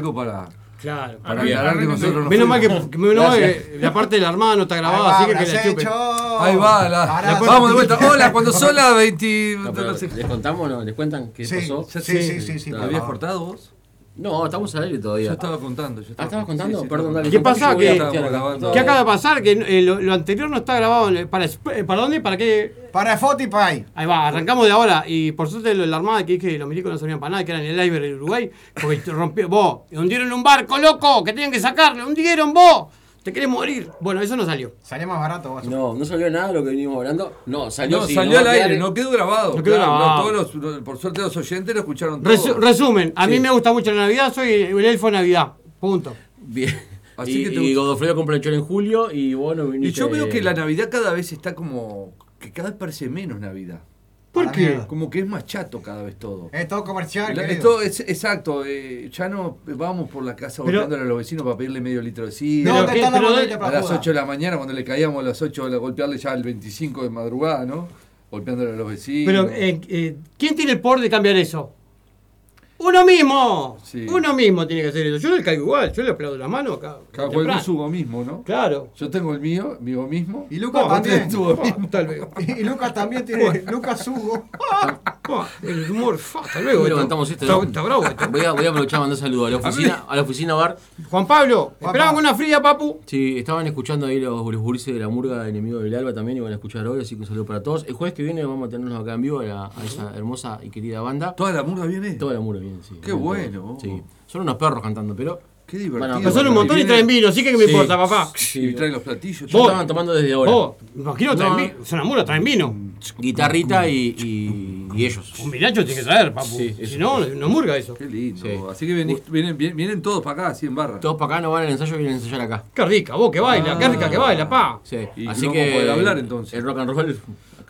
algo para. Claro. Para Bien. aclarar que nosotros no Menos mal que, fuimos. que- menos mal que la parte de la hermana no está grabada, así que que la chupen. Ahí va, la- Pará, la- pará. vamos de vuelta. Hola, cuando son las 20. No, pero ¿Les contamos o no? ¿Les cuentan qué Sí, pasó? sí, sí, sí, sí, sí, por ¿Habías favor. cortado vos? No, estamos al aire todavía. Yo estaba contando. Yo Ah, ¿estabas contando? Perdón, dale. ¿Qué contá pasa? yo voy a Que, estar grabando. ¿Qué acaba de pasar? Que eh, lo, lo anterior no está grabado. en el- ¿Para, Sp- eh, ¿para dónde? ¿Para qué? Para Spotify. Ahí va, arrancamos de ahora. Y por suerte lo de la Armada que dije que los milicos no servían para nada, que eran el iceberg de Uruguay. Porque te rompió. Vos, hundieron un barco, loco, que tenían que sacarle. Hundieron vos. Te querés morir. Bueno, eso no salió. Salió más barato, vos. No, no salió nada de lo que venimos hablando. No, salió No, sí, salió va al a quedar aire, en- no quedó grabado. No quedó Claro, grabado. todos los- los- por suerte los oyentes lo escucharon todos. Resu- resumen, a mí Sí. me gusta mucho la Navidad, soy el elfo Navidad. Punto. Bien. Así y, que te y gusta. Godofredo cumple el chorro en julio y vos no Y viniste. yo veo que la Navidad cada vez está como. que cada vez parece menos Navidad. ¿Por Para qué? mí. Como que es más chato cada vez todo. Es todo comercial, La- querido. esto es, exacto, eh, ya no vamos por la casa Pero- golpeándole a los vecinos para pedirle medio litro de sidra. Pero ¿Dónde qué- está la pero bolita de- a para las jugar? 8 de la mañana, cuando le caíamos a las 8 a la- golpearle ya el 25 de madrugada, ¿no? Golpeándole a los vecinos. Pero, eh, eh, ¿quién tiene el poder de cambiar eso? Uno mismo. Sí. Uno mismo tiene que hacer eso. Yo le caigo igual, yo le aplaudo la mano acá. Cada cual temprano. con su gomismo, ¿no? Claro. Yo tengo el mío, mi gomismo. Y Lucas Vos tenés también. tu gomismo, tal vez. Y Lucas también tiene. Lucas Hugo. Ah, El humor, fa, hasta luego. Bueno, esto. levantamos esto. Está- ¿no? está bravo esto. Voy a, voy a aprovechar a mandar saludos a la oficina, a la oficina bar. Juan Pablo, Papá. esperaban con una fría, papu. Sí, estaban escuchando ahí los, los gurises de la murga Enemigo del Alba también y van a escuchar hoy, así que un saludo para todos. El jueves que viene vamos a tenernos acá en vivo a, la- a esa hermosa y querida banda. Toda la murga viene. Toda la murga bien, sí. Qué bueno. Sí. Son unos perros cantando, pero. Qué divertido. Bueno, Pero son un bueno, montón y traen vino, así que qué me Sí. importa, papá. Y traen los platillos. Yo Vos. estaban tomando desde ahora. Vos, imagino traen No. vino. Son amuros, traen vino. Guitarrita y, y- y ellos. Un vinacho tiene que traer, papu. Sí, si eso. no, no murga eso. Qué lindo. Sí. Así que venís- vienen, vienen, vienen todos para acá, así en barra. Todos para acá no van al ensayo, vienen a ensayar acá. Qué rica, vos que baila, qué rica que Ah. baila, pa. Sí. Ah. Y Así no que. vamos a poder hablar, entonces. El rock and roll,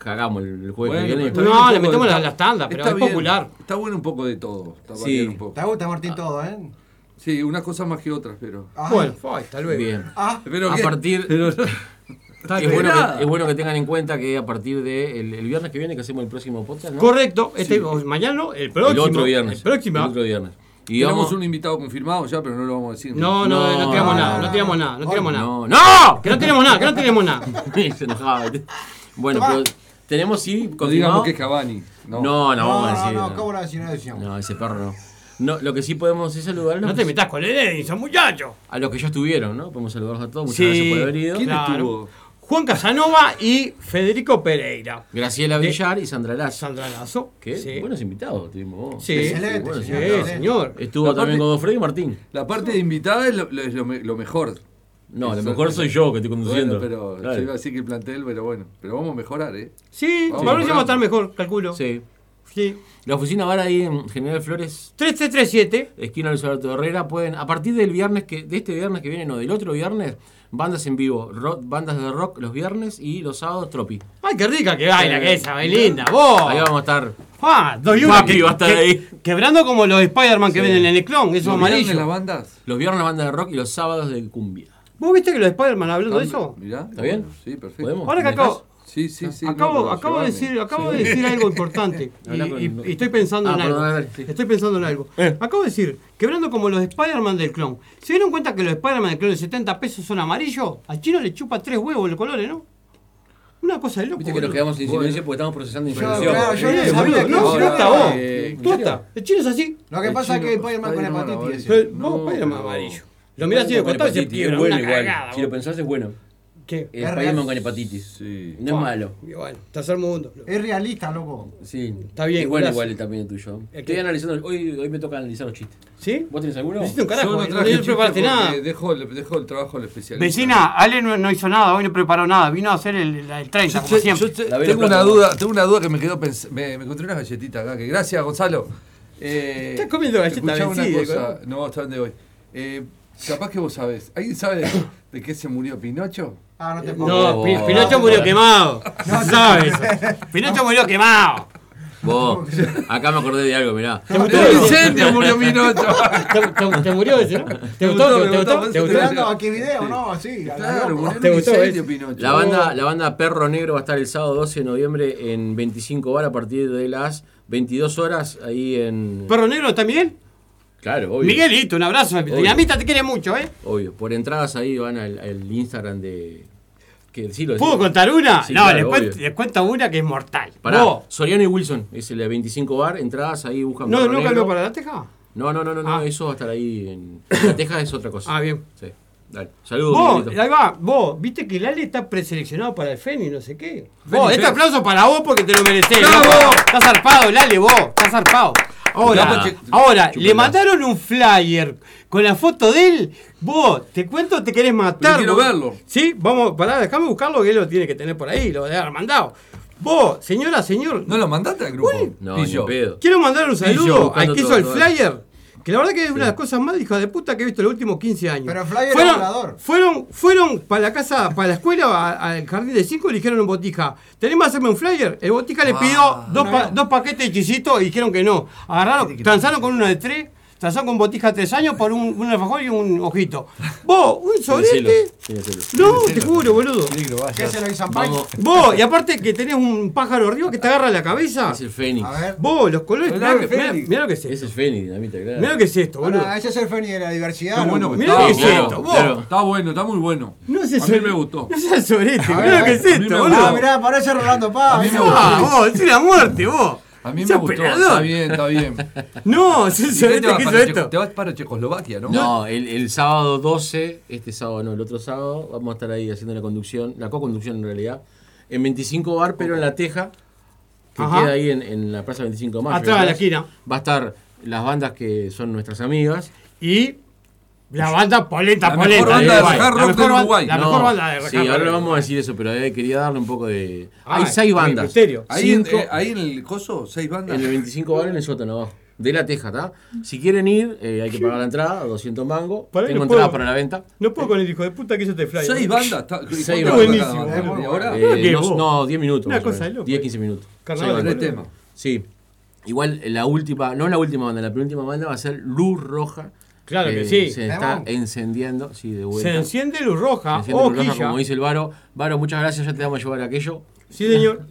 cagamos el, el jueves Bueno, que pero viene. está bien un No, poco le metemos de- la- las tandas, pero está es bien, popular. Está bueno un poco de todo. Está Sí. Ah. variar un poco. Te gusta, Martín, todo, ¿eh? Sí, unas cosas más que otras, pero. Ah, Bueno, fa, hasta luego. Bien. Ah, pero A ¿qué? partir- Pero- Es bueno, Nada. que, es bueno que tengan en cuenta que a partir de el, el viernes que viene que hacemos el próximo podcast, ¿no? Correcto, este o mañana no, el próximo. el otro viernes. el próximo. El otro viernes. Y Tenemos vamos un invitado confirmado ya, pero no lo vamos a decir. No, no, no, No, tiramos no, nada, no, no tiramos no. nada, no tiramos nada. No, no. Que no tiramos nada, que no tiramos nada. Se enojaba. ¿viste? Bueno, pero tenemos sí No confirmado. digamos que es Cavani. no, No. no, no, vamos a no, decir. no, ¿cómo no decimos? No decimos. No, ese perro no. No, lo que sí podemos es saludarlos No te metas con el Edison, muchacho. a los que ya estuvieron, ¿no? Podemos saludarlos a todos. Muchas Sí. gracias por haber ido. ¿Quién Claro. estuvo? Juan Casanova y Federico Pereira. Graciela Villar y Sandra Lazo. Sandra Lazo. ¿Qué? Sí. Buenos invitados tuvimos vos. Sí. Excelente, Buenos Sí, invitados. sí. señor. Estuvo Aparte- también Godofredo y Martín. La parte de invitada es lo, lo- es lo me- lo mejor. No, a lo Eso- mejor soy yo que estoy conduciendo. Bueno, pero Claro. yo iba a decir que el plantel, pero bueno. Pero vamos a mejorar, ¿eh? Sí, para Vamos, el próximo va a vamos. estar mejor, calculo. Sí. Sí. La oficina va ahí en General Flores, 3337. esquina Luis Alberto Herrera. Pueden, a partir del viernes, que de este viernes que viene, no, del otro viernes, bandas en vivo, rock- bandas de rock los viernes y los sábados tropi. Ay, Ah, qué rica que baila Sí. que esa, es linda. Vos. Ahí vamos a estar. Ah, doy una Papi va a estar ahí. Quebrando como los Spider-Man que venden en el clon, esos ¿Los viernes las amarillos. bandas? Los viernes bandas de rock y los sábados de cumbia. ¿Vos viste que los Spider-Man hablando de eso? Mirá. ¿Está bien? bueno, Sí, perfecto. ¿Podemos? Ahora que ¿Me dejás? acabo, Sí, sí, sí. acabo, no, pero acabo de llévame. decir, acabo de decir algo importante. y, Habla con- y- y estoy pensando Ah, en algo. perdón, a ver, Eh. sí. Estoy pensando en algo. Acabo de decir, quebrando como los Spider-Man del clon. ¿Se dieron cuenta que los Spider-Man del clon de 70 pesos son amarillos? Al chino le chupa tres huevos los colores, ¿no? Una cosa de loco. Viste que nos boludo. quedamos sin silencio porque estamos procesando información. claro, yo Eh, no sabía boludo, que no, ahora- posta, vos. eh, ¿en Posta. El chino es así. Lo que El pasa es chino- que Spider-Man con Spider-Man hepatitis. ahora Pero, sí. no, No. Spider-man amarillo. Lo mirás así de Con costado y se hepatitis, quiebra. es bueno una igual. cagada, Si lo boludo. pensás es bueno. ¿Qué? El Es Spider-Man real. Eh, con hepatitis. Sí. No es malo. Y Bueno, tercer mundo. Es realista, loco. Sí. Está bien, Es bueno gracias. igual también el tuyo. Estoy analizando. Hoy, hoy me toca analizar los chistes. ¿Sí? ¿Vos tenés alguno? No hiciste un Yo carajo. no eh, traje No chiste preparaste porque nada. Eh, Dejo, le- dejo el trabajo al especialista. Vecina, Ale no, no hizo nada, hoy no preparó nada, vino a hacer el, el- el 30, Yo- como yo- siempre. yo te- La vela tengo, plata. una duda, tengo una duda que me quedó pens- me, me encontré unas galletitas acá. Que gracias, Gonzalo. Eh, Estás comiendo galletas escuchá una vencidas, cosa. No, están de hoy. Eh, capaz que vos sabés. ¿Alguien sabe de, de qué se murió Pinocho? Eh, Ah, Ah, no te pongo. No, Oh. Pi- Pinocho murió quemado. No sabes. Pinocho murió quemado. Vos, acá me acordé de algo, mirá. ¿Te gustó ¡De un ese? incendio murió Pinocho! ¿Te, te- te murió ese, no? ¿Te gustó? ¿Te Me gustó, me gustó? gustó, ¿Te me Estoy gustó? gustó. dando aquí video, ¿no? Sí, a la claro, loco. murió ¿Te en un gustó incendio ese? Pinocho. La banda, la banda Perro Negro va a estar el sábado 12 de noviembre en 25 bar a partir de las 22 horas ahí en... ¿Perro negro también? Claro, obvio. Miguelito, un abrazo. Obvio. Dinamita te quiere mucho, ¿eh? Obvio. Por entradas ahí van al, al Instagram de. Que, sí, lo ¿Puedo contar una? Sí, no, claro, les, cuento, obvio. les cuento una que es mortal. Pará, Vos, Soriano y Wilson, es el de 25 bar, entradas ahí, buscan. ¿No, Perro ¿No Negro. cambió para la teja? No, no, no, no, no, Ah. eso va a estar ahí en. La Teja es otra cosa. Ah, bien. Sí. Dale. Saludos, Vos, Miguelito. ahí va, vos, viste que Lale está preseleccionado para el Feni, no sé qué. Feni, Vos, este Feni. aplauso para vos porque te lo mereces. ¡Bravo! loco. Estás zarpado, Lale, vos, estás zarpado. Ahora, Nada. ahora le Chupala. mandaron un flyer con la foto de él. Vos, te cuento, te querés matar. Pero quiero vos. verlo. Sí, vamos, pará, déjame buscarlo que él lo tiene que tener por ahí, lo debe haber mandado. Vos, señora, señor, ¿No lo mandaste al grupo? No, ni Pillo. en pedo. Quiero mandar un yo saludo buscando al que hizo todo, el todo. flyer. Que la verdad que es una de las cosas más hijas de puta que he visto en los últimos 15 años. Pero el flyer fueron, era volador. Fueron, fueron para la casa, para la escuela, a- al jardín de 5 y le dijeron a un botija, tenemos que hacerme un flyer. El botija le Ah, pidió dos, pa- dos paquetes de chisitos y dijeron que no. Agarraron, transaron con uno de tres, transaron con botija tres años por un, un alfajor y un ojito. Vos, un Decilo, sobrete. sí, decilo. No, te juro, boludo. Peligro, vaya. ¿Qué se lo hizo a Vamos, Vos, y aparte que tenés un pájaro arriba que te agarra la cabeza. es el Fénix. A ver. Vos, los colores. Hola, Mirá, mirá, Félix. mirá lo que es Es esto. el Fénix, Dinamita, claro. Mirá lo que es esto, boludo. Ahora, ese es el Feni de la diversidad. Está ¿no? bueno que Mirá está, lo que es claro, esto, vos. claro. Está bueno, está muy bueno. No es a eso. mí me gustó. No seas sorete, este, A ver, mirá lo que a es ver, a mí esto, me boludo. Ah, mirá, parece Rolando Paz. A mí me mirá. Ah, vos, es una muerte, vos. A mí me Seas gustó. pelador. Está bien, está bien. No, seas ¿Y qué te, sorete vas que hizo para Checo- esto. te vas para Checoslovaquia, ¿no? No, el, el sábado 12, este sábado no, el otro sábado, vamos a estar ahí haciendo la conducción, la co-conducción en realidad, en 25 bar, pero en La Teja, que Ajá. queda ahí en, en la Plaza 25 de Mayo. Atrás de la esquina. Va a estar las bandas que son nuestras amigas. Y la banda polenta, La mejor polenta. banda de Uruguay. hard rock La mejor de ban- Uruguay. La No, mejor banda de Sí, hard ahora le rock. vamos a decir eso, pero eh, quería darle un poco de... Ah, Hay seis el bandas. misterio. Ahí, en, Cinco- eh, ahí en el coso, seis bandas. En el 25 bar en el sótano abajo. De la teja, ¿tá? Si quieren ir, eh, hay que pagar la entrada, 200 mangos. Pará, Tengo no entradas puedo. para la venta. No puedo con el hijo de puta que hizo este flyer. Seis bandas. está- ¿y Seis cuánto bandas. dura cada banda? Buenísimo, ¿Y eh, ahora? Eh, Creo que no, vos. no, 10 minutos. Una más o cosa menos. de loco. eh. 10, 15 minutos. Carnaval Sí, de vale. colores. Sí. Igual eh, la última, no la última banda, la penúltima banda va a ser Luz Roja. eh, Claro que sí. Se está Vamos. encendiendo, sí, de Se vuelta. enciende luz roja, enciende o Luz Roja, quilla. como dice el Varo. Varo, muchas gracias, ya te vamos a llevar aquello. Sí, señor.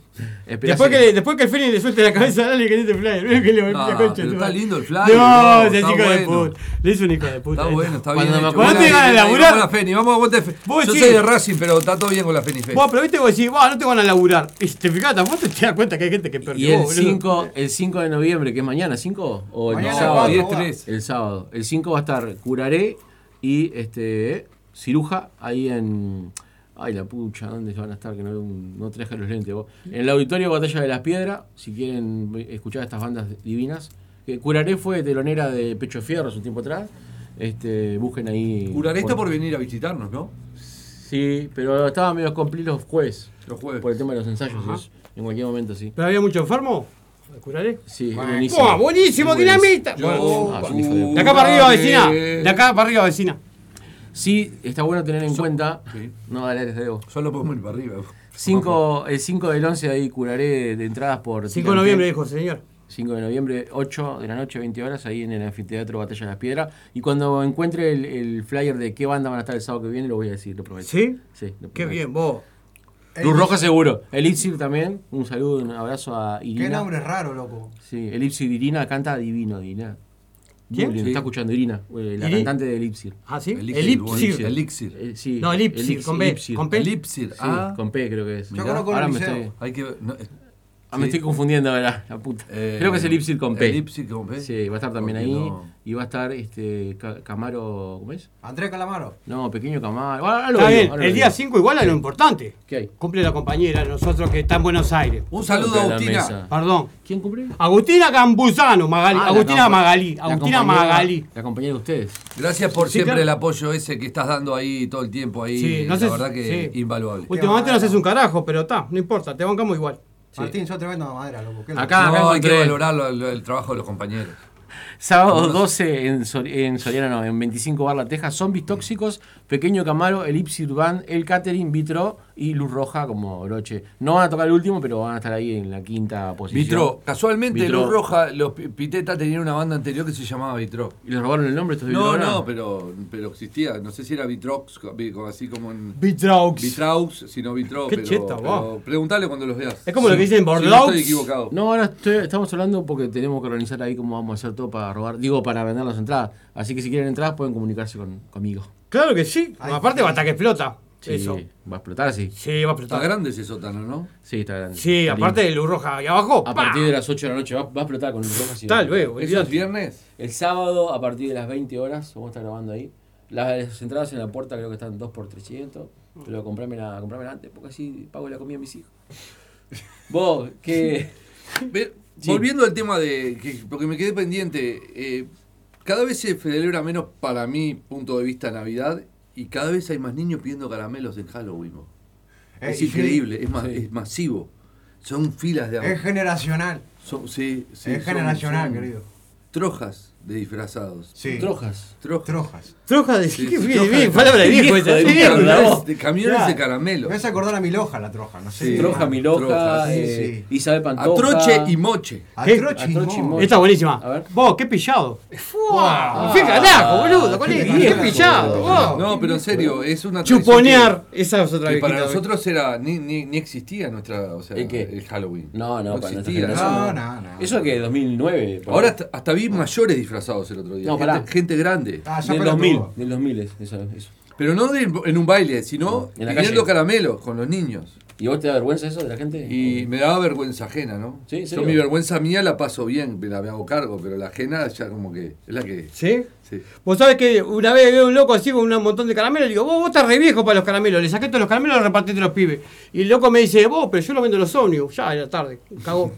Esperá Después que, que- le- después que el Fénix le suelte la cabeza a Dale que este flyer. Mirá que le Ah, la concha pero de tu está madre. lindo el No, flyer, no, ese está hijo de bueno. puta. Le hizo un hijo de puta. Está bueno, está Cuando bien. me hecho. acuerdo- Vamos Cuando te a ganas de Feni, laburar. Vamos a la Feni, vamos a aguantar Feni. Vos Yo sí. soy de Racing, pero está todo bien con la Feni Fe. Vos aprovechaste y vos decís, vos no te van a laburar. Y te fijás, vos te das cuenta que hay gente que Y perdió. el boludo. 5, el 5 de noviembre, que es mañana, ¿5? O el Mañana sábado. cuatro, 10, va. 3. El sábado. El 5 va a estar Curaré y este Ciruja ahí en. Ay, la pucha, ¿dónde van a estar? Que no, no traje los lentes. vos. En el auditorio Batalla de las Piedras, si quieren escuchar estas bandas divinas. Que Curaré fue telonera de Pecho Fierro hace un tiempo atrás. Este, busquen ahí. Curaré está por Bueno, venir a visitarnos, ¿no? Sí, pero estaba medio complicado los jueves. Los jueves. Por el tema de los ensayos. es- En cualquier momento, sí. ¿Pero había mucho enfermo? ¿Me curaré? Sí, Bueno. buenísimo. ¡Buah, buenísimo, Buenísimo. dinamita! Bueno, Yo- Ah, es un hijo de puta. de acá para arriba, vecina. De acá para arriba, vecina. Sí, está bueno tener en cuenta. sí. No, dale, les debo. Solo podemos ir para arriba. Cinco- el 5 del 11 ahí curaré de entradas por. 5 de noviembre, dijo el señor. 5 de noviembre, 8 de la noche, 20 horas, ahí en el anfiteatro Batalla de las Piedras. Y cuando encuentre el, el flyer de qué banda van a estar el sábado que viene, lo voy a decir, lo prometo. ¿Sí? Sí, lo Qué prometo. bien, vos. Luz Roja seguro. Elipsir también. Un saludo, un abrazo a Qué Irina. nombre raro, loco. Sí, Elipsir Irina canta divino, Irina. ¿Quién? Irina, Sí. Está escuchando Irina, eh, la Iri- cantante de Elipsir. ¿Ah, sí? Elipsir, Elipsir. buenísimo. Elixir. Eh, sí, No, Elipsir, con B, con P. Elipsir. Sí, Ah, con P creo que es. Yo conozco Ahora el me liceo. estoy, hay que ver. no, eh, ah, me sí. estoy confundiendo, ¿verdad? La puta. Eh, creo que es Elipsir con P. Elipsir con P. Sí, va a estar también Porque ahí. no. Y va a estar este Ca- Camaro, ¿cómo es? Andrés Calamaro. No, pequeño Camaro. Ah, ahora lo Está digo, bien, ahora lo el digo. día 5 igual a lo importante. ¿Qué hay? Cumple la compañera de nosotros que está en Buenos Aires. Un saludo Toca a la Agustina. mesa. Perdón. ¿Quién cumple? Agustina Gambuzano, Magali. Ah, la Agustina compa- Magalí. la Agustina compañera- Magalí. La compañera de ustedes. Gracias por Sí, siempre claro. el apoyo ese que estás dando ahí todo el tiempo ahí. Sí, no la sé- verdad que sí. invaluable. Últimamente no haces un carajo, pero está, no importa, te bancamos igual. Martín, sos tremendo madera, loco. Qué Acá. no, hay que encontré. valorar lo- lo- el trabajo de los compañeros. Sábado 12 en, Sor- en Soriana, no, en 25 Bar La Teja. Zombies Tóxicos, Pequeño Camaro, Elipsir Van, El Catering, Vitro y Luz Roja como broche. No van a tocar el último, pero van a estar ahí en la quinta posición. Vitro, casualmente Vitro. Luz Roja, los pi- Piteta tenían una banda anterior que se llamaba Vitro. ¿Y les robaron el nombre estos No, Vitronas? no, pero, pero existía. No sé si era Vitrox, co- vi- co- así como en Bitraux. Vitraux, sino Vitro. Qué pero, cheta, pero vos. preguntale cuando los veas. Es como lo que dicen Si no Bordeaux. estoy equivocado. No, ahora estoy- estamos hablando porque tenemos que organizar ahí cómo vamos a hacer todo para robar, digo, para vender las entradas. Así que si quieren entradas pueden comunicarse con, conmigo. Claro que sí. Ay, Aparte, hasta que explota. Sí, Eso. Va a explotar, sí. Sí, va a Está explotar. grande ese sótano, ¿no? Sí, está grande. Sí, Está aparte lindo. de luz roja ahí abajo. A ¡pa! partir de las 8 de la noche va, va a explotar con luz roja. sí. Tal, luego. ¿Es el viernes? El sábado, a partir de las 20 horas, vamos a estar grabando ahí. Las entradas en la puerta creo que están 2 por 300 pero comprámela, comprámela antes porque así pago la comida a mis hijos. Vos, que... Ve- Sí. Volviendo al tema de. que- porque me quedé pendiente. eh, cada vez se celebra menos, para mi punto de vista, Navidad. Y cada vez hay más niños pidiendo caramelos en Halloween. vos. Eh, es y- increíble, es, ma- sí. es masivo. Son filas de. Es generacional. son- sí, sí, es son- generacional, son querido. Trojas de disfrazados. Sí. Trojas. Trojas. Trojas. Troja de. Sí, qué sí, bien, troja bien, de- palabra de Hijo viejo esa. de Sí, puta, bien. Camiones de- camiones de Claro. caramelo. Me vas a acordar a mi loja la troja, no sé. Sí. Troja, Miloja, Troja, sí, eh, sí. Isabel A Pantoja. troche y moche. A ¿Qué? Trochi, A Trochi, no. mo- Esta buenísima. A ver. Vos, qué pillado. Ah, Fua. qué carajo, boludo. Con qué qué, qué carajo, pillado. boludo. vos. No, pero en serio, es una tradición Chuponear. Esa es que- otra que vez. para nosotros era ni, ni, ni existía nuestra o sea, ¿El qué? el Halloween. No, no, para nuestra existía. generación No, no, no. Eso que 2009. por Ahora ahí. hasta, hasta vi mayores disfrazados el otro día. No, pará. gente, gente grande. Ah, ya Del para 2000. todo. Del 2000 es, eso, eso. Pero no de- en un baile, sino En la pidiendo calle. caramelos con los niños. ¿Y vos te da vergüenza eso de la gente? Y me daba vergüenza ajena, ¿no? Sí, ¿en Yo serio? mi vergüenza mía la paso bien, me la me hago cargo, pero la ajena ya como que es la que... ¿Sí? sí. Vos sabés que una vez veo un loco así con un montón de caramelos y digo, vos, vos estás re viejo para los caramelos, le saqué todos los caramelos y los repartiste a los pibes. Y el loco me dice, vos, pero yo lo vendo en los ómnibus, ya era tarde, cagó.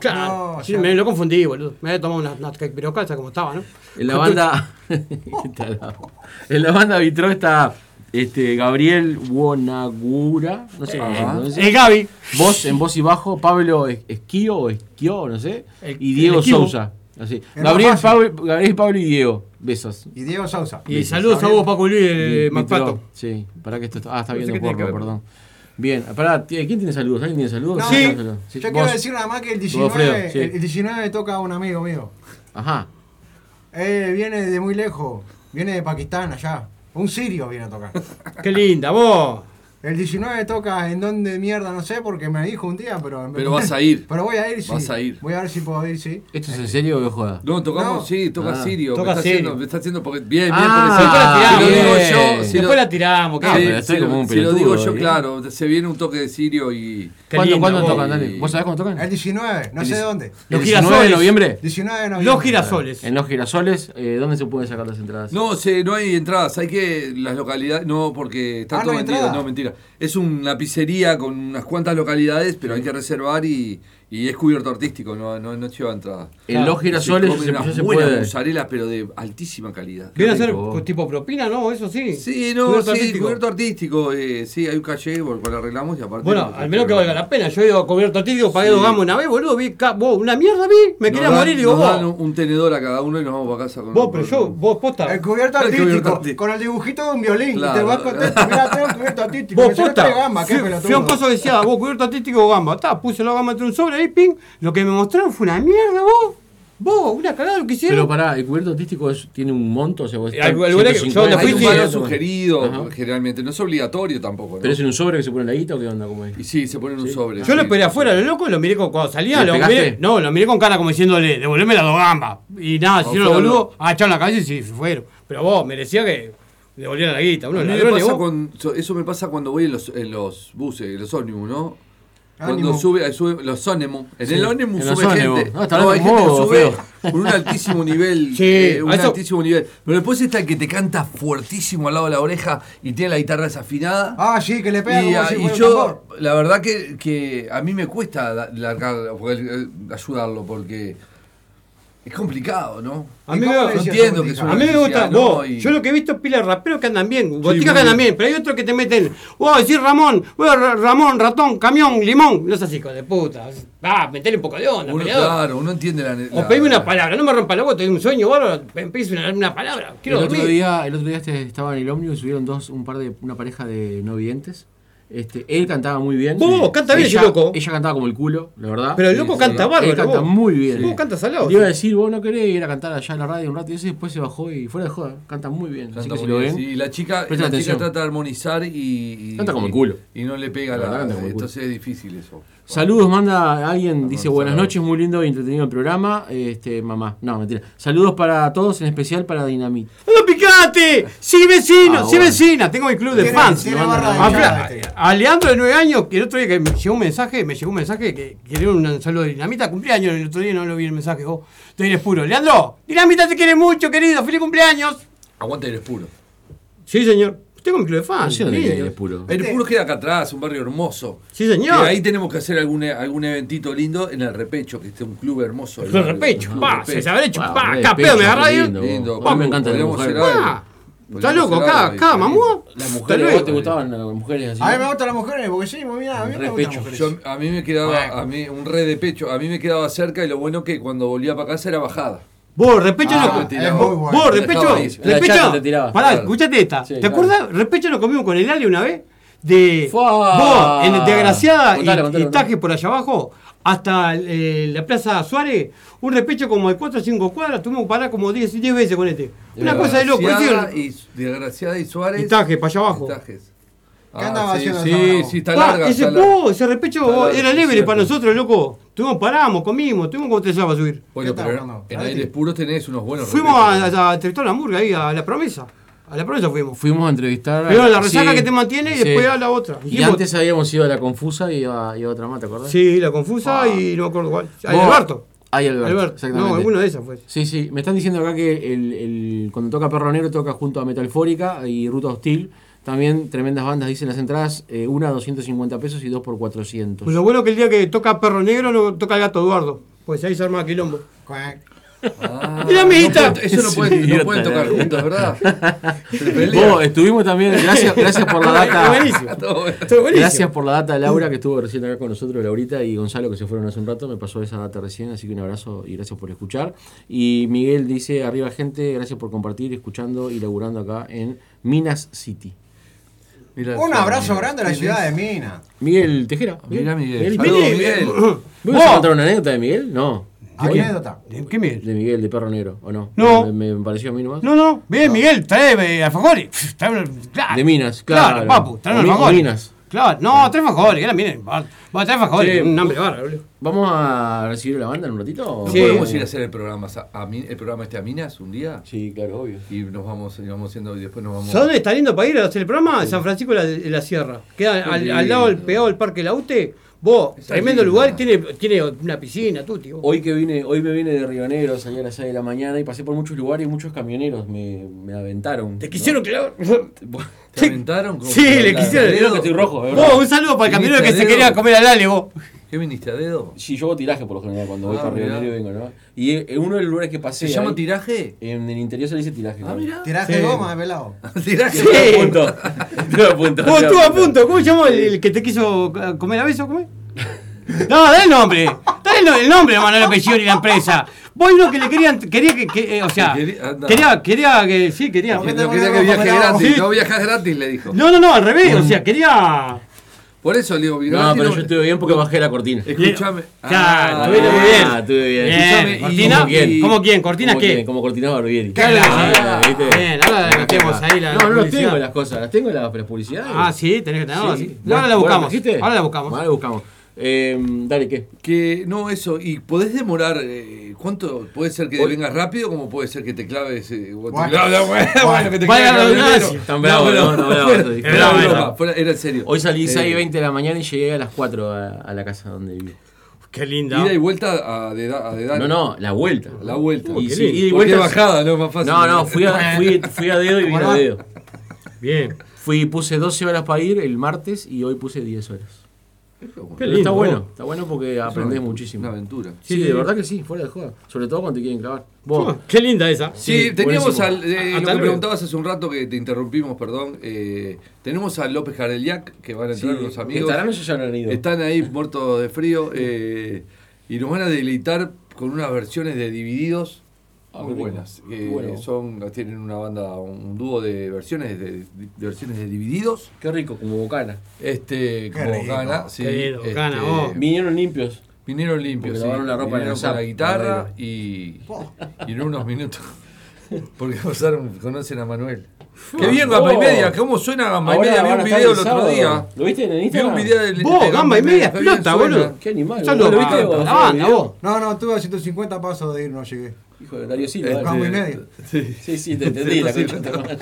claro, No, sí, ya. me lo confundí, boludo. Me había tomado una, una cake pirocata como estaba, ¿no? En la banda. Está la- en la banda Vitro está este, Gabriel Wonagura. No sé. Ajá. no sé. El Gaby. Voz en voz y bajo, Pablo Es- Esquío o Esquio, no sé. El- y Diego el Esquivo. Sousa. Así. más Gabriel, fácil. Pablo, Gabriel, Pablo y Diego. Besos. Y Diego Sousa. Y saludos a vos, Paco Luis, eh, de Vi- Macpato. Vitro. Sí, para que esto está. Ah, está No sé viendo qué tiene que porno, ver. perdón. Bien, pará, t- ¿quién tiene saludos? ¿Alguien tiene saludos? No, Sí. Saludos. Sí, Yo vos. quiero decir nada más que el 19, Godofredo, sí. el, el 19 toca a un amigo mío. Ajá. Eh, viene de muy lejos, viene de Pakistán allá. Un sirio viene a tocar. Qué linda, vos. El 19 toca en donde mierda, no sé, porque me dijo un día, pero... Pero vas a ir. Pero voy a ir, sí. Vas a ir. Voy a ver si puedo ir, sí. ¿Esto es en serio o es joda? No, tocamos, No. sí, toca Ah. Sirio. Toca me está Sirio. Haciendo, me está haciendo porque... Bien, bien, Ah, porque si- si lo bien. digo yo... Si eh. Después lo, la tiramos, ¿qué? Ah, sí, pero estoy si lo- como un si lo digo pelotudo, yo, ¿eh? claro, se viene un toque de Sirio y... Qué ¿Cuándo, lindo, eh. cuándo vos. tocan, Dani? ¿Vos sabés cuándo tocan? El 19, no El sé dieci- dónde. Los ¿El 19 de girasoles. noviembre? 19 de noviembre. Los girasoles. En los girasoles, eh, ¿dónde se pueden sacar las entradas? No, se, no hay entradas, hay que las localidades, no, porque está Ah, todo ¿no hay vendido, entrada? no, mentira. Es una pizzería con unas cuantas localidades, pero hay que reservar y, y es cubierto artístico, no, no, no lleva entrada. En los girasoles se, se comen ya unas se buenas puede. mozzarellas, pero de altísima calidad. Viene a Qué ser rico. con tipo propina, ¿no? Eso sí. Sí, no, Cubierto sí, artístico. cubierto artístico, eh, sí, hay un calle, por por lo arreglamos y aparte... Bueno, no- al menos que valga la pena. Yo he ido a cubierto artístico, pagué Sí. dos gamos una vez, boludo. Vi, ca- vos, una mierda vi. Me Nos quería dan- morir. Digo, nos vos, dan un, un tenedor a cada uno y nos vamos para casa con... vos, pero yo, vos posta. El cubierto El artístico, cubierto artístico. con el dibujito de un violín. Claro. Y te vas contento, mirá, tengo el cubierto artístico. Vos me salió tres posta. gambas, qué Fui- pelotudo. Fui a un coso que decía, vos cubierto artístico o gamba. Ta, puse la gamba entre un sobre ahí, ping. Lo que me mostraron fue una mierda, vos. Vos, una cagada lo que Pero hicieron. pará, ¿el cubierto artístico es- tiene un monto? O sea, vos Eh, algo- alguna que- yo donde Hay fui, un sí, valor eso, sugerido, Ajá. generalmente, no es obligatorio tampoco, ¿no? ¿Pero es en un sobre que se pone la guita o qué onda? ¿Cómo es? Y sí, se ponen un sobre. Yo lo sí. esperé afuera, lo loco, y lo miré con- cuando salía. ¿Le Lo pegaste? miré, no, lo miré con cara como diciéndole, devolveme las dos gambas. Y nada, si No, no lo fueron boludo, agacharon la cabeza y sí, se fueron. Pero vos, merecía que devolvieran la guita. Uno, A mí me ladrones, pasa vos. con- so- eso me pasa cuando voy en los, en los buses, en los ómnibus, ¿no? Cuando Ánimo. sube, eh, sube- los ómnibus. En Sí, el ómnibus en los sube ómnibus. gente. No, está hablando hay como gente que vos, sube feo. con un altísimo nivel. Sí, eh, un a eso- altísimo nivel. Pero después está el que te canta fuertísimo al lado de la oreja y tiene la guitarra desafinada. Ah, sí, que le pega y como a- si y fuera un yo, tambor. la verdad que, que a mí me cuesta da- largar, porque, eh, ayudarlo, porque es complicado, ¿no? A mí me- ¿Y cómo le No decías entiendo a que Botica? es A mí me gusta, Oficial, ¿no? vos, Y- yo lo que he visto es pilas de raperos que andan bien, muy boticas que andan bien. bien, pero hay otros que te meten, oh, decir Ramón, oh, Ra- Ramón, ratón, camión, limón, no seas hijo de puta, ah, metele un poco de onda, Uno, peleador. claro, uno entiende la. O la- pedime una la- palabra, no me rompa la bota, tengo un sueño, bárbaro, empiezo una, una palabra, quiero el otro dormir. día, el otro día este- estaba en el ómnibus y subieron dos, un par de, una pareja de no videntes Este, él cantaba muy bien. Vos, canta bien ella, ese loco. Ella cantaba como el culo, la verdad. Pero el loco canta bárbaro, Él canta vos. muy bien. Vos cantas al lado. Le iba a decir, vos no querés ir a cantar allá en la radio un rato. Y ese después se bajó y fuera de joda. Canta muy bien. Así Canta que si muy lo bien, ven. sí, y la chica, Presten la chica atención. trata de armonizar y, y- Canta como el y- culo. Y no le pega La la. verdad, canta como el culo. entonces es difícil eso. Saludos, manda alguien, dice saludos. buenas noches, muy lindo y entretenido el programa. Este, mamá, no, mentira. Saludos para todos, en especial para Dinamit. ¡No picate! ¡Sí, vecino! Ah, ¡Sí, bueno. vecina! Tengo mi club de Tiene- fans. tiene Lo barra mandan. de A- hinchada a- este. A Leandro de 9 años, que el otro día que me llegó un mensaje, me llegó un mensaje que quería un saludo de Dinamita, cumpleaños, el otro día no lo vi el mensaje, vos te eres puro. Leandro, Dinamita te quiere mucho, querido, feliz cumpleaños. Aguante eres puro. Sí, señor. Tengo mi club de Eh, fans. Ah, No sé dónde niños. queda, es puro. Eres puro queda acá atrás, un barrio hermoso. Sí, Y señor. ahí tenemos que hacer algún, algún eventito lindo en el repecho, que esté un club hermoso. del Con barrio. repecho, Un pa, repecho. se habrá hecho, Wow, pa, re capeo, me despecho, agarra qué ahí. lindo. Lindo. Pa, me encanta la Podríamos mujer. hacer algo. Pa, está Podríamos loco, hacer acá, algo, acá, sí. mamú. Las Hasta mujeres, luego. ¿vos te gustaban las mujeres así? A mí me gustan las mujeres, porque sí, pues mira, a mí me gustan las Respecho. mujeres. Yo- a mí me quedaba, a mí, un re de pecho, a mí me quedaba cerca y lo bueno que cuando volvía para casa era bajada. Vos, repecho Ah, no. Eh, me tiraba. vos, Es muy vos, bueno. repecho. Dejaba ahí, en la chata te Repecho. tiraba. Pará, Claro. escuchate esta. Sí, ¿Te claro. acordás? Repecho nos comimos con el Ale una vez. De Fua. vos, en Desgraciada y, Contalo, contalo, y contalo. Taje por allá abajo, hasta eh, la Plaza Suárez, un repecho como de 4 o 5 cuadras, tuvimos que parar como 10, 10 veces con este. Una cosa de loco. Desgraciada ¿viste? y Desgraciada y Suárez. Y Taje, para allá abajo. Y Tajes. ¿Qué andaba sí, haciendo esa sí, mano? sí, está Pa, larga. ese, está larga. vos, ese repecho Está vos, larga, era sí, leve cierto. para nosotros, loco. Tuvimos, paramos, comimos, tuvimos como tres horas para subir. Bueno, ¿Qué tal, pero Fernando? en Ahí. aires puros tenés unos buenos Fuimos repechos. a, a Territorio Hamburgo, ahí, a la promesa. A la promesa fuimos. Fuimos a entrevistar. a- Primero la resaca que te mantiene y sí. después a la otra. Y Dijimos- antes habíamos ido a la confusa y a, y a otra más, ¿te acordás? Ah. Sí, la confusa y no me acuerdo cuál. Ay, Vos- Alberto. Ay, Alberto. Alberto. exactamente. No, alguno de esas fue. Sí, sí, me están diciendo acá que el, el- cuando toca Perro Negro toca junto a Metalfórica y Ruta Hostil. También tremendas bandas, dicen las entradas, eh, una a 250 pesos y dos por 400. Pues lo bueno que el día que toca Perro Negro no toca el gato Eduardo. Pues ahí se arma quilombo. Cuac. Ah, Mira, amiguita. no pueden- eso no Sí, pueden, no idiota, pueden tocar la verdad. juntos, ¿verdad? Se pelean. Vos, estuvimos también, gracias, gracias por la data. Buenísimo. Todo bueno. Estuvo buenísimo. Gracias por la data, Laura, que estuvo recién acá con nosotros, Laurita y Gonzalo, que se fueron hace un rato, me pasó esa data recién, así que un abrazo y gracias por escuchar. Y Miguel dice, arriba gente, gracias por compartir, escuchando y laburando acá en Minas City. Mira, Un sí, abrazo mira. grande a la ¿Quién ciudad es? de Minas. Miguel Tejera. Mira, Miguel. ¿viste? Saludos, Ah, Miguel. Miguel. ¿Vos vas a contar una anécdota de Miguel? No. Anécdota. ¿Qué Miguel? De Miguel, de Perro Negro, ¿o no? No. Me, me pareció a mí nomás. No, no. Bien, Miguel, trae eh, alfajores. Pff, trae- claro. De Minas, claro. Claro, papu, trae O mi- alfajores. Minas. Claro, no, trae alfajores. Era, miren, va, va trae alfajores. Sí. Un hambre bárbaro, boludo. ¿Vamos a recibir la banda en un ratito? ¿No Sí. podemos ir a hacer el programa, sa- a, Min- el programa este a Minas un día? Sí, claro, obvio. Y nos vamos, y vamos haciendo, y después nos vamos. ¿Sabes dónde está lindo para ir a hacer el programa? En San Francisco de la, de la Sierra. Queda al, Qué al lado del lindo. pegado del Parque Laute. Vos, Está tremendo lindo. lugar, tiene, tiene una piscina, tú, tío. Hoy que vine, hoy me vine de Río Negro, salí a las 6 de la mañana y pasé por muchos lugares y muchos camioneros me, me aventaron. Te ¿no? quisieron clavar. ¿Te aventaron? con- Sí, le con- quisieron. a dedo? que estoy rojo, ¿verdad? Vos, un saludo para el camionero que se Viniste a quería dedo. comer al Ale, vos. ¿Qué viniste a dedo? Sí, yo hago tiraje por lo general cuando voy Ah, para Río mirá. Negro y vengo, ¿no? Y eh, uno de los lugares que pasé. ¿Se llama ahí, tiraje? En el interior se le dice tiraje. Ah, ¿no? mira. Tiraje Sí. de goma, pelado. Tiraje. Sí. Estuve a punto. Estuve a punto, Vos estuve estuvo a punto. ¿Cómo se llama el, el que te quiso eh, comer a beso? ¿Cómo es? No, dale el nombre. Dale el no- el nombre, Manuel Apellido y la empresa. Vos uno que le querían. Quería que. que, eh, o sea. Que quería- anda. Quería, quería que. Sí, quería. Que No quería que viaje Sí. gratis. No viajas gratis, le dijo. No, no, no, al revés. O sea, quería. Por eso le digo, No, gratis pero yo estuve bien porque bajé la cortina. Escúchame. Claro, Ah, estuviste muy bien. Ah, estuve bien. Escuchame, Bien, y- ¿Cortina? ¿Cómo quién? ¿Cómo quién? ¿Cortina Como qué? que- Como cortina Barbieri. Claro que sí. Ah, ¿viste? Bien, ahora le metemos ahí la No, no las publicidad. tengo las cosas, las tengo las, las publicidades. Ah, sí, tenés que tenerlo. Sí, sí. bueno, Ahora la bueno, buscamos. ¿trajiste? Ahora la buscamos. Ahora la buscamos. Eh, dale, ¿qué? Que no, eso. ¿Y podés demorar? eh, ¿Cuánto? ¿Puede ser que Hoy- vengas rápido como puede ser que te claves? eh, o te- Guau. No, no, bueno, bueno, que te Vaya claves la primero. audacia. Tan bravo, pero- no, no, bravo, fuera- estoy- fuera bravo, de broma, bravo. fuera- era en serio. Hoy salí Eh, 6 y 20 de la mañana y llegué a las 4 a, a la casa donde vivo. Qué linda. Ida y vuelta a de, da- a de dar. No, no, la vuelta. La vuelta. Y Uh, qué sí, lindo. ida y Porque vuelta. bajada, no es más fácil. No, no, fui a, fui, fui a dedo y vine a dedo. Bien. Fui, puse 12 horas para ir el martes y hoy puse 10 horas. Pero lindo, está bueno, vos. está bueno porque Es una aprendés aventura, Una muchísimo. aventura. Sí, de verdad que sí, fuera de joda. Sobre todo cuando te quieren clavar. Vos, Uh, Qué linda esa. Ah, Sí, Sí, teníamos buenísimo. al. eh, Hasta lo que luego. preguntabas hace un rato que te interrumpimos, perdón. eh, tenemos a López Jareliak, que van a sí, entrar los amigos. estarán ellos ya no han ido. Están ahí muertos de frío eh, y nos van a deleitar con unas versiones de Divididos Ah, muy qué rico. buenas. que Bueno. son, tienen una banda, un dúo de versiones, de, de versiones de divididos. Qué rico, como bocana. Este, como rico. Gana, sí. Qué lindo, este, Gana, vos. Em, Vinieron limpios. Vinieron limpios, Porque sí. lavaron la ropa en el vinieron con zap, la guitarra verdadero. y, y en unos minutos. Porque pasaron, conocen a Manuel. Qué Ah, bien, vos. Gamba y Media. ¿Cómo suena Gamba y Ahora Media? van Vi a un estar video el el otro sábado. día. ¿Lo viste en el Vi un Instagram? video del. este, Vos, de Gamba y Media, está bien, explota, suena. boludo. Qué animal. Ya ¿Vos lo viste viste, vos? la banda, vos. No, no, estuve a 150 pasos de ir, no llegué. Hijo de Darío Silva. Este, Gamba y media. Sí. Sí, sí, te entendí la concha. de tu hermana.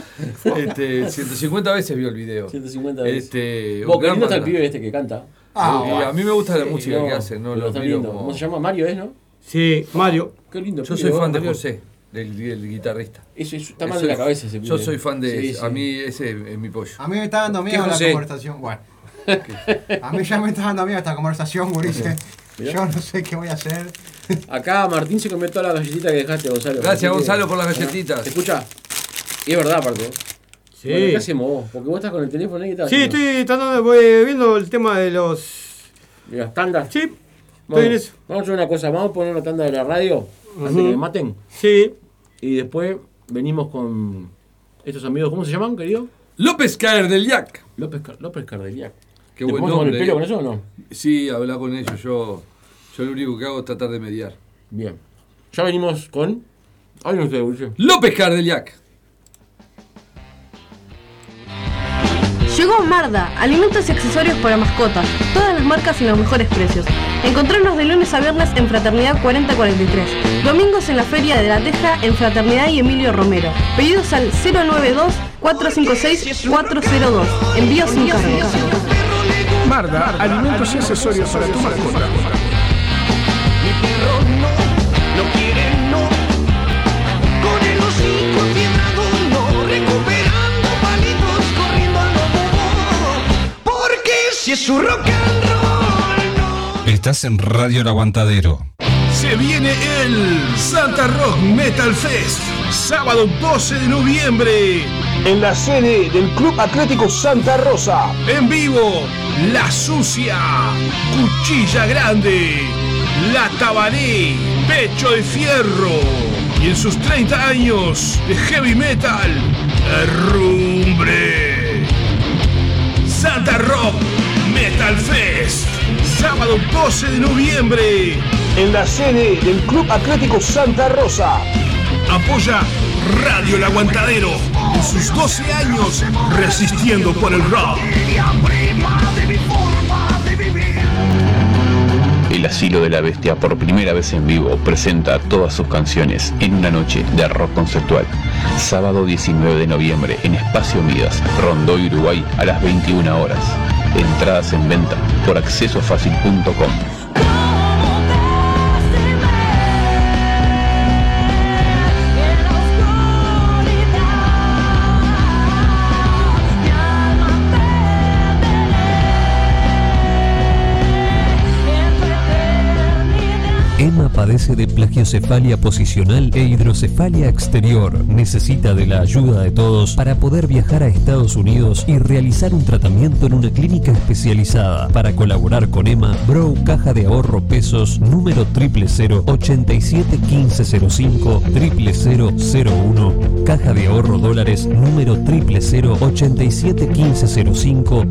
Este, 150 veces vio el video. 150 veces. Este, Vos, un qué gran lindo está el banda. pibe este que canta. Ah, Y bueno. a mí me gusta la música No, que hacen, ¿no? pero Los está miro lindo. como- ¿Cómo se llama? Mario es, ¿no? Sí, Mario. Qué lindo. Yo pibe, soy vos, fan de Mario. José, del, del guitarrista. Eso, eso está mal Soy- de la cabeza ese pibe. Yo soy fan de Sí, ese. sí. A mí ese es mi pollo. A mí me está dando miedo ¿Qué, la José? conversación. Bueno. A mí ya me está dando miedo esta conversación, Gurice. Yo no sé qué voy a hacer. Acá Martín se comió todas las galletitas que dejaste, Gonzalo. Gracias, Así que- Gonzalo, por las Bueno, galletitas. ¿Te escucha? Y es verdad, aparte. ¿eh? Sí. Bueno, ¿Qué hacemos vos? Porque vos estás con el teléfono ahí y estás. Sí, estoy tratando, voy viendo el tema de los. De las tandas. Sí, estoy Vamos, en eso. vamos a hacer una cosa, vamos a poner una tanda de la radio antes que me maten. Sí. Y después venimos con estos amigos, ¿cómo se llaman, querido? López Caer del Yak. López, Car- López Cardeliac. Qué ¿Te buen ponés con el nombre. pelo con eso o no? Sí, habla con ellos. Yo, yo lo único que hago es tratar de mediar. Bien. Ya venimos con. Ay, no sé, Dulce. López Caer del Yak. Llegó Marda, alimentos y accesorios para mascotas, todas las marcas y los mejores precios. Encontrarnos de lunes a viernes en Fraternidad 4043, domingos en la Feria de la Teja en Fraternidad y Emilio Romero. Pedidos al 092-456-402. Envíos sin cargo. Marda, alimentos y accesorios para tu mascota. Mi perro no, no quiere no. Con el hocico enfiebrado no, recuperando palitos, corriendo al lobo. Porque si es un rock and roll, no. Estás en Radio El Aguantadero. Se viene el Santa Rock Metal Fest, sábado 12 de noviembre. En la sede del Club Atlético Santa Rosa. En vivo, La Sucia, Cuchilla Grande, La Tabaré, Pecho de Fierro. Y en sus 30 años de heavy metal, Rumbre. Santa Rock Metal Fest, sábado 12 de noviembre, en la sede del Club Atlético Santa Rosa. Apoya Radio El Aguantadero, en sus 12 años resistiendo por el rock. El Asilo de la Bestia por primera vez en vivo presenta todas sus canciones en una noche de rock conceptual. Sábado 19 de noviembre en Espacio Midas, Rondó, Uruguay a las 21 horas. Entradas en venta por accesofacil.com. Emma padece de plagiocefalia posicional e hidrocefalia exterior. Necesita de la ayuda de todos para poder viajar a Estados Unidos y realizar un tratamiento en una clínica especializada. Para colaborar con Emma, Bro Caja de Ahorro Pesos, número 000 87 1505 00001 Caja de Ahorro Dólares, número 000 87 1505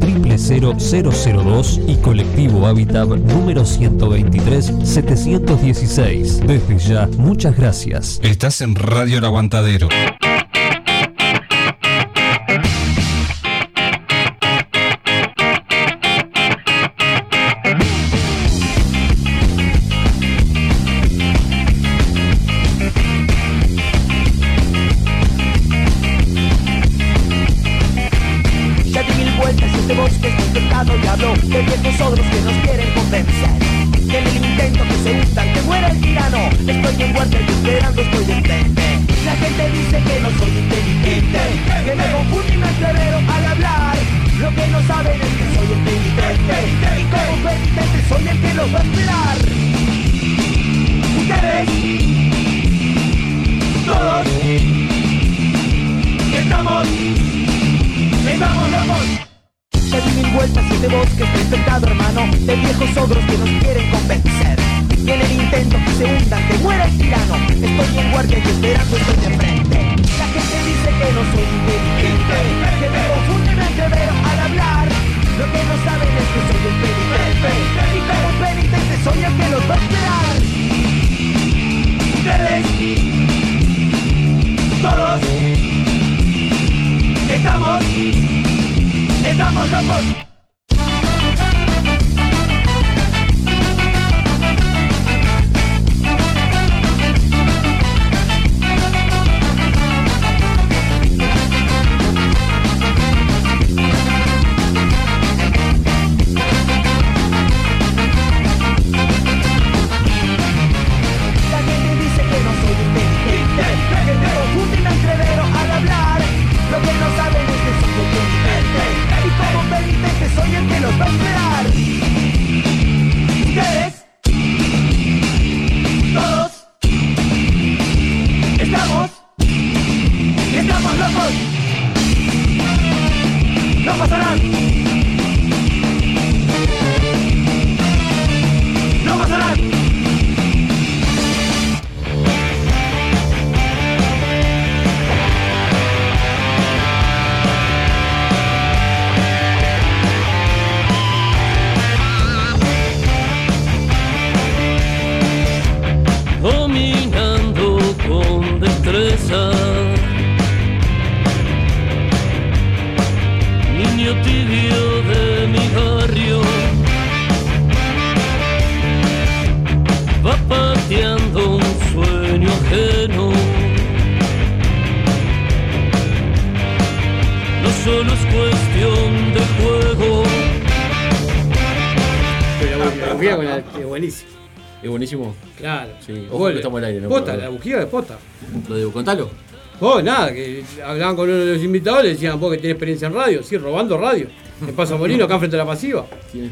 00002 y Colectivo Habitat, número 123 716. Desde ya, muchas gracias. Estás en Radio El Aguantadero. Ya di mil vueltas y este bosque está infectado y habló de viejos ogros que nos quieren convencer. Que en el intento que se hundan, que muera el tirano. Estoy en guardia y esperando estoy detente. La gente dice que no soy inteligente, que me confundo y me acelero al hablar. Lo que no saben es que soy inteligente, y como penitente soy el que los va a esperar. Ustedes, todos, estamos Estamos locos. Ya di mil vueltas y este bosque está infectado, hermano De viejos ogros que nos quieren convencer Y en el intento que se hundan, que muera el tirano Estoy en guardia y esperando estoy de frente La gente dice que no soy inteligente Que me confunden al quebrero al hablar Lo que no saben es que soy el penitente Y como penitente soy el que los va a esperar Ustedes, todos, estamos Estamos locos. La gente dice que no soy inteligente, que me confunden al trevero al hablar. Lo que no saben es que soy un penitente, y como penitente soy el que los va a esperar. Ustedes, todos, estamos, estamos locos. No pasarán. No pasarán. dominando con destreza. Niño tibio de mi barrio, va pateando un sueño ajeno. No solo es cuestión de juego. Ah, Pero la bujía con la- es buenísimo. Es buenísimo. Claro. Sí, ojo Gol. que estamos al aire, ¿no? Pota, la Perdón. bujía de pota. Lo de contalo. Oh, nada, que hablaban con uno de los invitados, le decían, vos que tenés experiencia en radio, sí, robando radio. En Paso Molino, acá frente a la pasiva.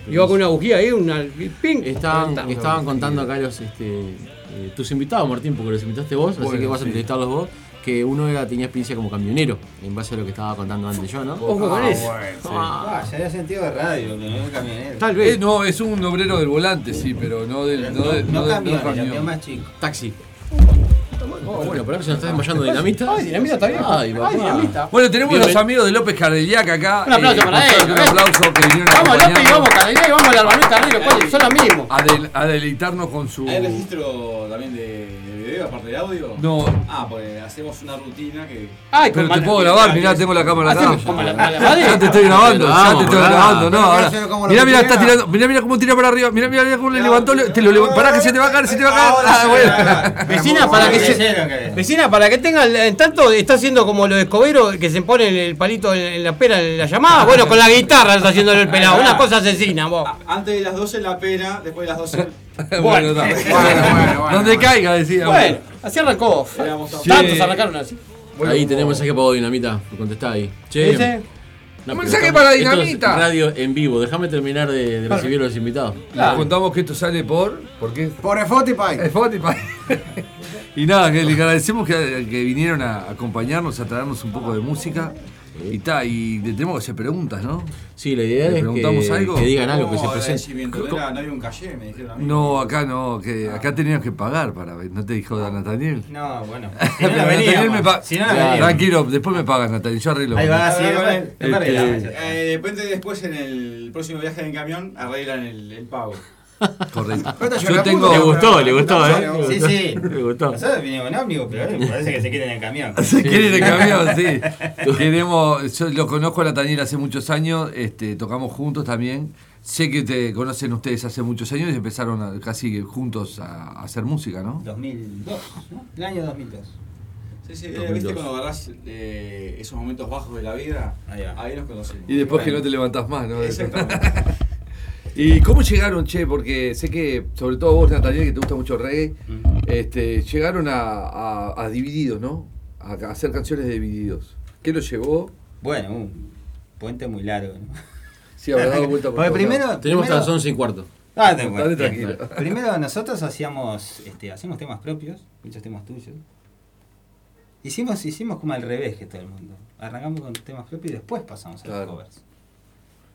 Iba con una bujía ahí, una ping. Estaban, estaban contando acá los, este, eh, tus invitados, Martín, porque los invitaste vos, así Bueno, que vas a sí. entrevistarlos vos, que uno era, tenía experiencia como camionero, en base a lo que estaba contando antes yo, ¿no? Ojo con eso. Ah, se había sentido de radio, que no camionero. Eh, no, es un obrero del volante, sí, pero no del. No, del- No del- camión, no del el camión más chico. Taxi. Oh, bueno, pero ahora se nos está desmayando dinamita. Ay, dinamita está bien. Ay, papá. Ay, dinamita. Bueno, tenemos Bien, los amigos de López Cardeliac acá. Un aplauso para nosotros, ellos, Un ¿eh? aplauso que vinieron a Vamos, López, acompañarnos vamos, Cardeliac, y vamos a la Albanota Herrero, ¿cuál? Son los mismos. A, del- a deleitarnos con su. ¿Hay registro también de, de video, aparte de audio? No. Ah, pues hacemos una rutina que. pero te puedo grabar, mirá, tengo la cámara acá. madre. Ya te estoy grabando, ya te Vamos, estoy pará. grabando, no, Pero ahora. hacerlo como la Mirá, mirá, primera. está tirando, mirá, mirá cómo tira para arriba, mirá, mirá, mirá cómo le levantó, le- te lo levantó, pará que se te va a caer, se te va a caer. Ah, bueno. Vecina, para que se- Vecina, para que tenga, el- en tanto está haciendo como los escoberos que se ponen el palito en, en la pera en la Ah. llamada. Bueno, con la guitarra está haciendo el pelado, una cosa asesina, vos. Antes de las 12 la pera, después de las 12. Bueno, está. Donde caiga, decía. Bueno, así arrancó. Tantos arrancaron así. ahí tenemos mensaje para vos, Dinamita. Me contestá ahí. ¿Ese? no, Un pero mensaje estamos- para esto es Dinamita. radio en vivo. Déjame terminar de, de recibir a los invitados. Les contamos que esto sale por. ¿Por qué? Por Spotify. Spotify. y nada, que les agradecemos que, que vinieron a acompañarnos, a traernos un poco de música. Y ta, y le tenemos que hacer preguntas, ¿no? Sí, la idea ¿Le es preguntamos que- algo? que digan algo, que se No, presenten. agradecimiento, no era- no había un calle, me dijeron a mí. No, acá no, que acá teníamos que pagar para ver. ¿No te dijo Nataniel? No, bueno. Pero Nataniel me paga. Si no, la veníamos. Tranquilo, después me pagan, Nataniel. Yo arreglo. Ahí va, con- sí, Este, después arreglamos. Eh, después, después en el próximo viaje en camión arreglan el, el pago. Correcto. Yo tengo- Le gustó, le gustó, ¿eh? Sí, sí. Le gustó. Nosotros vinimos en ómnibus, pero eh, parece que se quieren en el camión. Se quieren el camión, sí. Queremos, yo lo conozco a Nataniel hace muchos años, este, tocamos juntos también. Sé que te conocen ustedes hace muchos años y empezaron a- casi juntos a, a hacer música, ¿no? 2002, ¿no? El año 2002. Sí, sí, eh, 2002. viste cuando agarrás eh, esos momentos bajos de la vida, ahí nos conocimos. Y después que no te levantás más, ¿no? ¿Y cómo llegaron, che? Porque sé que, sobre todo vos, Nataniel, que te gusta mucho el reggae, este, llegaron a, a- a Divididos, ¿no? A, a hacer canciones de Divididos. ¿Qué los llevó? Bueno, un puente muy largo. ¿no? Sí, habrá dado vuelta por Porque todos primero, lados. Tenemos hasta primero- las 11 y cuarto. Ah, te- bueno, Dale bien. tranquilo. Primero nosotros hacíamos, este, hacíamos temas propios, muchos temas tuyos. Hicimos, hicimos como al revés que todo el mundo. Arrancamos con temas propios y después pasamos a los covers.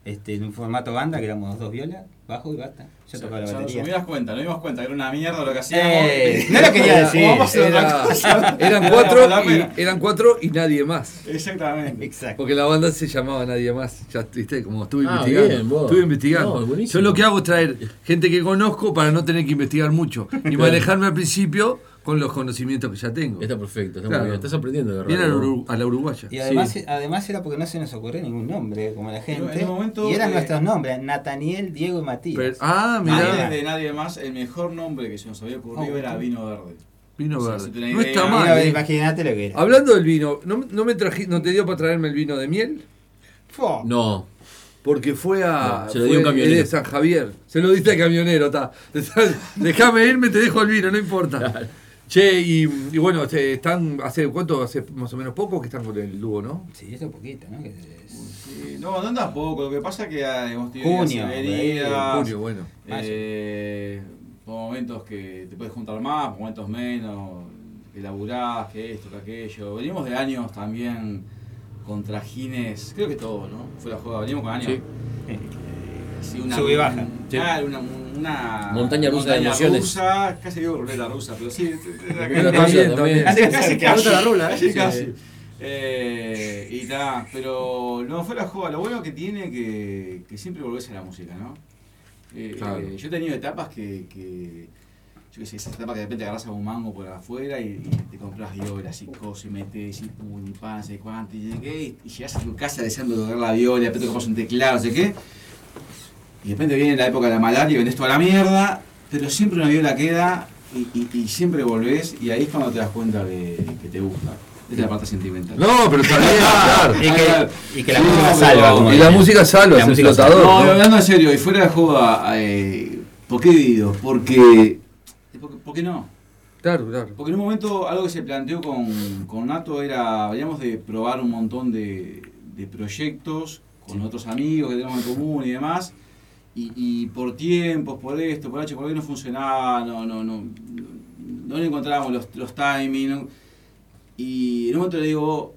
este, en un formato banda, que éramos dos violas, bajo y basta. Yo tocaba la Ya nos batería. dimos cuenta, nos dimos cuenta que era una mierda lo que hacíamos. Eh, no lo quería decir. Como vamos a hacer Era- otra cosa. eran, Era cuatro la pena. y, eran cuatro y nadie más. Exactamente. Porque la banda se llamaba Nadie Más. Ya viste, como estuve Ah, investigando. bien, vos. estuve investigando. No, Yo buenísimo. lo que hago es traer gente que conozco para no tener que investigar mucho y manejarme al principio con los conocimientos que ya tengo. Está perfecto, está muy bien. Estás aprendiendo de Bien a la, radio. Uru- a la uruguaya. Y además, además era porque no se nos ocurrió ningún nombre, como la gente. en el momento, ah, y eran eh, nuestros nombres, Nataniel, Diego y Matías. Ah, Ah, Antes de nadie más, el mejor nombre que se nos había ocurrido Oh, era tú. Vino Verde. Vino O sea, verde. si tenés no idea, está mal. Vino eh. Verde, imagínate lo que era. Hablando del vino, ¿no, no me traji- ¿no te dio para traerme el vino de miel? No. Porque fue a. No, se lo dio un fue- camionero. es de San Javier. Se lo diste al camionero, está. Déjame irme, te dejo el vino, no importa. Che, y, y bueno, este, están. ¿Hace cuánto? Hace más o menos poco que están con el dúo, ¿no? Sí, eso poquito, ¿no? Sí, Eh, no, no andas poco. Lo que pasa es que ah, hemos tenido Junio, días y venidas, eh, junio, bueno. eh, por momentos que te puedes juntar más, por momentos menos, que laburás, que esto, que aquello. Venimos de años también con trajines, creo que todo, ¿no? Fue la jugada, venimos con años. Sí. Eh, así una, Sube y baja. Sí. Claro, una, una Montaña rusa de emociones. rusa, casi digo ruleta rusa, pero sí. era Pero también, también. Casi, casi, Ruleta casi. la rula, ¿eh? Casi, Sí. casi. Eh, y nada, pero no fue la joda. Lo bueno que tiene que, que siempre volvés a la música, ¿no? Eh, Claro. eh, yo he tenido etapas que, que- yo qué sé, esas etapas que de repente agarras a un mango por afuera y, y te compras violas y cosas y metes y pum, y pan, no sé cuánto, y llegué y, y llegas a tu casa deseando tocar la viola, de repente compras un teclado, no sé qué. Y de repente viene la época de la malaria y vendés toda la mierda, pero siempre una viola queda y, y- y siempre volvés y ahí es cuando te das cuenta que, que te gusta. Esta es la parte sentimental. No, pero está bien, claro. Y que- y que la música pero- salva, como Y la dicen. música salva, es música explotador, salva. No, ¿no? pero hablando en serio, y fuera de joda, eh, ¿por qué dividido? Porque. eh, ¿Por, por qué no? Claro, claro. Porque en un momento algo que se planteó con, con Nato era, veníamos de probar un montón de, de proyectos con otros amigos que tenemos en común y demás, y, y por tiempos, por esto, por H, por B no funcionaba, no, no, no, no le encontrábamos los, los timings. no- y en un momento le digo,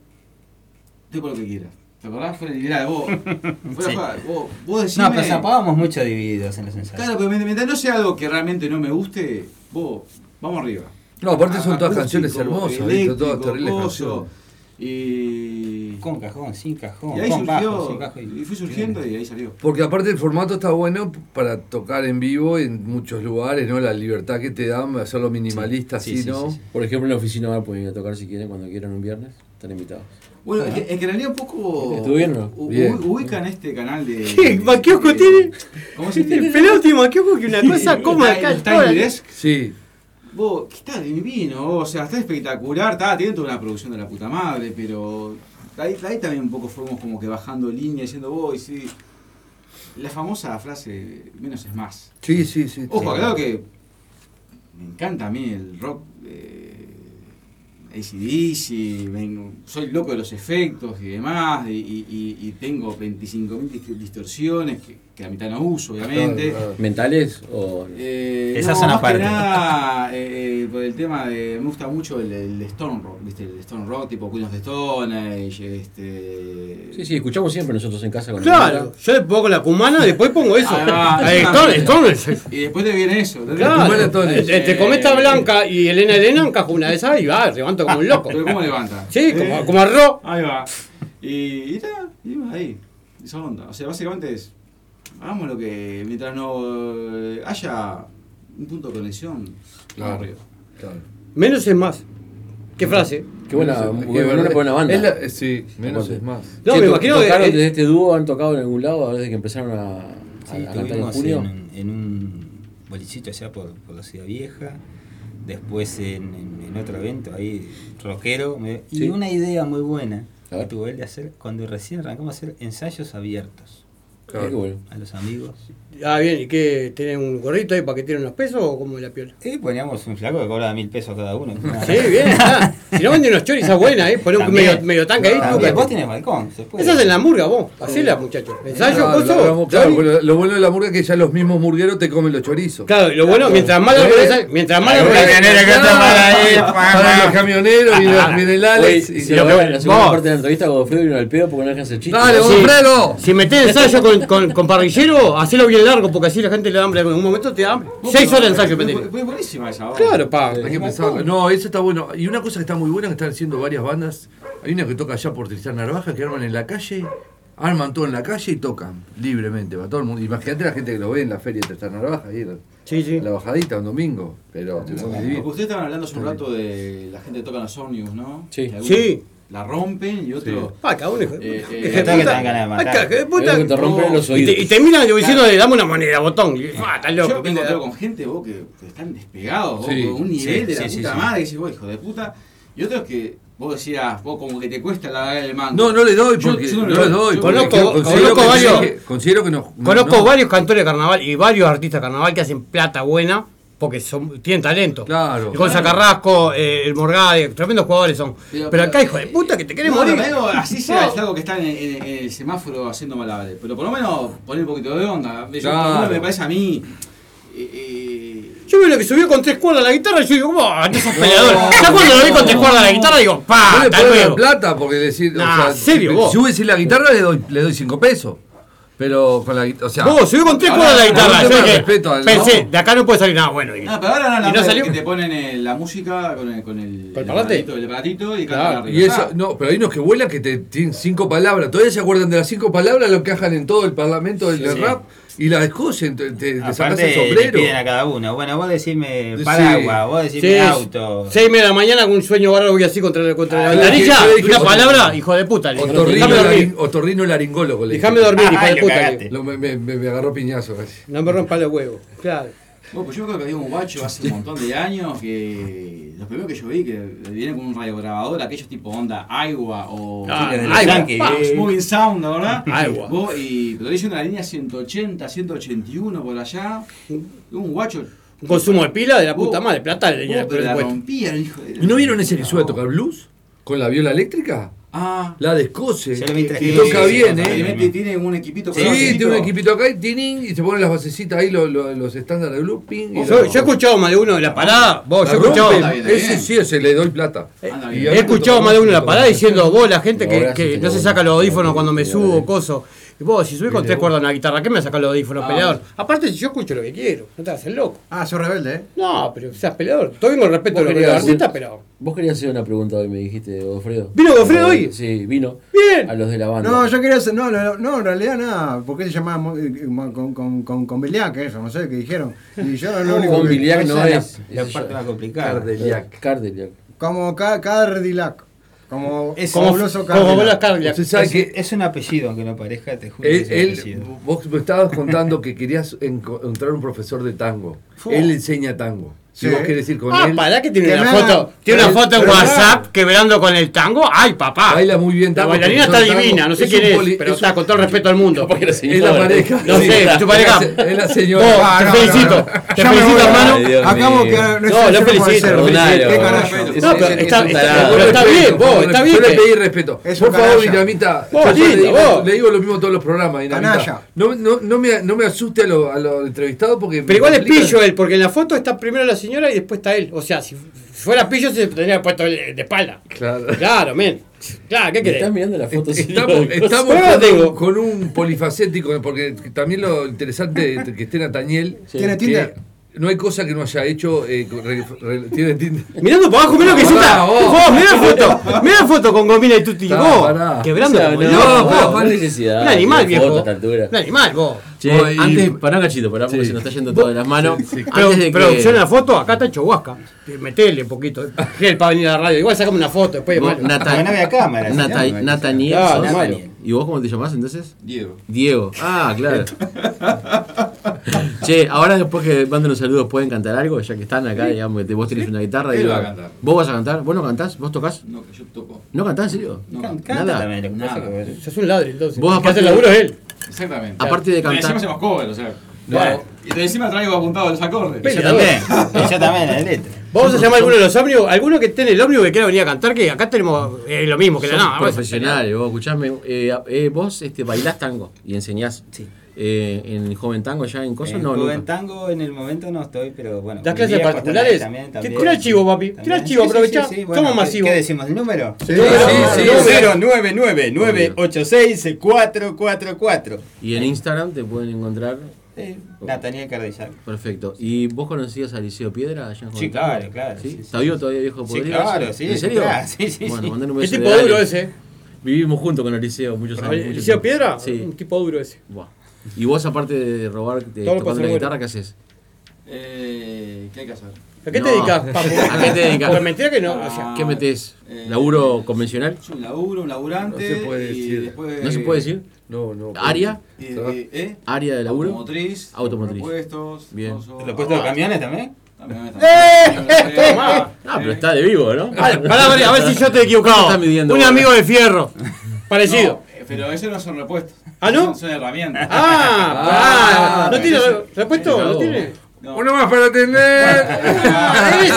te por lo que quieras. ¿Te acordás? Fue literal, vos. Fue la Sí. joda, vos, vos decime. No, pero zapábamos mucho divididos en los ensayos. Claro, pero mientras mientras no sea algo que realmente no me guste, vos, vamos arriba. No, aparte son todas Acústico, canciones hermosas, ¿viste? eléctrico, Todas terribles coso. canciones. Y. Con cajón, sin cajón. Y ahí con bajo, surgió, sin bajo y fui surgiendo y ahí salió. Porque aparte el formato está bueno para tocar en vivo en muchos lugares, ¿no? La libertad que te dan, hacerlo minimalista, Sí, así, sí, ¿no? sí, sí. Por ejemplo, en la oficina van a poder ir a tocar si quieren, cuando quieran un viernes. Están invitados. Bueno, es que, es que en realidad un poco. ¿Estuvieron? u- u- Bien. Ubican este canal de. ¿Qué? ¿Maquiosco tiene? ¿Cómo se dice? El último maquiosco que una cosa como ¿Está- acá. está en toda- inglés? Sí. Vos, que está divino, vos, o sea, está espectacular, está, tiene toda una producción de la puta madre, pero ahí, ahí también un poco fuimos como que bajando línea, diciendo, vos, y sí. La famosa frase, menos es más. Sí, sí, sí. Ojo, Sí. claro que me encanta a mí el rock, eh, ACDC, me- soy loco de los efectos y demás, y, y- y- y tengo 25.000 dis- distorsiones que, que la mitad no uso, obviamente. ¿Mentales o.? Eh, Esas no, son más aparte. que nada, eh, eh, por el tema de. Me gusta mucho el, el Stone Rock, ¿viste? El Stone Rock, tipo Queen of the Stone Age, este. Sí, sí, escuchamos siempre nosotros en casa con Claro, yo le pongo la cumana y después pongo eso. Ahí va. Eh, Stone- Stone es- Y después te viene eso. te- Claro, Bueno, entonces, entre eh, Cometa Blanca y Elena Elena encajo una de esas y va, levanto como un loco. Pero ¿cómo levanta? Sí, Eh. como, como arroz. Ahí va. Y, y ta, y va ahí. Esa onda. O sea, básicamente es. Hagamos lo que. Mientras no eh, haya un punto de conexión. Claro, vamos arriba. Menos es más. Qué frase. Qué buena, Menos es más. qué buena, Es buena banda. es la- eh, sí, menos Aparte. es más. No, Che, me to- imagino que. tocaron desde desde este dúo han tocado en algún lado desde que empezaron a, Sí, cantar en estuvimos junio? en, en un bolichito allá por, por la ciudad vieja, después en, en- en otro evento ahí, rockero. me- Sí. Y una idea muy buena que tuvo él de hacer cuando recién arrancamos a hacer ensayos abiertos. Claro. Qué bueno. A los amigos. Ah, bien, ¿y qué? ¿Tienen un gorrito ahí para que tiren unos pesos o como la piola? Y poníamos un flaco que cobraba mil pesos cada uno. Sí, bien. está. Si no venden unos chorizas buenas, ¿eh? Poné un También. medio, medio tanque ahí. También. Lucas. Vos tenés balcón, se puede. Esa es en la murga, vos. Hacela, muchachos. Ensayo, Claro, coso, lo, hablamos, ya claro, vi. lo- lo bueno de la murga es que ya los mismos murgueros te comen los chorizos. ¿Eh? Claro, y lo bueno, mientras más lo organizas- mientras más Ah, lo organizas- para, los camioneros y Ah, los, viene el Alex. Hoy, y si se Eh, lo va. ven en la segunda Vos. parte de la entrevista, Godofredo vino al pedo porque no dejan hacer chistes. Dale, Sí. Godofredo. Si metés ensayo con con, con, con parrillero, hacelo bien largo, porque así la gente le da hambre. En un momento te da hambre. Seis horas de ensayo, Petri. Fue buenísima esa obra. Claro, pa. Hay que pensarlo. No, eso está bueno. Y una cosa que está muy buena que están haciendo varias bandas. Hay una que toca allá por Tristán Narvaja que arman en la calle. Arman todo en la calle y tocan libremente para todo el mundo. Imagínate la gente que lo ve en la feria de Tristán Narvaja, ahí en la, la bajadita un domingo. Pero te pones divino. Porque ustedes estaban hablando hace un rato de la gente que toca en los ómnibus, ¿no? Sí. Que algunos Sí. La rompen y otros. Pa, cabrón, hijo de Eh, puta. eh, Hijo de Tengo que puta. tener ganas de matar. Ay, ca- hijo de Tengo puta. que te rompen los Y te- Y oídos. te miran diciendo, dame una moneda, botón. Y, ah, está loco. Yo me encontré con gente vos que, que están despegados, vos, Sí. con un nivel Sí, de la sí, sí, puta sí. madre, que decís vos, hijo de puta, y otros que vos decías, vos como que te cuesta la el mango. No, no le doy porque. Yo- yo no, le doy. porque Conozco- considero conozco que- varios- Considero que no. Conozco no- varios cantores de carnaval y varios artistas de carnaval que hacen plata buena porque son, tienen talento. Claro. Gonza Claro. Carrasco, eh, el Morgade, tremendos jugadores son. Pero- Pero, acá, hijo de puta, que te querés No, morir. lo menos así sea No. el flaco que está en, en- en el semáforo haciendo malabares. Pero por lo menos poner un poquito de onda. Yo- Claro. por lo menos me parece a mí. eh, eh, Yo veo lo que subió con tres cuerdas la guitarra y yo digo, ¿cómo? No sos peleador. Ya cuando lo vi con tres cuerdas la guitarra digo, pa, No le hasta puedo dar luego. plata porque decir. Nah, serio, si, vos. si hubiese la guitarra le doy, le doy cinco pesos. Pero con la guitarra. O sea. Vos, subió con tres cuerdas la guitarra. Yo Yo dije, respeto al- pensé, no. de acá no puede salir nada bueno. dije. Ah, pero ahora no, ¿Y la no no salió? que te ponen eh, la música con el, con el, ¿Con el parlante? aparatito, el aparatito y cantan Claro, arriba. y eso, no, pero hay unos que vuelan que te tienen cinco palabras. Todavía se acuerdan de las cinco palabras, lo encajan en todo el parlamento del Sí. rap y las escuchen, te, te, te sacás Aparte, el le sombrero. piden a cada uno. Bueno, vos decime Sí. paraguas, vos decime Sí, auto. Seis y media de la mañana con un sueño bárbaro voy así contra, la- contra la Ah, yo ventanilla. dije- yo dije- Una palabra, hijo de puta. le digo. Otorrino, Déjame dormir. laring- otorrino laringólogo. le Déjame dije. dormir, hijo de puta. le digo. Lo- me, me- me- me agarró piñazo casi. No me rompa los huevos. Claro. Bueno, pues yo creo que había un guacho hace un montón de años que los primeros que yo vi que vienen con un radiograbador, aquellos tipo onda Aiwa o Ah, Tigres del Aiwa, Yankee, pa. eh, Moving Sound, ¿no, ¿verdad? Aiwa. Vos, y pero dicen la línea 180, 181 por allá. Un guacho. Un consumo de pila de la puta madre, plata de Vos, Uh. pero la después. rompía el hijo de. ¿Y no vieron ese que sube a tocar blues? ¿Con la viola eléctrica? Ah. La de Escoce. Se le mete- Y sí, toca sí, bien, sí, se le ¿eh? mete- tiene un equipito Sí, con tiene un equipito acá y, tining, y se ponen las basecitas ahí, los, los, los estándares de blues. ping, y Yo, lo- yo he escuchado más de uno de la parada. Vos, La yo he escuchado. rompen. Ese sí, ese le doy plata. Y eh, He escuchado más de uno en la parada diciendo, vos, la gente que, Ahora sí que te no lo se voy. saca los audífonos cuando me subo, coso. Y vos, si subís con tres cuerdas en la guitarra, ¿qué me sacás los audífonos, Ah. peleador? Aparte, si yo escucho lo que quiero, no te haces loco. Ah, sos rebelde, ¿eh? No, pero seas peleador. Todo bien con respeto a Vos los querías artistas, decir- pero. Vos querías hacer una pregunta hoy, me dijiste, Godofredo. ¿Vino Godofredo Eh, hoy? Sí, vino. Bien. A los de la banda. No, yo quería hacer. No, no, no, en realidad nada. Porque se llamaba mo- eh, mo- con, con, con, con Biliac, eso, no sé qué dijeron. Y yo lo único Con que- Oh, Biliac no esa la- es. la Ese parte yo- más complicada. Cardeliac. Cardeliac. Como Ca- Cardilac. Como, como Bloso Usted sabe Es, que- es un apellido, aunque no parezca, te juro. Él, que él- es un apellido. vos me estabas contando que querías enco- encontrar un profesor de tango. Fu. Él enseña tango. Si Sí. vos querés ir con Ah, él. pará que tiene una foto. Tiene una foto en WhatsApp quebrando con el tango. ¡Ay, papá! Baila muy bien La tango, bailarina porque está son tango. divina, no sé Es quién un es, poli- pero es está con todo el respeto del mundo. Es la pareja. No sé, Es tu la- pareja. es la- es la señora. Vos, Ah, te no, no, felicito. no. Te Ya me felicito, voy, hermano. ay, Dios Acabo mío. que- No, no, yo lo no puedo felicito. hacer, lo felicito. Perdonalo. Qué Perdonalo. carajo. Es No, un- pero es un está- está tarado. pero está bien, Respeto, vos, está bien. Yo le que- pedí respeto. Es por un favor, canalla. Dinamita. Vos, yo le, lindo, digo, vos. le digo lo mismo en todos los programas, Dinamita. Canalla. No, no, no me, no me asuste a los lo entrevistados porque. Pero igual es explican- pillo él, porque en la foto está primero la señora y después está él. O sea, si fuera pillo se tendría puesto de de espalda. Claro. Claro, men. Claro, ¿qué Me querés? estás mirando la foto. Estamos, estamos Bueno, con, tengo. un, con un polifacético, porque también lo interesante de que esté Natañel. ¿Tiene que Tinder? No hay cosa que no haya hecho. eh, con- re- re- tiene Tinder. Mirando para abajo, mirá lo que se está. Pará, vos. Vos, mirá la foto. Mirá la foto con Gomina y Tuti. Está, Vos, pará. quebrando. O sea, como no, loco, no, vos. no hay necesidad, Un animal, tiene foto viejo. a esta altura. Un animal, vos. Che, Vos, y- antes, pará cachito, pará, porque se nos está yendo todo de las manos. Pero, Antes de que- producción de la foto, acá está hecho guasca. Metele un poquito. Gel para venir a la radio. Igual sacame una foto después de Vos, malo. Nata- Nata- Nataniel. Claro, sos. malo. ¿Y vos cómo te llamás entonces? Diego. Diego. Ah, claro. che, ahora después que manden los saludos, ¿pueden cantar algo? Ya que están acá, digamos, que vos tenés una guitarra. Él digo, va a cantar. ¿Vos vas a cantar? ¿Vos no cantás? ¿Vos tocás? No, que yo toco. ¿No cantás, en serio? No, Nada. Sos un ladre, entonces. Vos El que aparte- hace el laburo es él. Exactamente. Aparte de Y cantar- Encima hacemos cover, o sea. Bueno. Y de encima traigo apuntado los acordes. Yo también, yo también, la este. letra. Vamos a llamar a alguno de los ómnibus, alguno que esté en el ómnibus que quiera venir a cantar, que acá tenemos eh, lo mismo que la Sos nada. Profesionales, vos escuchame. eh, eh, vos este, bailás tango y enseñás. Sí. eh, en Joven Tango ya en Cosa? En No, Joven nunca. Eh, Tango en el momento no estoy, pero bueno. ¿Das un clases día por particulares? tener también- Te- también. tira el chivo, papi, tira el También. chivo, Sí, sí, aprovechá. sí, sí, bueno, Somos ¿qué- masivos. ¿Qué decimos? ¿El número? Sí, sí, sí. 444 Y en Instagram te pueden encontrar. eh, Nathaniel Cardillac. Perfecto. ¿Y vos conocías a Liceo Piedra allá en Sí, Juventud? claro, claro, ¿Sí? sí, sí. ¿Está vivo todavía viejo Sí, podrido? claro, ese? sí, ¿En serio? claro, sí, sí, Bueno, sí. mandale un ¿Qué beso. tipo de duro Ale. ese? Vivimos juntos con el Liceo muchos años. Mm. ¿El mucho Liceo tiempo. Piedra? Sí. Un tipo duro ese. Buah. ¿Y vos, aparte de robar, de Todo lo tocar la conservo. guitarra, qué haces? Eh, ¿Qué hay que hacer? ¿A qué te dedicas, papu? ¿A qué te dedicas? Pues Porque pues mentira que no, Ah, o sea. ¿Qué metes? ¿Laburo convencional? Soy un laburo, un laburante. No se puede y decir. después- ¿No se puede decir? No, no. ¿Área? Y- y- ¿eh? ¿Área de laburo? Automotriz. Automotriz. Repuestos. Bien. cosas. ¿Repuesto de camiones también? Camiones ¡Eh! también. Ah, pero está de vivo, ¿no? Este, Pará, pará, a ver- a ver si yo te he equivocado. ¿Cuánto estás midiendo Un vos? amigo de fierro. Parecido. No, eh, pero esos no son repuestos. ¿Ah, no? Son, son herramientas. Ah, pará. ¿No tiene repuesto? ¿No tiene? Uno más para atender.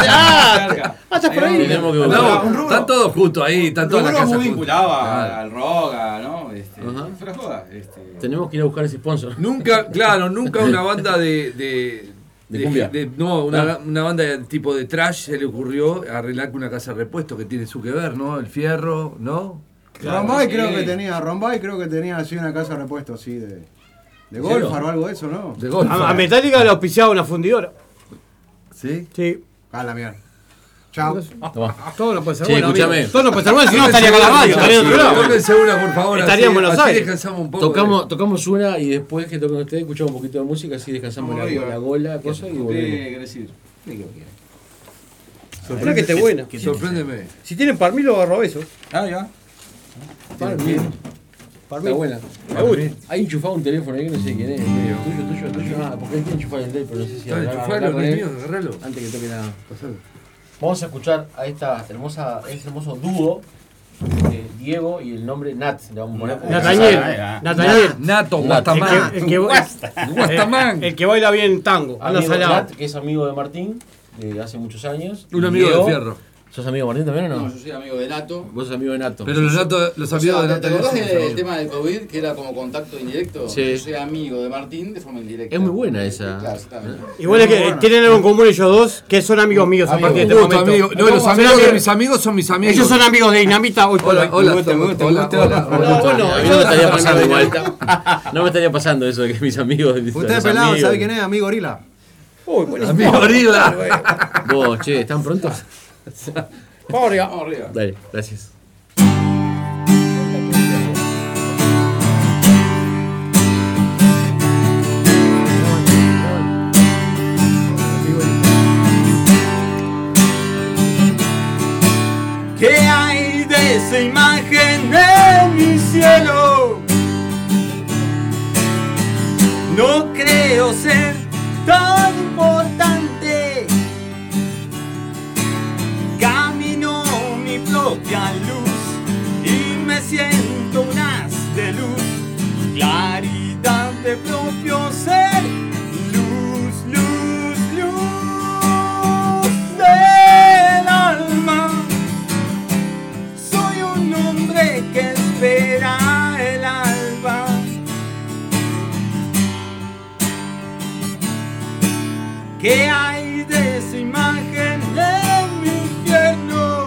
ah, ah, estás por ahí. Tenemos que Andá, buscar. un rubro. Están todos juntos ahí, están todas las Uno casas muy juntas. vinculado a- Claro. al rock, a, ¿no? Este, Ajá. fuera joda, este, Tenemos que ir a buscar ese sponsor. Nunca, claro, nunca una banda de. de De cumbia. no, una, Ah. una banda de tipo de trash se le ocurrió arreglar con una casa de repuesto que tiene su que ver, ¿no? El fierro, ¿no? Rombay creo que tenía, Rombay creo que tenía así una casa de repuesto así de, de golf o algo de eso, ¿no? De A, a Metallica le auspiciaba una fundidora. ¿Sí? Ah, Sí. Ah, A la mierda. Chao. Todo no puede ser Sí, bueno. escúchame. Eh. amigo. Todo no puede ser bueno, pues, si no estaría con la radio. estaría en otro lado. Estaría en Buenos Aires. Tocamos, tocamos una y después que toquen ustedes, escuchamos un poquito de música, así descansamos la, Obvio. la gola, cosa y ¿Qué volvemos. querés decir? Una que esté buena. Sorpréndeme. Si tienen parmil, lo agarro a besos. Ah, ya. Parmil. Parmil. Está buena. Me gusta. Hay enchufado un teléfono ahí que no sé quién es. Tuyo, tuyo, tuyo. Ah, porque él tiene enchufado el de él, pero no sé si Está, hablar- enchufalo, hablar con no es él mío, agarralo. Antes que toque nada. Vamos a escuchar a esta hermosa, este hermoso dúo. eh, Diego y el nombre Nat, le vamos a poner. Nataniel, Ah, ahí va. Nataniel. Nato, El que- el que- Guastamán. El que baila bien tango. Anda Amigo salado. Nat, que es amigo de Martín, de hace muchos años. Un Y amigo de Diego, Fierro. ¿Sos amigo de Martín también o no? No, yo soy amigo de Nato. Vos sos amigo de Nato. Pero los Nato- los amigos de ¿te- Nato ¿Te acordás Dios son del amigos. tema del COVID que era como contacto indirecto? Sí. Yo soy amigo de Martín de forma indirecta. Es muy buena eh. esa. Claro, está bien. Igual es que eh, tienen algo en común ellos dos, que son amigos míos a Amigo. partir de este Un gusto, momento. amigo. No, los Son amigos de mis amigos son mis amigos. Ellos son amigos de Dinamita hoy por Hola, hoy. hola, Me gusta, me gusta, me hola, gusta. hola, hola. No, bueno, A mí no yo me no estaría sabía pasando nada. igual. No me estaría pasando eso de que mis amigos. Usted es pelado, ¿sabe quién es? Amigo Gorila. Uy, buenísimo. Amigo Gorila. Vos, che, ¿están prontos? Vamos arriba. Vamos arriba. Dale, gracias. ¿Qué hay de esa imagen en mi cielo? No creo ser tan importante. Camino mi propia luz y me siento un haz de luz. Claridad de propio ser. Luz, luz, luz del alma. Soy un hombre que espera el alba. ¿Qué hay de esa imagen en mi infierno?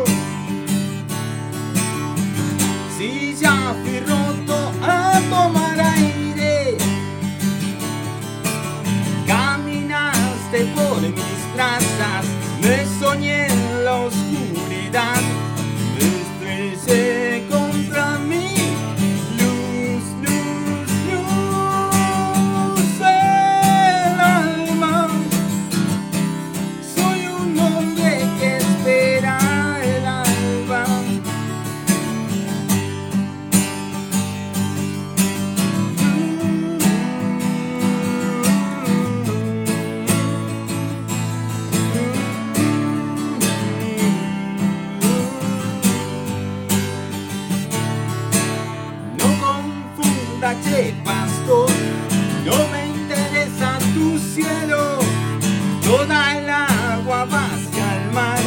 Si ya fui roto a tomar aire, caminaste por mis trazas, me soñé en la oscuridad. Estrellé contra mí Luz, luz, luz El alma Soy un hombre que espera el alba No confunda che pastor No me interesa tu cielo Toda el agua vas al mar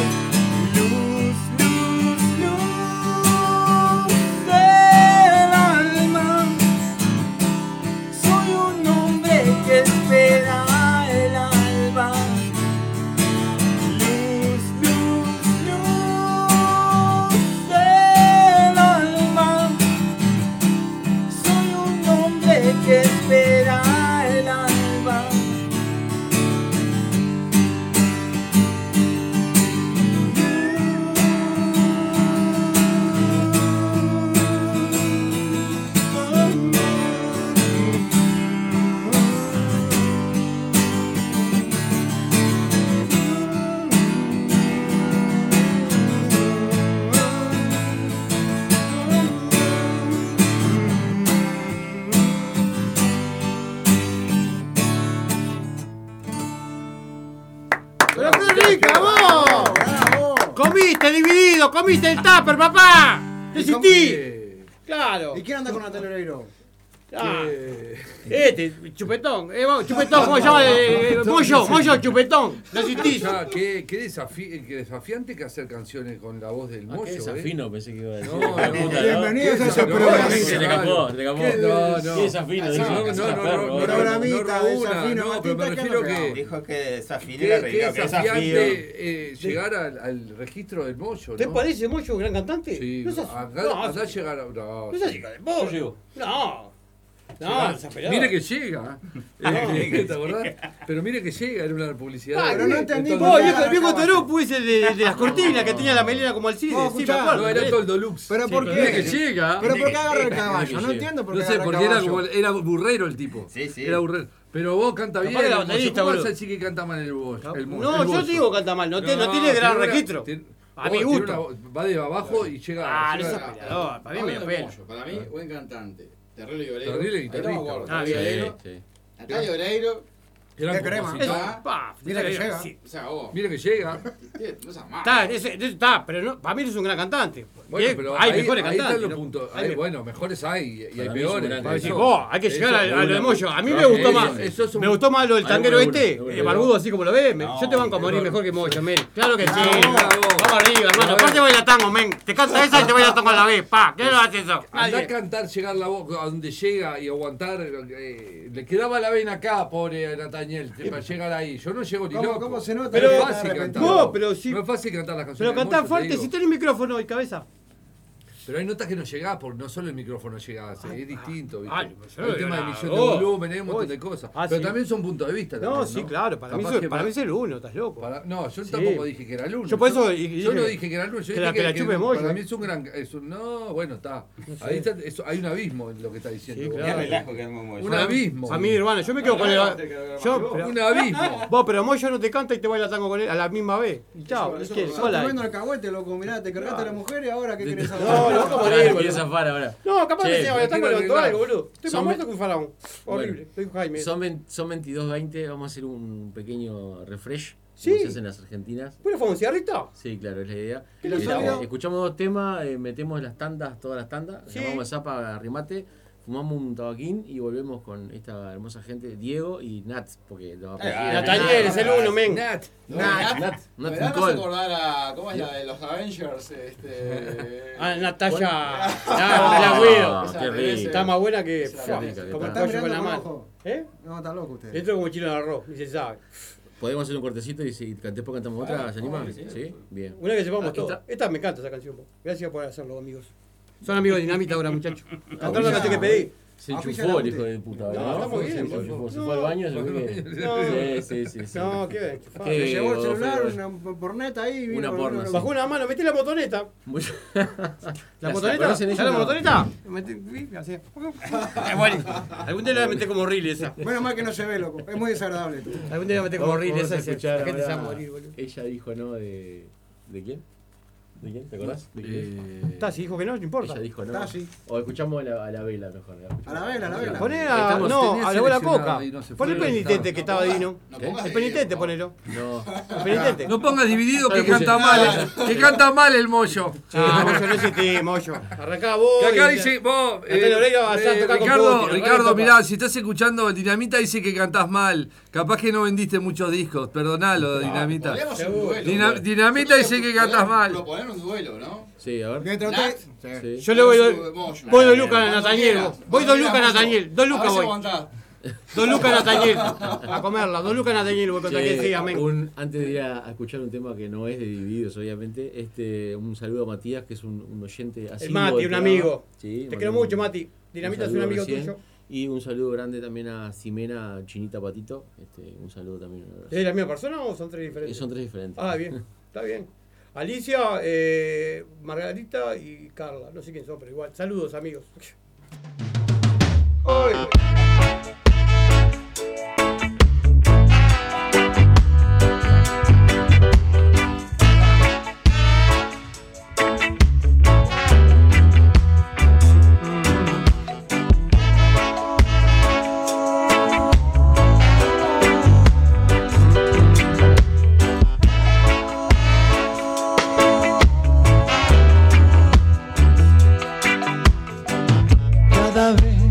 Luz, luz, luz Del alma Soy un hombre fuiste dividido, comiste el tupper, papá. Desistí. Claro. ¿Y quién anda con Natalia Oreiro? Ah, Eh, este, chupetón, eh, vos, chupetón, ¿cómo se llama? Eh, eh, Moyo, Moyo, chupetón, no existís. Ah, qué, qué, desafi- eh, qué desafiante que hacer canciones con la voz del Ah, Moyo. qué ¿eh? desafino, pensé que iba a decir. No, no, Puta, no. Bienvenidos a ese No, programa. no, Se le escapó, se le escapó. Qué- No, no. Qué desafino, No, dice, no, no, es una no, perra, no, boludo. no, Programita, no, Raúl, desafino, no, pero me Martín, refiero ¿qué que... no? Dijo que desafiné Qué, la qué realidad, que desafiante eh, desafío. llegar al, al registro del Moyo, ¿no? ¿Te parece Moyo un gran cantante? Sí, No seas- acá, no, acá llegar a... No, no seas chica de Moyo. No. No, Mira desafiado. Mire que llega. No, Eh, que ¿Te acordás? Pero mire que llega, era una publicidad. Ah, de- pero no entendí. eh, Entonces- Vos, viejo, el viejo Toró pues el de, de las cortinas que tenía la melena como Alcides. Vos, sí, me escuchá, acuerdo. no, era todo el Dolux. Pero Sí, pero mira que llega. Eh, Pero por ¿por qué qué agarra agarra el caballo? No entiendo por qué No sé, agarra porque era, caballo. como- era burrero el tipo. sí. Era burrero. Pero vos canta Capaz bien. que era el mozo. baterista, ¿Cómo vas boludo. a decir que canta mal el voz? El mozo, No, el yo mozo? te digo canta mal, no, te- no tiene gran una- registro. tiene- A oh, vos, mi tiene gusto. una- va de abajo y llega. Ah, no llega- seas peleador, para mí me Ah. Hablando pela. de Moyo, Para mí, buen cantante. Terrible Guerrero. Terrible Ahí guitarrista. estamos gordos. Ah, Terrible bien. Guerrero. Sí, sí. Natalia Oreiro. Gran Qué crema. compositor. Ah, pa, mira que sí, llega. sí. O sea, vos. Mire que llega. No seas malo. Está, ese- ese- está, pero no, para mí no es un gran cantante. Bueno, Eh, pero hay ahí- mejores ahí están cantantes. los ¿no? puntos. Hay Hay- me- bueno, mejores hay y- y hay Para mí es un peores. gran cantante. Eso- Vos, hay que eso llegar a, a lo una- de Moyo. A mí me eso- gustó más. eso es un- Me gustó más lo del Ahí tanguero bueno, este, bueno, eh, bueno. barbudo así como lo ves. me- yo te banco a morir mejor que Moyo, men. Claro que sí. Vamos arriba, hermano. Aparte baila tango, men. Te canta esa y te baila tango a la vez. Pa, ¿qué no haces eso? Andá a Nadie. cantar, llegar la voz a donde llega y aguantar. eh, le quedaba la vena acá, pobre Nataniel, te- para llegar ahí. Yo no llego ni ¿Cómo- loco. cómo se nota Pero no que es está fácil arrepentido? cantar. No, pero sí. No es fácil cantar las canciones. Pero de cantá Moyo, te fuerte, digo. si tenés micrófono y cabeza. Pero hay notas que no llegás, porque no solo el micrófono llega, se- es distinto. ¿viste? ay, yo el no tema de veo emisión de nada. Oh. volumen, hay un montón de cosas. Ah, pero sí. también son puntos de vista. No, también, sí, claro, para mí Capaz soy- que para mí soy el uno, estás loco. para- no, yo Sí. tampoco dije que era el uno. Yo por eso- y- y- yo no dije que era el uno. Yo que dije la- que la chupe Moyo. Para mí es un gran. es un- no, bueno, está. sé. Ahí está eso- hay un abismo en lo que está diciendo. vos. Qué relajo que armó Moyo. Un abismo. A mí, hermano, yo me quedo con el. Yo, pero- Un abismo. Vos, pero Moyo no te canta y te baila tango con él a la misma vez. Y chao, Eso, es eso, que estás sola. comiendo alcahuete, loco. Mirá, te cargaste a la mujer y ahora qué querés hacer. No, loco, Ahora morir, le quiere boludo. zafar ahora. No, capaz Che, que se baila me tango quiero levantó arreglar. algo, boludo. Estoy Son más muerto ve- que un faraón. Horrible. Bueno, Soy Jaime. Son, 20 son 22.20, vamos a hacer un pequeño refresh. Sí. Como se hace en las Argentinas. ¿Bueno, fue un cigarrito? Sí, claro, es la idea. ¿Qué le Eh, salió? la- escuchamos dos temas, eh, metemos las tandas, todas las tandas, llamamos a Zapa a remate, fumamos un tabaquín y volvemos con esta hermosa gente, Diego y Nat, porque lo Ah, Nataniel, es el uno, men. Nat. Nat, Nat, Me Nat vas a Nicole. acordar a. ¿Cómo es la de los Avengers? Este. Ah, Natalia. Ah, Ah, la Guido. qué rica. Está más buena que. Esa Fua, rica que Como el está. pollo con la Mirando con mano. ojo. ¿Eh? No, está loco usted. Dentro como chino de arroz, ni se sabe. Podemos hacer un cortecito y si can- después cantamos otra, ¿se anima? Sí, bien. Ah, Una que sepamos Ah, todo. esta- Esta me encanta esa canción. vos. Gracias por hacerlo, amigos. Son amigos de Dinamita ahora, muchachos. Cantaron la Auspicia- canción que pedí. Ah, Se enchufó el hijo de puta, No, ¿verdad? estamos Se bien, enchufó, boludo. Se fue al baño, se fue que- No. Sí, sí, sí, sí. No, qué enchufado. Qué Le llevó el Godofredo. celular, una porneta ahí. vino Una con porno, sí. Bajó una mano, metí la motoneta. ¿La conocen motoneta? ¿Sabes ellos, la no? motoneta? Metí- uy, así. Eh, bueno, Algún día la voy a meter como reel esa. Bueno, más que no se ve, loco. Es muy desagradable. Algún día la voy a meter como Vamos- reel vamos esa. a y se- escuchar La gente se va a ahora- morir, boludo. Ella dijo no de. ¿De quién? ¿De quién? ¿Te acordás? ¿De quién? Está, si dijo que no, no importa. Ella dijo no. Está, sí. O escuchamos a la, a la vela mejor. ¿eh? la escuchamos. A la vela, a la vela. Poné Ahí a. estamos. No, Tenía a la abuela seleccionado Coca. y no se Pon el fue. penitente que estaba Dino. No pongas El penitente, ponelo. No. El penitente. No pongas dividido que Ahora puse. canta mal, eh, que canta mal el Moyo. Ah, Moyo, no existí, Moyo. Arrancá vos. Que acá y- dice, vos, Hasta el Oreiro vas a eh, tocar con Ricardo, Potter, Ricardo, Ricardo, mirá, si estás escuchando el Dinamita dice que cantás mal. Capaz que no vendiste muchos discos, perdonalo, Dinamita. podríamos un duelo, Dina- güey. Dinamita dice que cantás mal. Proponer un duelo, ¿no? Sí, a ver. Mientras Nat, usted- Sí. Yo le voy dos. Moyo. Voy dos lucas a Cuando Nataniel. quieras, vos. Voy dos cuando lucas a quieras, Nataniel. Dos lucas A ver si voy. aguantás. Dos lucas a Nataniel. A comerla. Dos lucas a Nataniel voy contra Che, que sí, amén. un- antes de ir a, a escuchar un tema que no es de divididos, obviamente, este, un saludo a Matías, que es un, un oyente así. Mati, un amigo. Te quiero mucho, Mati. Dinamita es un amigo tuyo. Y un saludo grande también a Ximena Chinita Patito. Este, un saludo también. un abrazo. ¿Es la misma persona o son tres diferentes? Son tres diferentes. Ah, bien. Está bien. Alicia, eh, Margarita y Carla. No sé quién son, pero igual. Saludos, amigos.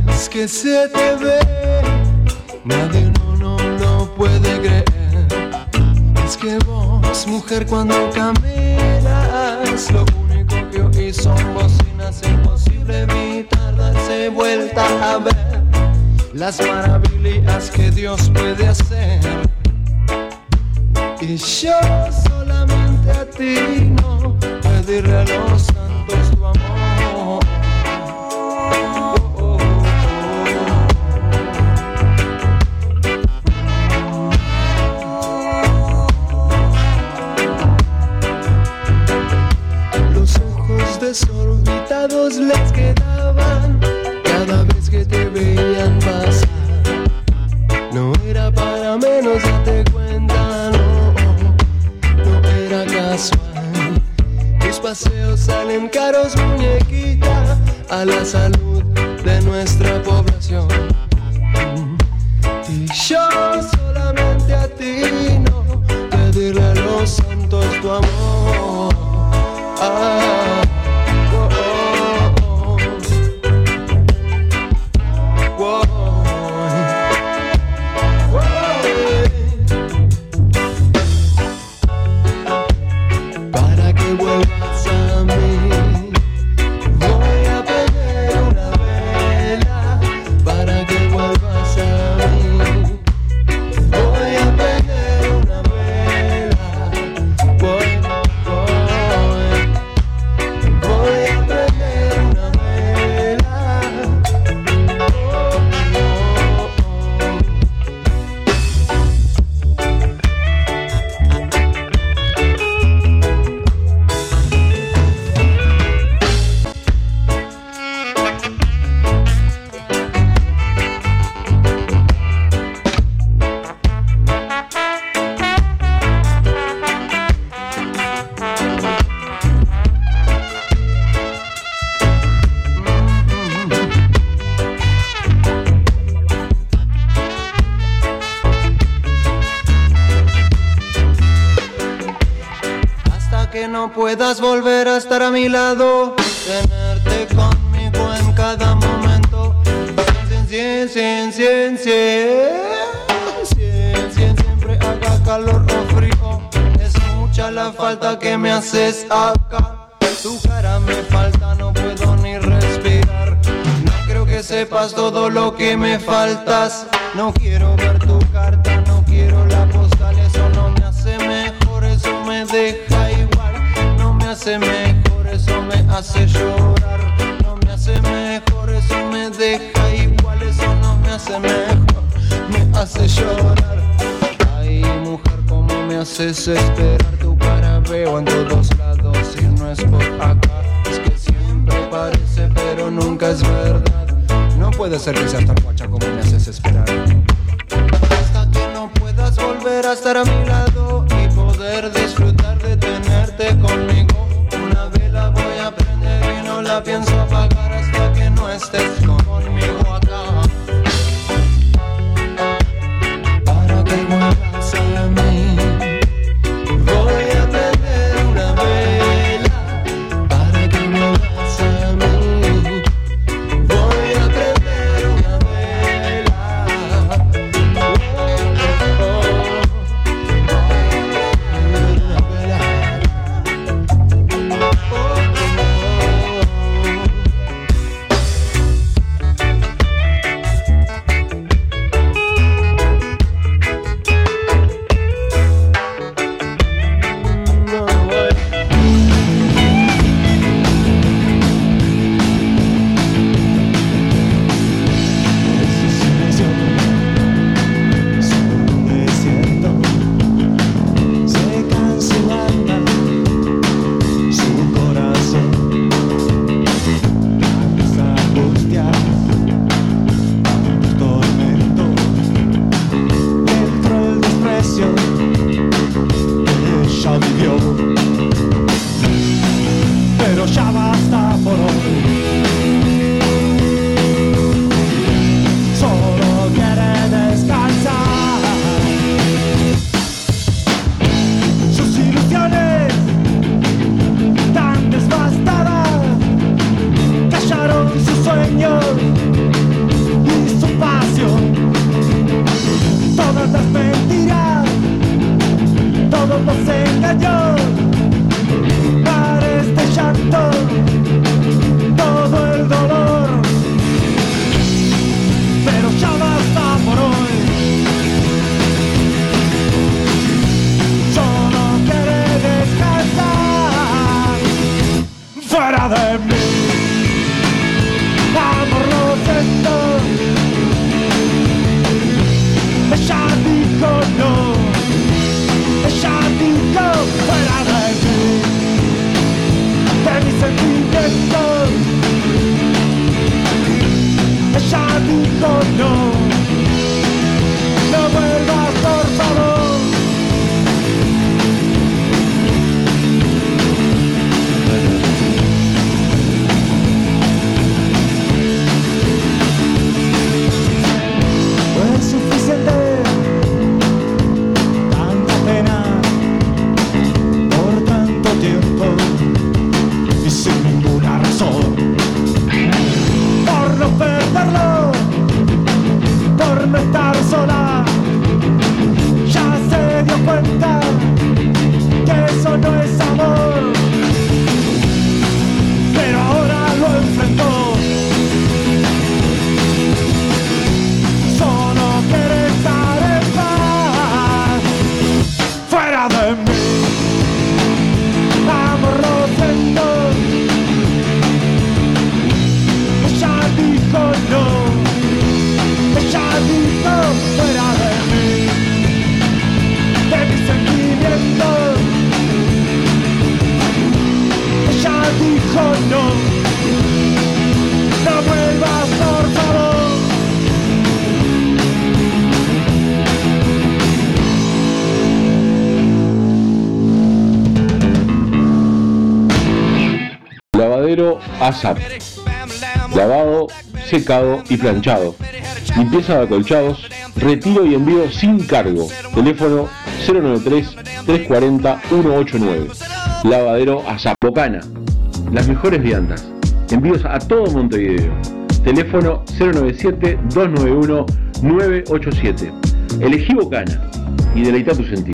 es que se te ve, nadie no, no lo puede creer. Es que vos, mujer, cuando caminas, lo único que oí son bocinas, imposible evitar darse vuelta a ver las maravillas que Dios puede hacer. Y yo solamente a ti no pediré a los santos tu amor. Los ojos desorbitados les quedaban cada vez que te veían pasar. No era para menos, date cuenta, no, no era casual. Tus paseos salen caros, muñequita, a la salud de nuestra población. Y yo solamente a ti no pedirle a los santos tu amor. Ah, oh, oh, oh. Wow. Wow. Para que vuelvas a mí, voy a pedir una vela. Para que vuelvas a mí, voy a pedir una vela. Voy, voy. Voy a prender una vela. Oh, oh, oh. Hasta que no puedas volver a estar a mi lado, tenerte conmigo en cada momento. Cien, cien, cien, cien, cien, cien, cien, siempre haga calor o frío. Es mucha la falta que me haces acá. Tu cara me falta, no puedo ni respirar. No creo que sepas todo lo que me faltas. No quiero ver tu carta, no quiero la postal. Eso no me hace mejor, eso me deja igual. No me hace mejor, eso me hace llorar. No me hace mejor, eso me deja igual. Eso no me hace mejor, me hace llorar. Ay, mujer, cómo me haces esperar. Tu cara veo en todos lados y no es por acá. Es que siempre parece, pero nunca es verdad. No puede ser que seas tan guacha como me haces esperar. Hasta que no puedas volver a estar a mi lado y poder disfrutar de tenerte conmigo. Una vela voy a prender y no la pienso apagar hasta que no estés conmigo acá. Para que vuelvas a mí. Voy a prender una vela para que vuelvas a mí. Voy a prender una vela. Oh, oh, oh. Una vela. Oh, oh, oh. este mundo no. No vuelvas, por favor. Fue Pues suficiente tanta pena por tanto tiempo y sin ninguna razón. Por no perderlo, por no estar sola, ya se dio cuenta que eso no es amor. Pero ahora lo enfrentó. Solo quiere estar en paz fuera de mí. Amor, lo siento. Ella dijo no. Ella dijo fuera de mí. De mis sentimientos. Ella dijo no. No vuelvas, por favor. Lavadero ASAP. Lavado, secado y planchado. Limpieza de acolchados, retiro y envío sin cargo. Teléfono 093-340-189. Lavadero ASAP. Bocana. Las mejores viandas. Envíos a todo Montevideo. Teléfono 097-291-987. Elegí Bocana y deleita tu sentido.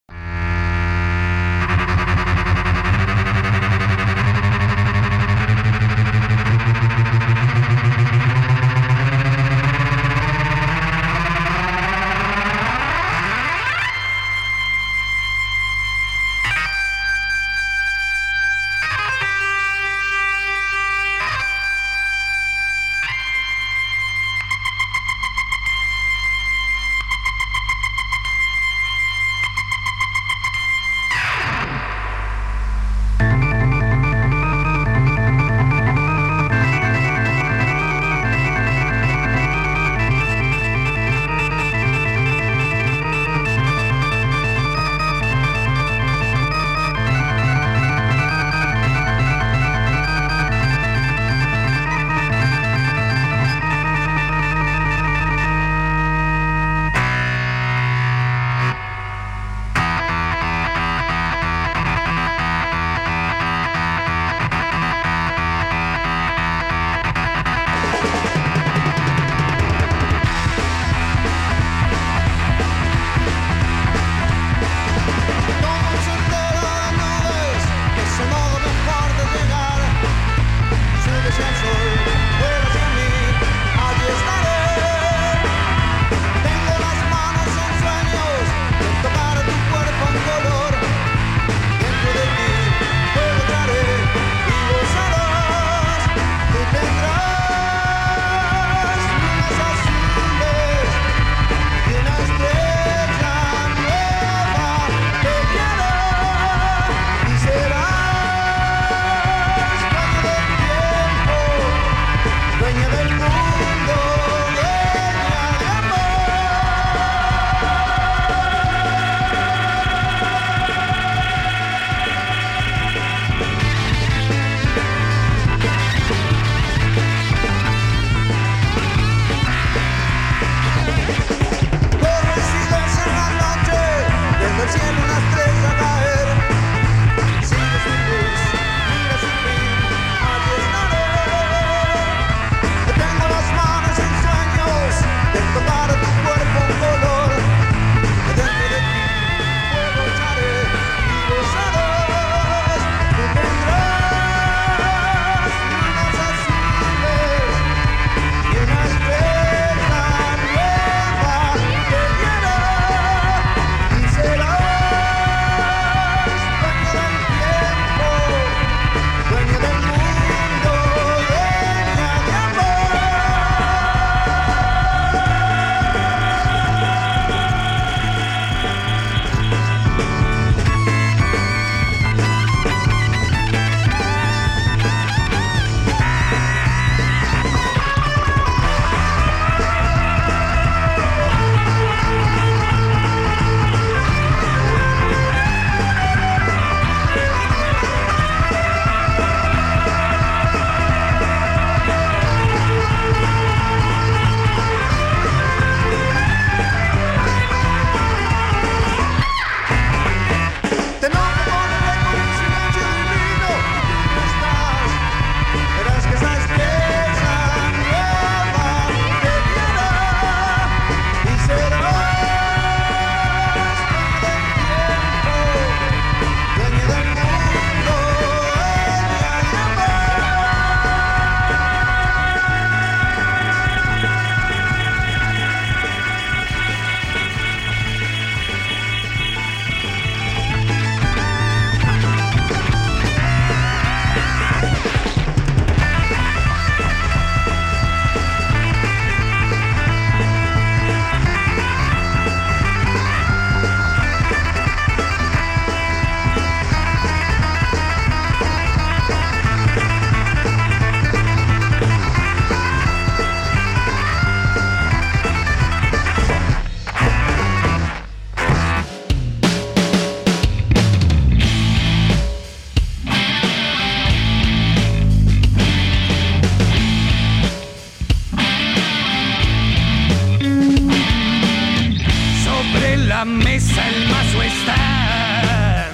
la mesa el mazo está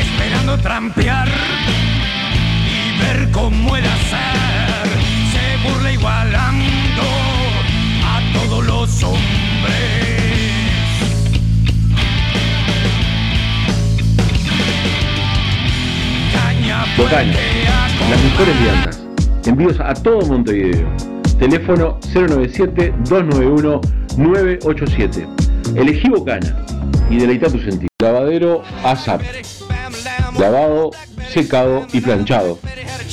esperando trampear y ver cómo el azar se burla igualando a todos los hombres. Caña Botana, las mejores viandas. Envíos a todo Montevideo. Teléfono 097-291-987. Elegí Bocana y deleita tu sentido. Lavadero ASAP. Lavado, secado y planchado.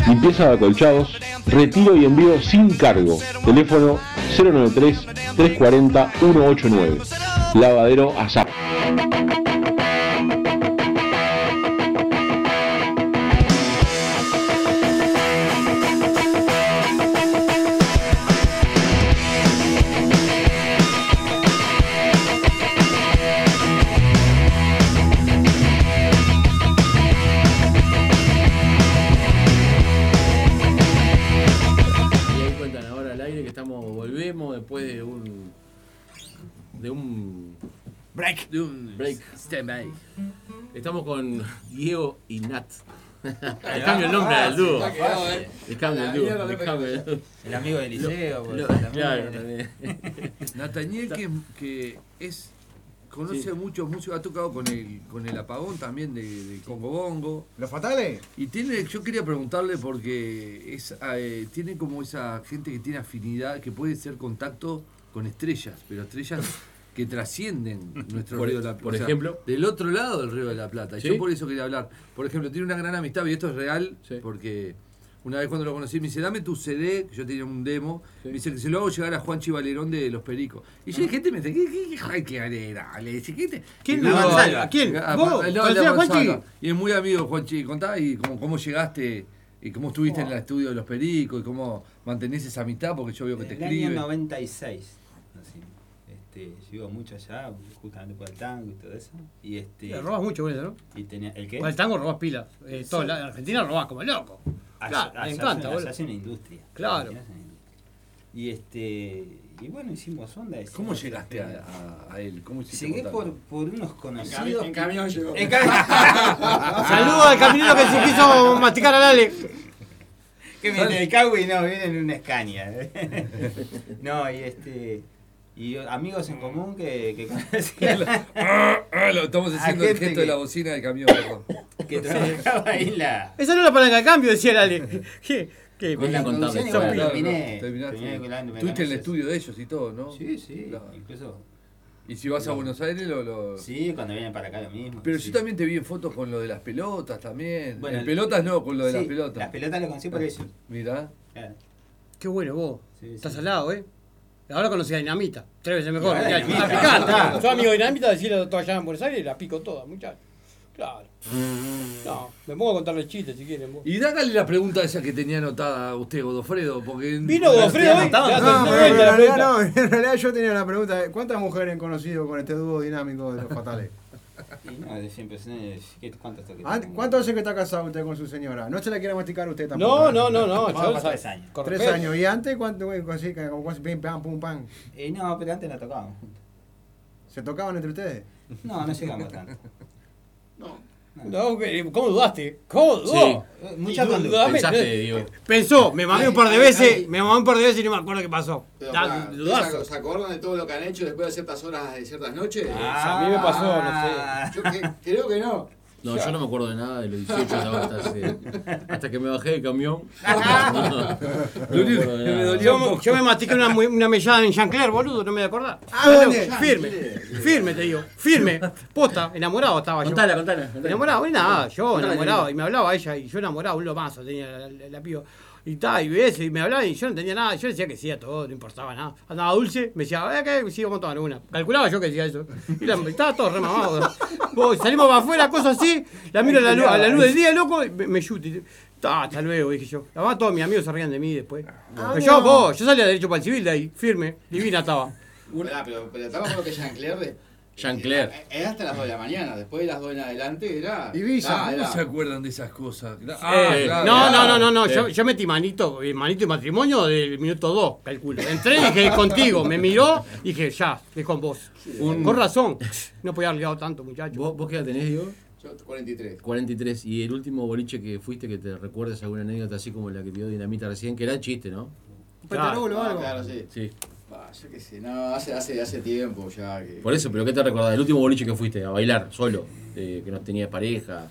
Limpieza de acolchados. Retiro y envío sin cargo. Teléfono 093-340-189. Lavadero ASAP. Y ahí cuentan ahora al aire que estamos volvemos después de un de un break, de un break. Estamos con Diego y Nat. Les cambio el nombre al dúo. Les cambio el dúo. les cambio el dúo. El amigo del liceo, pues, Lo- también. Claro, también. Nataniel que, que es conoce Sí. muchos músicos, ha tocado con el con el apagón también de, de Congo Bongo. ¿Los fatales? Y tiene, yo quería preguntarle porque es eh, tiene como esa gente que tiene afinidad, que puede ser contacto con estrellas, pero estrellas que trascienden nuestro Por- e- río de la Plata. por ejemplo. del otro lado del río de la Plata. Sí. Yo por eso quería hablar. Por ejemplo, tiene una gran amistad, y esto es real, porque una vez cuando lo conocí, me dice, dame tu CD, que yo tenía un demo, me dice que se lo hago llegar a Juan Chivalerón de Los Pericos. Y Ah. yo, gente me dice, ¿qué, qué, qué, ay, qué arena? Le dije, ¿qué te- ¿Quién? Y no, ¿A Gonzalo? ¿A quién? a- ¿Vos? no, el de ¿Conocés a Gonzalo. Juanchi? Y es muy amigo Juanchi, contá y cómo, cómo llegaste y cómo estuviste en el estudio de Los Pericos y cómo mantenés esa amistad, porque yo veo que te En el año escribe. 96. Así. Este, yo iba mucho allá, justamente por el tango y todo eso. Y este, Le robas mucho con eso, ¿no? Y tenía, ¿El qué? Con el tango robas pilas. Eh, todo, Sí. la- en Argentina robás como loco. Allá- Claro, me allá encanta, hace- boludo. allá hace una industria. Claro. Allá hace una industria. Y este y bueno, hicimos onda. hicimos- ¿Cómo llegaste a, a- a él? ¿Cómo hiciste Llegué contacto? por, por unos conocidos. cami- en camión llegó. En cami- Saludos al caminero que se quiso masticar al Ale. que viene el cagüe y no, viene en una escaña. no, y este. Y amigos en común que, que conocían. Ah, lo estamos A haciendo el gente gesto que- de la bocina del camión, perdón. que trabajaba ahí la. Esa no es la palanca de cambio, decía el Ale. ¿Qué? ¿Qué? Con la conducción igual, Claro, terminé. terminaste. Terminé con la- Estuviste en el la- estudio de ellos y todo, ¿no? Sí, sí, Claro. incluso. ¿Y si vas a Lo- Buenos Aires lo, lo- Sí, cuando vienen para acá lo mismo. Pero sí. yo también te vi en fotos con lo de las pelotas también. Bueno, en el- pelotas no, con lo de sí, las pelotas. las pelotas lo conocí por eso. Mirá. Claro. Qué bueno vos. Sí, Estás al lado, ¿eh? Ahora conocí a Dinamita. Tres veces mejor. Y ahora mirá, Dinamita. a picar, claro. Soy amigo de Dinamita, decirle a todas allá en Buenos Aires y la pico todas, muchachos. Claro. No, me pongo a contarle chistes si quieren vos. Y dágale la pregunta esa que tenía anotada usted, Godofredo, porque... Vino Godofredo hoy, Anotada, ya anotada. se- Pero en la realidad pregunta. no, en realidad yo tenía la pregunta, de ¿cuántas mujeres han conocido con este dúo dinámico de los fatales? Y no, de siempre. eh, ¿qué- ¿Cuánto hasta que Ah, ¿Cuánto hace que está casado usted con su señora? No se la quiere masticar usted No, tampoco. no, no, no, Vamos yo para sab- tres años. con Tres respeto. años. ¿Y antes cuánto? güey, Así, que como así, pim, pam, pum, pam. Eh, no, pero antes no tocábamos juntos. ¿Se tocaban entre ustedes? No, no llegamos tanto. No, que- ¿Cómo dudaste? ¿Cómo dudó? Sí. Mucha Y conducta. dudame- Pensaste, no- Diego. Pensó, me mamé un par de Ay, veces, ay. me mamé un par de veces y no me acuerdo qué pasó. Pero, Da- pará, dudazo. ¿Se acuerdan de todo lo que han hecho después de ciertas horas, de ciertas noches? Ah, a mí me pasó, no sé. Yo que- creo que no. No, yo no me acuerdo de nada de los 18 hasta, hasta, hace- hasta que me bajé del camión. Lo único que me dolió un poco. Yo me mastiqué una, mu- una mellada en Chancler, boludo, no me voy a acordar. Ah, ¿dónde? Claro, Firme, firme te digo, firme. Posta, enamorado estaba yo. Contala, contala, contala. Enamorado, y nada, yo Contala, enamorado. Diego. Y me hablaba ella, y yo enamorado, un lomazo tenía la, la- la piba. Y tal, y eso, y me hablaba, y yo no entendía nada. Yo decía que sí a todo, no importaba nada. Andaba dulce, me decía, eh, que sí, vamos a tomar una. Calculaba yo que decía eso. Y la, estaba todo remamado. Vos, salimos para afuera, cosas así. La miro a la, luz- a la luz del día, loco, y me, me yuti. Ta, hasta luego, dije yo. Además, todos mis amigos se rían de mí después. Ah, Pero yo, no. vos, yo salía derecho para el civil de ahí, firme, divina estaba. Pará, pero, pero estamos con lo que Jean Claire de- Jean-Claire. Eh, Era hasta las 2 de la mañana, después de las 2 en adelante era. Ah, Ah, ¿Cómo era- se acuerdan de esas cosas? Ah, Eh, claro, no, no, claro. no, no, no, Eh. Yo, yo metí manito, eh, manito y matrimonio del minuto 2, calculo. Entré y dije, contigo, me miró y dije, ya, estoy con vos. Un- Con razón, no podía haber liado tanto, muchacho. ¿Vos, vos qué edad tenés, Diego? Yo, 43. 43. ¿Y el último boliche que fuiste que te recuerdes alguna anécdota así como la que dio Dinamita recién? Que era chiste, ¿no? Ah, Claro, sí. Sí. Bah, yo qué sé, no, hace, hace, hace tiempo ya que. Por eso, pero ¿qué te recordás? El último boliche que fuiste a bailar solo, eh, que no tenías pareja.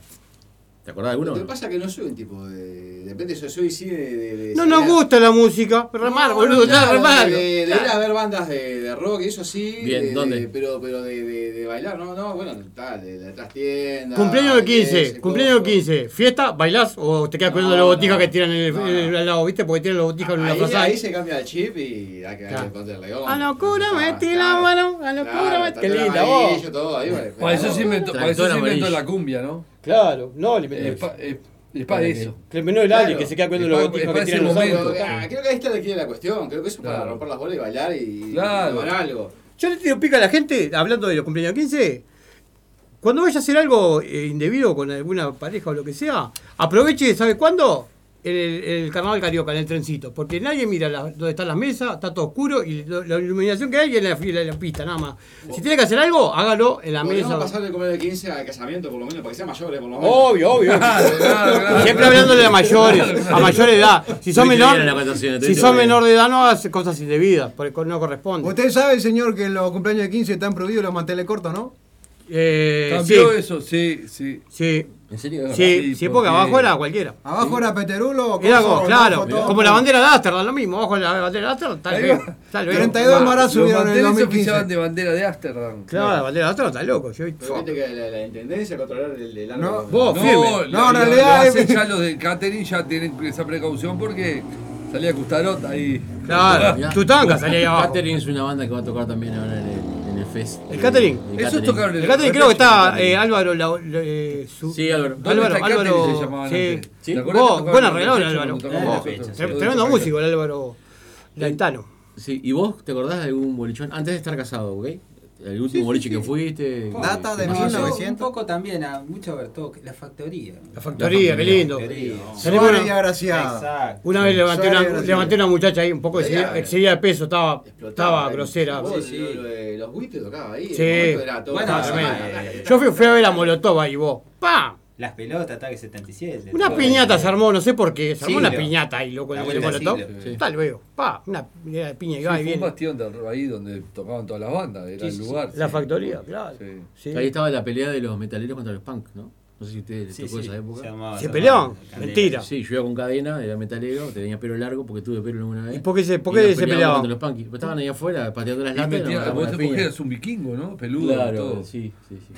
¿Te acordás de alguno? Lo que pasa es que no soy un tipo de. De repente yo soy sí de. de- de- No nos gusta la música, Ah, remar, boludo, claro, ya, remar. de, de ir Claro. a ver bandas de, de rock y eso sí. Bien, de- de- ¿dónde? pero pero de, de- de bailar, no, no, bueno, tal, de la trastienda. Cumpleaños de de 15, ese cumpleaños de 15. ¿Fiesta? ¿Bailás o te quedas cuidando No, las botijas no. que tiran en el, No, en el- al lado, viste? Porque tiran las botijas en la Ahí, frazada. ahí se cambia el chip y hay que, hay Claro. que ponerle onda. A locura, metí la mano, a locura, Ah, Claro, metí. Qué tanto linda, vos. amarillo, todo ahí, bueno, Para eso se inventó, para eso Tractor se inventó amarillo. la cumbia, ¿no? Claro, no, le Es Eh, pa- es- es para eso. Clemenó el Ali, que se queda cuidando Es pa- los es botijas pa que ese tiran los momento. autos. Ah, creo que ahí está la, la cuestión. Creo que eso es para romper las bolas y bailar y Claro. tomar algo. Yo le tiro pica a la gente, hablando de los cumpleaños 15, cuando vaya a hacer algo eh, indebido con alguna pareja o lo que sea, aproveche, ¿sabe cuándo? El, el carnaval carioca, en el trencito, porque nadie mira la- dónde están las mesas, está todo oscuro y lo- la iluminación que hay es la, la- la pista, nada más. Si tiene que hacer algo, hágalo en la Podríamos mesa. pasar de comer de 15 al casamiento, por lo menos, para que sean mayores, por lo menos. Obvio, obvio. Siempre hablándole a mayores, a mayor edad. Si Tuviste son menor, bien en la votación, si tuviste son bien. menor de edad, no hagas cosas indebidas, porque no corresponde. Usted sabe, señor, que en los cumpleaños de 15 están prohibidos los manteles cortos, ¿no? Eh, Cambió sí. eso, sí, sí. Sí. ¿En serio? Sí, sí, porque abajo era cualquiera. Abajo era Peterulo, Era Corso, como, claro, Rojo, todo. como la bandera de Astra, lo mismo, abajo la bandera de Astra, tal Ahí vez. va. tal vez. 32 de marzo Los subieron en el manteles se 2015. oficiaban de bandera de Ámsterdam. Claro, la bandera de Astra está loco. Yo, Pero viste que la, la intendencia controlar el, el árbol. no, firme. la- No, en la- realidad lo hacen es- ya los de catering ya tienen esa precaución porque salía Custarot ahí. Mirá, Catering es una banda que va a tocar también ahora en el, en el Fest. El catering. El Eso catering. El, catering creo que está eh, Álvaro. La, la- eh, su- Sí, Álvaro. ¿Dónde Álvaro, está el catering? Álvaro. Se llamaban sí. antes. Sí. ¿Te acordás que Vos, tocaban buen en arreglador, la fecha Álvaro. cuando tocamos Eh, nosotros? tre- Sí. Tremendo músico, el Álvaro Laitano. Sí, ¿y vos te acordás de algún bolichón? Antes de estar casado, ¿ok? El último boliche que fuiste. que- que- No, yo Un poco también, a mucho ver todo, la factoría. La Factoría, qué lindo. Tenemos una- Una vez levanté una, levanté una muchacha ahí, un poco excedida, excedida de peso, estaba, estaba grosera. Vos, lo- lo de los buitres tocaba ahí. Sí. el momento era todo- Bueno, Ah, tremendo. eh, Yo fui, fui a ver a Molotov ahí, vos. ¡Pam! Las pelotas, ataque 77. Una todo. piñata se armó, no sé por qué. Se armó una Siglo. piñata ahí, loco, La en el vuelta al Molotov. siglo. Sí. Tal veo. Pa, una piña de piña Sí, y va y fue un viene. bastión del ahí donde tocaban todas las bandas, era Sí, el sí, sí. lugar. La sí. factoría, claro. Sí. Sí. Ahí estaba la pelea de los metaleros contra los punk, ¿no? No sé si ustedes les tocó esa época. se ¿Se llamaba- se llamaba peleaban? cadena. Mentira. Sí, yo iba con cadena, era metalero, tenía pelo largo porque tuve pelo alguna vez. ¿Y por qué se- por Y qué nos se peleaban? peleaban? contra los punkies. Pero estaban ahí afuera pateando las Y latas. y nos metía- mataban vos a te piña. cogías un vikingo, ¿no? Peludo y Claro, todo. sí, sí, sí.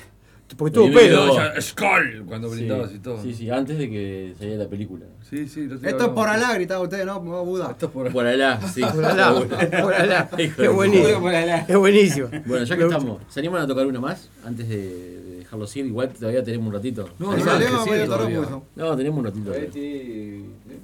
Porque tuvo Y pelo. me Ya, Skull, cuando gritabas y todo. Sí, sí, antes de que saliera la película. Sí, sí, lo estoy Esto es hablando. por Alá, gritaba usted, ¿no? No, Buda. Esto es por Por Alá, sí. Por Alá, por Alá. Hijo Qué de buenísimo. puta. Por Alá. Qué buenísimo. Bueno, ya que Me gusta. estamos, ¿se animan a tocar uno más? Antes de, de dejarlos ir, igual todavía tenemos un ratito. No, ¿Se no, animan? no, no, Sí, medio todavía. todavía. No, tenemos un ratito. Eh. todavía.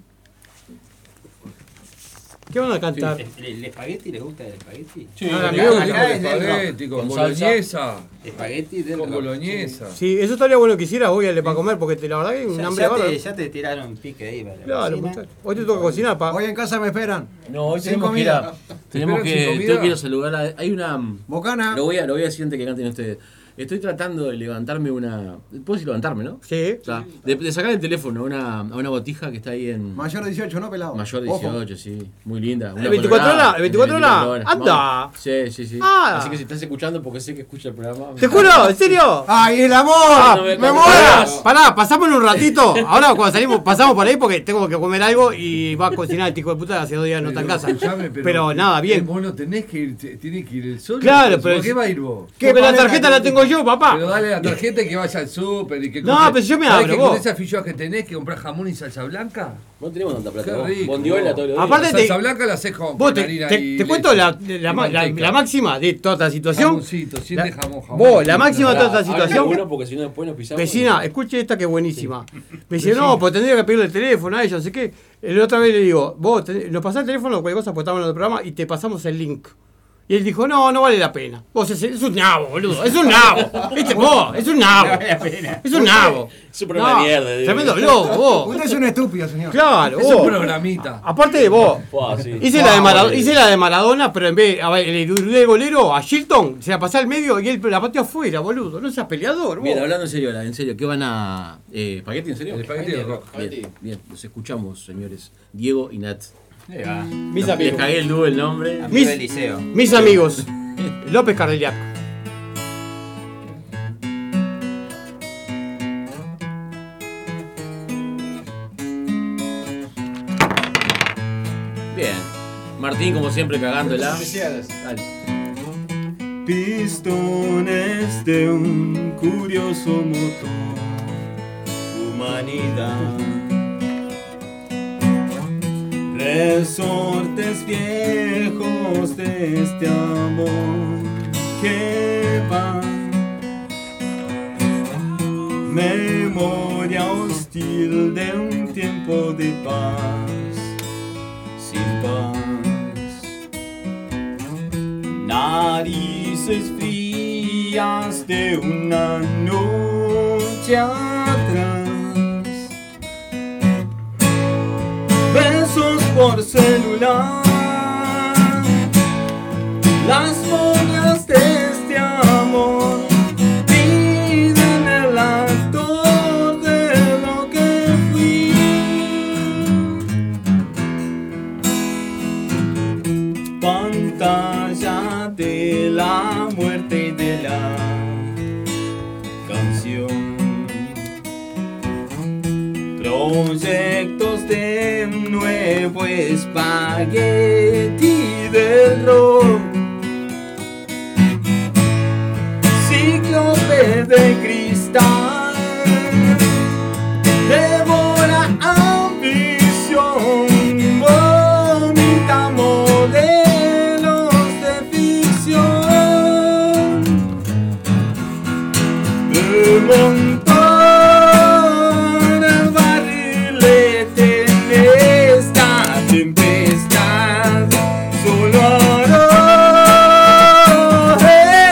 ¿Qué van a cantar? Sí, ¿El, el espagueti les gusta el espagueti? Sí, Ah, a mí me me gusta. gusta Acá es el espagueti, dentro. con Con salsa. boloñesa. Espagueti dentro. Con boloñesa. Sí, eso estaría bueno que hicieras hoy Ale, para comer, porque te, la verdad que hay un Ya, hambre ya bárbaro. te, ya te tiraron pique ahí para la Claro, cocina. muchacho. Hoy te toca cocinar, pa. Hoy en casa me esperan. No, hoy Sin tenemos que ir a- comida. tenemos ¿Esperan sin que, comida? yo quiero saludar a, hay una Bocana. Lo voy a, lo voy a decir antes que canten ustedes. Estoy tratando de levantarme una, puedo decir levantarme, ¿no? Sí. O sea, de, de sacar el teléfono a una, a una botija que está ahí en Mayor de 18, ¿no, pelado? mayor de Ojo. 18, sí, muy linda. una 24 colorada, horas? 24 horas? Anda. Sí, sí, sí. Ah. Así que si estás escuchando porque sé que escucha el programa. ¿Te juro? ¿En serio? ¡Ay, el amor! Ah, No me ¡Me, acuerdo. mueras! Pará, pasamos un ratito. Ahora cuando salimos, pasamos por ahí porque tengo que comer algo y va a cocinar el tico de puta que hace dos días no está en casa. Escuchame, Pero, nada, bien. Vos no tenés que ir, te- tiene que ir el solo. Claro, pero- ¿Por qué va a ir vos? ¿Qué? Porque la tarjeta la tengo yo, papá. Pero dale la tarjeta y que vaya al súper y que No, compre- pero yo me ¿Sabés abro, que vos. Con esa fichada que tenés que comprar jamón y salsa blanca. No tenemos tanta plata, Qué vos. rico. Bondiola vos. todos los días. Aparte la te- salsa blanca la haces con, Vos con te, harina te- y te cuento leche. la, la- Y ma- la- manteca. la máxima de toda esta situación. Jamoncito, siete La- jamón, jamón. Vos, la máxima de toda esta Hablen situación. uno porque si no después nos pisamos. Vecina, escuche esta que es buenísima. Me dice, no, pues tendría que pedirle el teléfono a ella, no sé qué. La otra vez le digo, vos tenés- nos pasás el teléfono o cualquier cosa, pues estamos en el programa y te pasamos el link. Y él dijo, no, no vale la pena. Vos es, es un nabo, boludo. Es un nabo. Viste vos, es un nabo. No vale la pena. Es un nabo. Es un programa de mierda, digo. Tremendo loco, vos. Usted es un estúpido, señor. Claro, Es un vos. programita. A- Aparte de vos. Ah, Fua, sí. Hice, Fua, la de Maradona, eh. boludo. hice la de Maradona, pero en vez, a ver, le duré el golero a Shilton, se la pasé al medio y él la pateó afuera, boludo. No seas peleador, vos. Bien, hablando en serio, en serio, ¿qué van a. Eh, ¿Espagueti en serio? El espagueti de rock. Bien, bien, los escuchamos, señores. Diego y Nat. Ahí va. Mis Les amigos. cagué el dúo, el nombre. Mis, mis amigos. López Cardeliac. Bien. Martín, como siempre, cagándola. Especiales. Dale. Pistones de un curioso motor, humanidad. Resortes viejos de este amor que va. Memoria hostil de un tiempo de paz, sin paz. Narices frías de una noche atrás. Besos por celular. Las moñas de este amor piden el actor de lo que fui. pantalla de la muerte y de la canción. Proyectos de nuevo espagueti del rock. Ciclos de cristal. Devora ambición, vomita modelos de ficción. De montón el barrilete en esta tempestad, solo ahora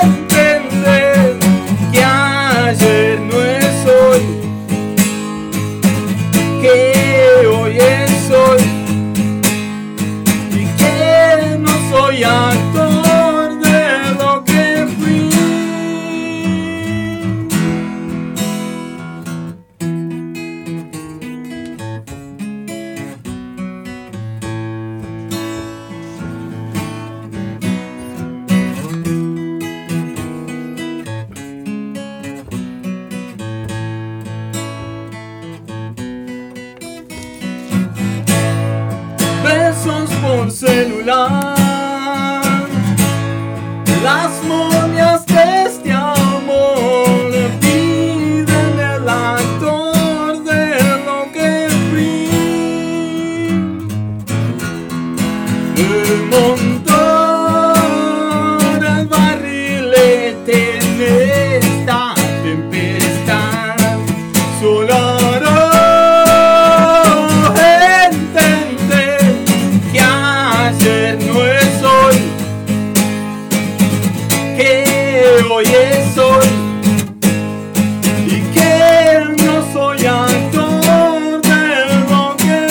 entender que ayer no es hoy que hoy es hoy y que no soy actor de lo que fui. Besos por celular, las momias de este amor piden el actor de lo que fui. El montón, el barrilete en esta tempestad solar. oh, Entender que ayer no es hoy, que hoy es hoy y que no soy actor de lo que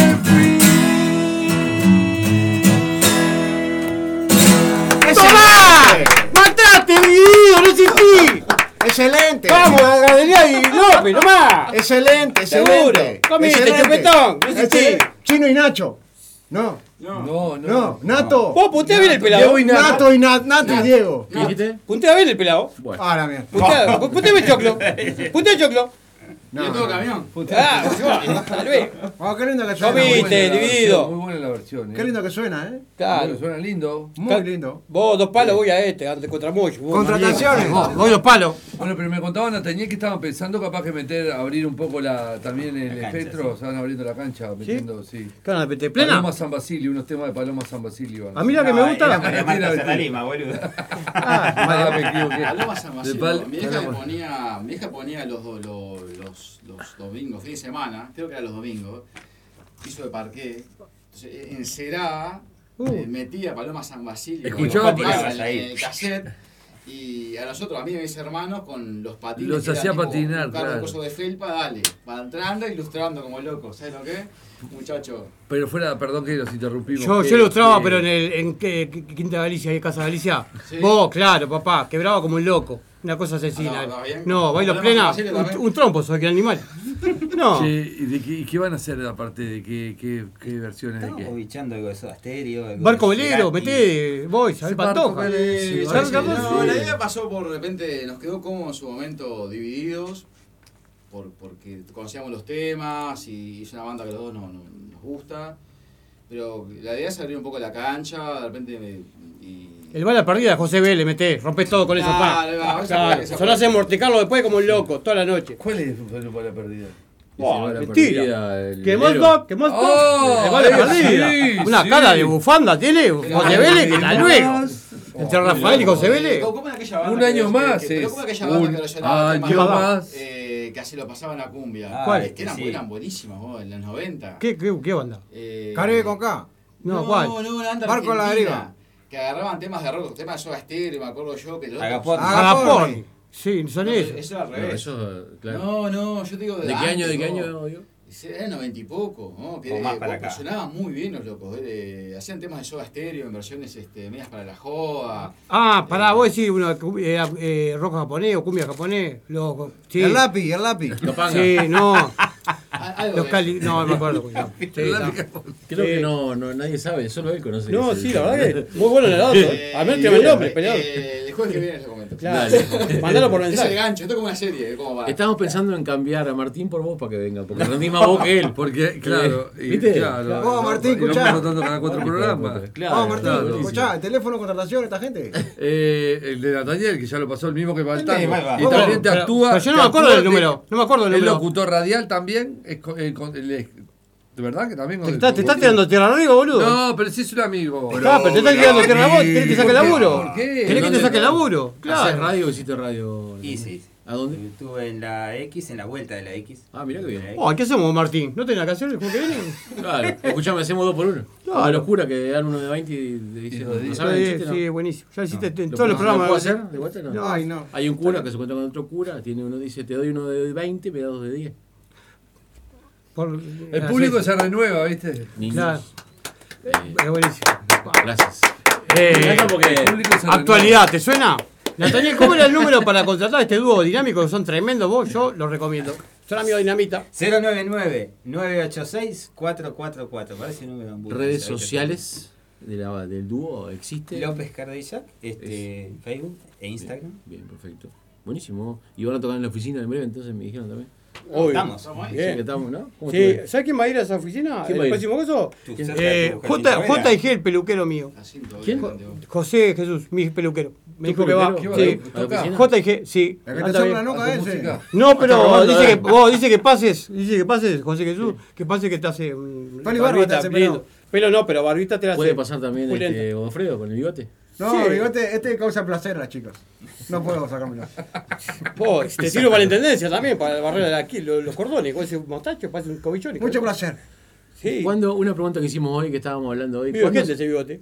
¡Tomá! ¡Matate, vivido! ¡No existí! ¡Excelente! ¡Vamos, Galería y López, nomás! Excelente, excelente. Seguro. Comiste, Excelente. chupetón. No sé Excelente. si- Chino y Nacho. No. No, no. No, Nato. Vos puntea bien el pelado. Diego y Nato. Nato y Na- Nato y Diego. ¿Qué dijiste? Puntea bien el pelado. Bueno. Ahora bien. Puntea puntea bien el choclo. Puntea el choclo. No, Yo tengo no. camión. Ah, bueno, tal vez. Oh, qué lindo que No suena. viste, Muy buena la dividido. versión, Muy buena la versión. ¿eh? Qué lindo que suena, ¿eh? Claro. Suena lindo. Muy lindo. Vos, dos palos, voy a este, antes contra Moyo. vos, Contrataciones. María. Vos, Voy dos palos. Bueno, pero me contaban a Tañé que estaban pensando capaz que meter, abrir un poco la también el cancha, espectro, se van abriendo la cancha, metiendo, sí. ¿Qué van a meter, plena? Paloma San Basilio, unos temas de Paloma San Basilio. van a A mí lo hacer. que me gusta- era María Marta Mentira, Serra mentira. Lima, boludo. Ah, vale, me equivoqué. Paloma San Basilio. De pal- mi, hija Paloma. ponía, mi hija ponía los, do- lo- los, los domingos, e, fin de semana, creo que era los domingos, piso de parqué, entonces, eh, encerada, Eh, metía Paloma San Basilio Uh. Escuchaba los patinetas patinar. en el cassette. Y a nosotros, a mí y a mis hermanos, con los patines. Los que era hacía tipo patinar, un carro claro. coso de felpa, dale. Para entrando, ilustrando como loco. ¿Sabes lo que? Muchacho. Pero fuera, perdón que los interrumpimos. Yo, que- yo ilustraba, pero en, que- el, en qué- qué- qué- Quinta Galicia y Casa Galicia. Sí. Vos, claro, papá, quebraba como un loco. Una cosa asesina. Ah, no, ¿está bien? No, bailo Hablamos plena. así, ¿está Un, bien? un trompo, soy que animal. No. Che, ¿y, de qué, y qué van a hacer aparte de qué, qué, qué versiones de qué? bichando algo de Soda Stereo. algo Barco de velero, Cerati. meté, boys, a ver, patoja. Sí, ¿Sabes sí, qué no, cosa? la idea pasó por de repente, nos quedó como en su momento divididos, por, porque conocíamos los temas y es una banda que a los dos no, no- nos gusta. Pero la idea es abrir un poco la cancha, de repente me- El bala perdida, José Vélez, meté, rompés todo con eso, Claro, pa. ahí va, esa Claro, fue, esa Solo fue. hacen morticarlo después como un loco, toda la noche. ¿Cuál es el bala perdida? Oh, Wow, Bala mentira. Perdida, el Que más velero. top, que más top. Oh, El bala ahí perdida. sí, Una sí. cara de bufanda tiene, José Vélez, que la luego. Entre Rafael y José Vélez. Oh. ¿Cómo es aquella banda Un que- año que- más que- pero es. ¿Cómo es aquella banda Un que lo llenaba de temas año rock, más. eh, que así lo pasaban a cumbia? Ah, ¿Cuál? Que eran, sí. eran buenísimas, vos, en los 90. ¿Qué, qué, qué banda? Eh, Caribe con K. No, no, ¿cuál? No, una banda Barco a la argentina deriva. Que agarraban temas de rock, temas de Soda Stereo, me acuerdo yo que los Agapón. Sí, son ellos. Eso era al revés. No, eso, claro. No, no, yo te digo ¿De qué antes, año, de qué ¿no? año, digo? Era noventa y poco, ¿no? Que O más eh, para vos, acá. sonaban muy bien los locos. eh, hacían temas de Soda Stereo en versiones este, medias para la joda. Ah, pará, vos decís uno, eh, eh, rock japonés o cumbia japonés. Los, sí. El lápiz, el lápiz. Sí, no. Algo Los de cali eso. no, me acuerdo. no. Sí, no. Creo Sí. que no, no, nadie sabe, solo él conoce. No, ese- sí, la verdad que muy bueno el dato. Eh, Al menos y te el bueno, nombre, peleador. Eh, el jueves que viene les comento. Claro. Dale. Mandalo por Es mensaje. el gancho, esto es como una serie, ¿cómo va? Estamos pensando en cambiar a Martín por vos para que venga, porque rendís más vos que él. eh, Porque, claro, y- ¿Viste? claro, Vamos, Martín, escuchá. Claro, Vamos, Martín, claro. escuchá, el teléfono de contratación, esta gente. Eh, el de Nathaniel, que ya lo pasó, el mismo que va al Sí, tango. va, va. Y también te Pero- actúa. pero yo no te me acuerdo actúa del de- número, no me acuerdo del el número. locutor radial también. Es, co- eh, con- el- es- de verdad que también. con Te el- estás- te con- estás tirando tierra arriba, boludo. No, pero sí es un amigo. Está, pero te estás tirando tierra a vos, ¿querés que te saque el ¿Por qué? laburo? ¿Por qué? ¿Querés que te saque el laburo? ¿Haces Claro. radio o hiciste radio? Y sí. ¿A dónde? Estuve en la X, en la vuelta de la X. Ah, mirá que bien. Oh, ¿Qué hacemos, Martín? ¿No tenés nada que hacer el juego que viene? Claro, escuchame, hacemos dos por uno. Claro. A los curas que dan uno de 20 y le dicen, ¿no saben el Sí, chiste, no? sí, buenísimo. Ya hiciste en ¿Lo todos los puedo- lo programas. puedo hacer? ¿De vuelta? No. Ay, no. Hay un cura que se cuenta con otro cura, tiene uno dice, te doy uno de 20, me da dos de 10. Eh, Ah, El público se renueva, ¿viste? Niños. Claro. Eh, Es buenísimo. Gracias. Eh, Me encanta porque- El público se actualidad, renueva. ¿te suena? Nathaniel, ¿cómo era el número para contratar este dúo dinámico? que Son tremendos vos, yo los recomiendo. Son amigos dinamita. 099-986-444. Parece un número de ambulancia, Redes ¿viste? sociales de la- del dúo, ¿existe? López Cardillac, este, Facebook e Instagram. Bien, perfecto. Buenísimo. Y van a tocar en la oficina en breve, entonces me dijeron también. Obvio. Estamos. Sí, que estamos, ¿no? ¿Cómo Sí, estuve? ¿Sabes quién va a ir a esa oficina? ¿Quién ¿El va a ir? próximo coso? Tu- Eh, cerca de tu J, Jacinto J.I.G., el peluquero mío. ¿Quién? José Jesús, mi peluquero. Me ¿Tu dijo que va. peluquero? Sí. ¿Qué va a la oficina? J.I.G., sí. El que te Anda sobra bien. la nuca ese. No, pero Está dice que, robando, vos dice que pases, dice que pases, José Jesús, que pase que eh, te hace un Pali barba te hace lindo. pelado. Pelo no, pero barbita te la hace. Puede pasar también pulenta. este Godofredo con el bigote. No, Sí. bigote, este causa placer a las chicas. No puedo sacármelo. Vos, te sirve para la intendencia también, para barrer la- aquí los, los cordones, con ese mostacho, parece un cobichón. Mucho placer. Sí. ¿Cuándo, una pregunta que hicimos hoy, que estábamos hablando hoy. Vive gente ese bigote.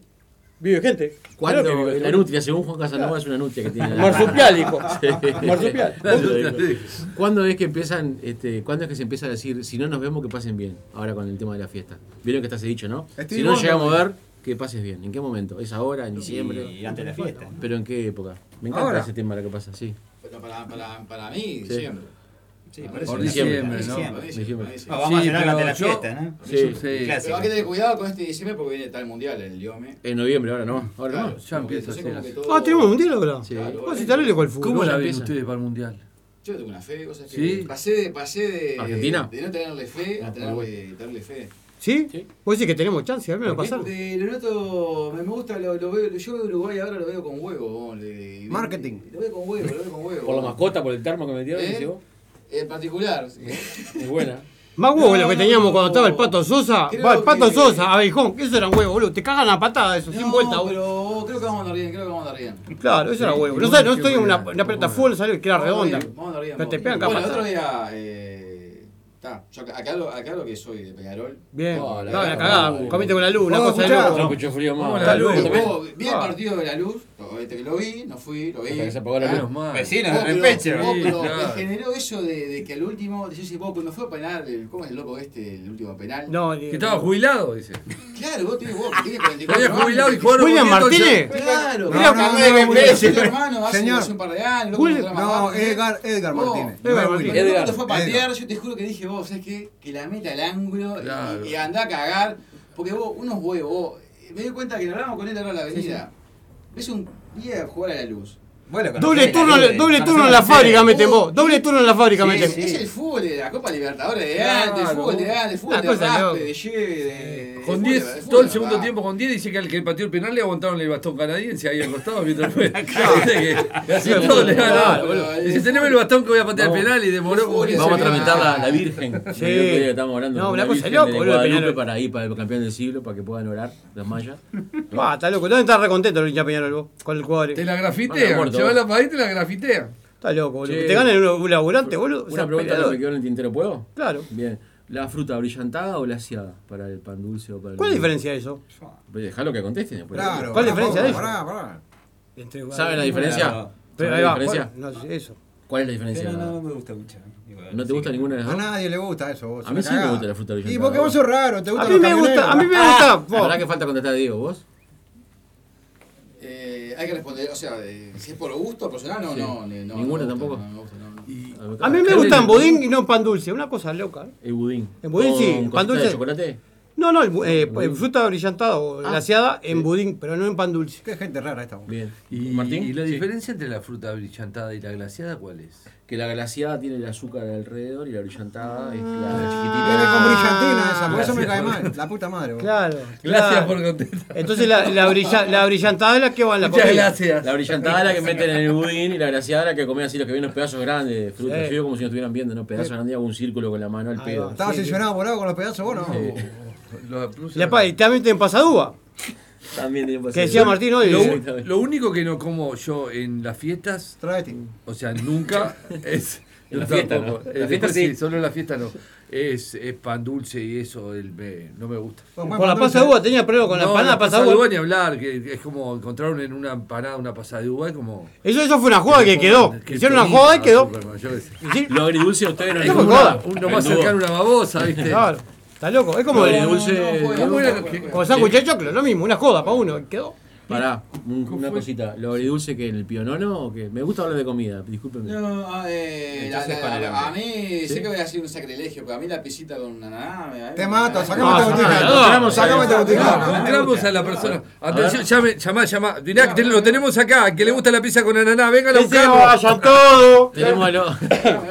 Vive gente. ¿Cuándo? Claro que vive la gente. nutria, según Juan Casanova, es una nutria que tiene. Marsupiálico. Marsupial. Marsupial. ¿Cuándo es que empiezan, este, cuándo es que se empieza a decir, si no nos vemos, que pasen bien? Ahora con el tema de la fiesta. Vieron que está ese dicho, ¿no? Estoy si no gordo, llegamos a dice. ver, que pases bien. ¿En qué momento? ¿Es ahora, en diciembre? Y antes de la fiesta. ¿Pero en qué época? Me encanta Ahora. ese tema, lo que pasa, sí. Pero para, para, para mí, Sí. diciembre. Sí, Me por parece eso. que- Diciembre, para ¿no? diciembre, Para diciembre, diciembre. diciembre. Ah, vamos a Sí, cenar pero antes de la yo- fiesta, ¿no? Sí, Sí, sí. Pero hay que tener cuidado con este diciembre porque viene tal mundial el Liome. En noviembre, ahora no. Ahora Claro, no. Ya empieza. entonces como que todo- Ah, tenemos un Ah, mundial ahora. Sí. Vos si terrible con el fútbol. ¿Cómo Ya la ven empieza. ustedes para el mundial? Yo tengo una fe, cosas que Sí. pasé de, pasé de, ¿Argentina? de no tenerle fe a Ah, tenerle, tenerle fe. ¿Sí? Vos decís que tenemos chance, a mí me lo pasar. Eh, lo noto, me me gusta, lo, lo veo, yo de Uruguay ahora lo veo con huevo. Marketing. Lo veo con huevo, lo veo con huevo. Por la mascota, por el termo que metieron, ¿Eh? dice vos. En particular, sí. Es buena. Más huevos lo que No, teníamos no. cuando estaba el Pato Sosa. Creo Va, el Pato que- Sosa, Abejón, eso era huevo, boludo. Te cagan a patada eso, sin No, vuelta. vos. pero creo que vamos a andar bien, creo que vamos a andar bien. Claro, eso era huevo. No sé, no estoy en una, una pelota full, salió que era Vamos a andar redonda. bien, vamos a andar bien, Pero te vamos a pegan andar bien. Bueno, el capaz. otro día eh, Está, yo acá, acá lo, acá lo que soy de Peñarol. Oh, Bien. No, No, la cagada, no. comiste con la luz, una Vamos, cosa de escuchá. luz. Vamos, Mucho frío, vamos, más. la Luz. luz. También. Vos, Vi el Ah. partido de la luz, este que lo vi, no fui, lo vi. Hasta que se apagó la Ah, luz. Menos mal. Vecinos, Vos, en el pero- pecho. vos, Sí, pero- claro. me generó eso de, de que al último, yo sí, vos, pues no fue a penal, el- ¿cómo es el loco este, el último penal? No, eh, que eh, Que estaba jubilado, dice. Claro, vos tenés vos, que tiene Lo 44 había años. jubilado y jugaron William un poquito, Martínez. yo- Claro, Mirá, no, Julián no, Martínez. es tu hermano, hace Señor. un par de años, loco, Juli- te la no, mandaron, ¿eh? Edgar- Edgar Vos, Martínez. Edgar No, Martínez. Edgar. El loco te fue a patear, Edgar. yo te juro que dije, vos, ¿sabes qué? Que la meta al ángulo y- Claro. y, andá a cagar, porque vos, unos huevos, vos, me di cuenta que lo hablamos con él ahora en la avenida. Es un día de jugar a la luz. Uh, Doble turno, doble turno en la fábrica meten vos. Doble turno en la fábrica Sí, meten. es, es el fútbol de la Copa Libertadores de Claro, antes, el fútbol de vos. antes, el fútbol Una de cosa raspe, loca. de lleve, de- de Con fútbol, de 10, fútbol, todo el de segundo verdad. tiempo con 10, dice que al que pateó el penal le aguantaron el bastón canadiense ahí al costado mientras fue. Así Claro, todo le ganaba. claro, boludo. Dice, teneme el bastón que voy a patear el Vamos. penal y demoró como Vamos 15 a tramitar la, minutos. la Virgen. Sí. El otro día Estamos hablando No, de una cosa Virgen loco, de boludo, Guadalupe Peñarol. para ir para el campeón del siglo, para que puedan orar los mayas. Ah, está loco. ¿Dónde está recontento el hincha Peñarol vos? Con el jugador. Te la grafitean, se va la pared y te la grafitean. Está loco, boludo. Che. Te ganan un, un laburante, boludo. Una Seas pregunta que peleador. me quedó en el tintero, ¿puedo? Claro. Bien. ¿La fruta brillantada o glaciada para el pan dulce o para el ¿Cuál es la diferencia de eso? Pues Dejalo que contesten después. Claro, ¿Cuál es la pará, diferencia de pará, eso? Ah. ¿Saben la diferencia? Pero ¿Saben ahí la va, diferencia? ¿cuál? No sé eso. ¿Cuál es la diferencia? Pero no me gusta mucho. ¿No te gusta ninguna de las A dos? nadie le gusta eso. Vos, A mí sí me gusta la fruta Y brillantada. porque vos sos raro, te gusta Ah, La verdad que falta contestar a Diego, ¿vos? Eh, hay que responder, o sea, de- si es por gusto personal, no, Sí. no, ne- no. Ninguna no me tampoco. gusta, no me gusta, no, no. A mí me gustan budín y no pan dulce. Una cosa loca. ¿eh? El budín. El budín ¿Con sí. cosita Pan de dulce. chocolate? No, no, el bu- eh, eh, fruta brillantada o Ah, glaseada en budín, pero no en pan dulce. Qué gente rara esta. Bien. ¿Y, Martín? y la Sí. diferencia entre la fruta brillantada y la glaciada cuál es? Que la glaciada tiene el azúcar alrededor y la brillantada es la chiquitita. Viene con brillantina esa, por eso me cae Gracias mal. La puta madre. vos. Claro. Gracias claro. por contestar. Entonces la, la, brilla- la brillantada es la que va en la Muchas comida. gracias. La brillantada es la que meten en el budín y la glaciada es la que comían así los que ven los pedazos grandes de fruta. Sí. Yo digo como si no estuvieran viendo, ¿no? Pedazos Sí. grandes hago un círculo con la mano al pedo. Estabas sesionado volado con los pedazos, vos no. Y apá, y también tienen pasadúa. También tiene Que decía Martín hoy. Lo, lo único que no como yo en las fiestas. O sea, nunca es. En la yo fiesta, tampoco. ¿no? Eh, La fiesta después sí, sí. solo en la fiesta no. Es, es pan dulce y eso el, me- no me gusta. Bueno, Por pan la dulce. pasa de uva, tenía problema con la No, empanada pasa de de uva. uva ni hablar, que es como encontraron en una empanada una pasada de uva, es como. Eso, eso fue una joda que quedó. Hicieron una joda y quedó. Lo agridulce a ustedes no les No, gusta. no, uno más cercano a una babosa, ¿viste? Claro. Está loco. Es como No, agridulce, no, como no, era no, lo que- no, como no. sándwich de choclo, lo mismo, una joda para uno. Quedó. Pará, un- una cosita. ¿Lo agridulce que en el pionono o qué? Me gusta hablar de comida, discúlpenme. No, ah, eh, la- Entonces, la- para la- a mí ¿Sí? sé que voy a hacer un sacrilegio, pero a mí la pisita con una nada Te mato, Sacame este esta botija, encontramos a- Encontramos a la persona. Atención, A llame, llamá, llamá. Mirá, que te- lo tenemos acá, que le gusta la pizza con ananá, venga a Que se buscarlo. vayan todos. Tenemos a lo-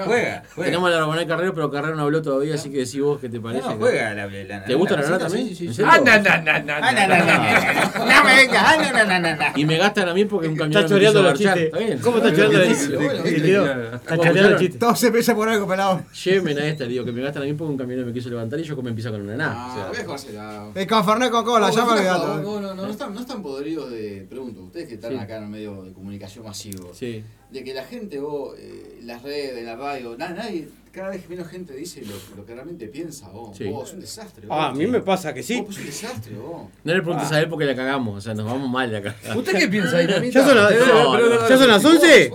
Juega, Tenemos a la Ramonal Carrero, pero Carrero no habló todavía, así que decís vos qué te parece. No, juega la- la- ¿Te gusta la la Ramonal receta, también? sí, sí, ¿En sí. serio? Ah, na, na, na, na, Ah, na, na, na, No me vengas, ah, no, no, no, no, no. Y me gastan a mí porque un Está camionero me choreando quiso los garchar. chistes. ¿Está bien? ¿Cómo está choreando el chiste? Sí, Quedó. claro. Está choreando el chiste. Todo se pesa por algo, pelado. Llévenme a esta, le digo, que me gastan a mí porque un camionero me quiso levantar y yo comí pizza con una nana. o sea. voy a jugársela. Es con Fernet con cola, No, llama al no, gato. No, no, no, no están, no están podridos de. Pregunto, ustedes que están Sí. acá en el medio de comunicación masivo. Sí. De que la gente, vos, eh, las redes, la radio, na- nadie, cada vez menos gente dice lo, lo que realmente piensa vos. Sí. Vos, es un desastre. Vos. Ah, a mí me pasa que sí. Vos, es un desastre vos. No le preguntes Ah. a él porque la cagamos, o sea, nos vamos mal de acá. ¿Usted qué piensa ahí, mamita? ¿Ya son, las- Eh, no, pero- no. ¿Ya son las 11?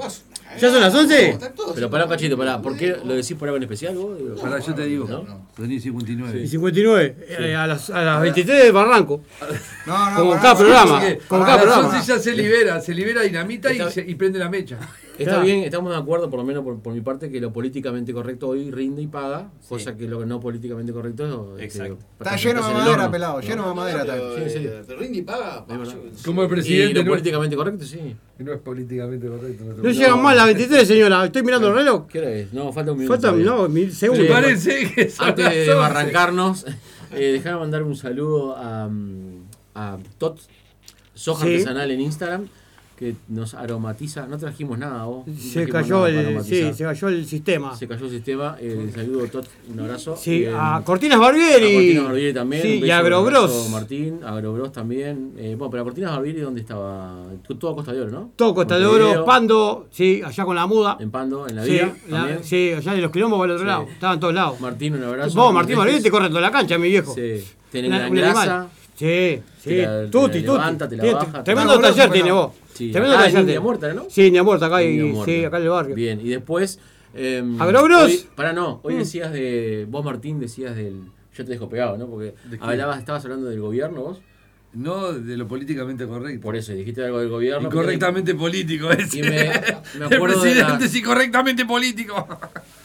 ¿Ya son las 11? Pero pará, Pachito, pará. ¿Por qué lo decís por algo en especial vos? Pará, yo te digo. Vení 59. Y 59, eh, a, las, a las 23 del Barranco. No, Como en cada programa. Como en cada programa. ya se libera, se libera dinamita y, se- y prende la mecha. Está bien, estamos de acuerdo, por lo menos por, por mi parte, que lo políticamente correcto hoy rinde y paga, cosa que lo no políticamente correcto. este, Exacto. Está lleno de madera, pelado, lleno de madera. está. Pero, eh, pero Rindy paga. pa, yo- Como el presidente, Y lo ¿no? políticamente correcto, sí. No es políticamente correcto. No llegan más las 23, señora. Estoy mirando el reloj. ¿Qué hora es? No, falta un minuto. Falta, todavía. no, mil segundos. Sí, Antes de arrancarnos, eh, dejame mandar un saludo a, mm, a Tot, Soja Sí. Artesanal en Instagram, que nos aromatiza. No trajimos nada vos. No Se trajimos cayó, nada para el, sí, aromatizar. se cayó el sistema. Se cayó el sistema. El saludo Tot, un abrazo. Sí, Eh, a Cortinas Barbieri. A Cortinas Barbieri también. Sí, un y beso, Agrobros. un abrazo, Martín, Agrobros también. Eh, bueno, pero a Cortinas Barbieri, ¿dónde estaba? Todo Costa de Oro, ¿no? Todo Costa de Oro, Montevideo, Pando, sí, allá con la muda. En Pando, en la sí, vía. la- también. sí, allá de los quilombos para el otro Sí. lado. Estaban todos lados. Martín, un abrazo. Vos, Martín Barbieri, Entonces, te corre toda la cancha, mi viejo. Sí. Tenés Una- gran un grasa. animal. Sí, sí. la- tuti, te la tuti. levanta, te la Tiene- baja, te tremendo la- taller Bueno, tiene vos. sí. Tremendo Ah, en taller. India tiene. Muerta, ¿no? Sí, India Muerta, acá, y, India Muerta. sí, acá en el barrio. Bien, y después. Eh, Agrobros. Para no, hoy Mm. decías de. Vos, Martín, decías del. Yo te dejo pegado, ¿no? Porque ¿De qué? hablabas, estabas hablando del gobierno vos. No, de lo políticamente correcto. Por eso, y dijiste algo del gobierno. Incorrectamente político ese. Y me- me El acuerdo de presidente la- es incorrectamente político.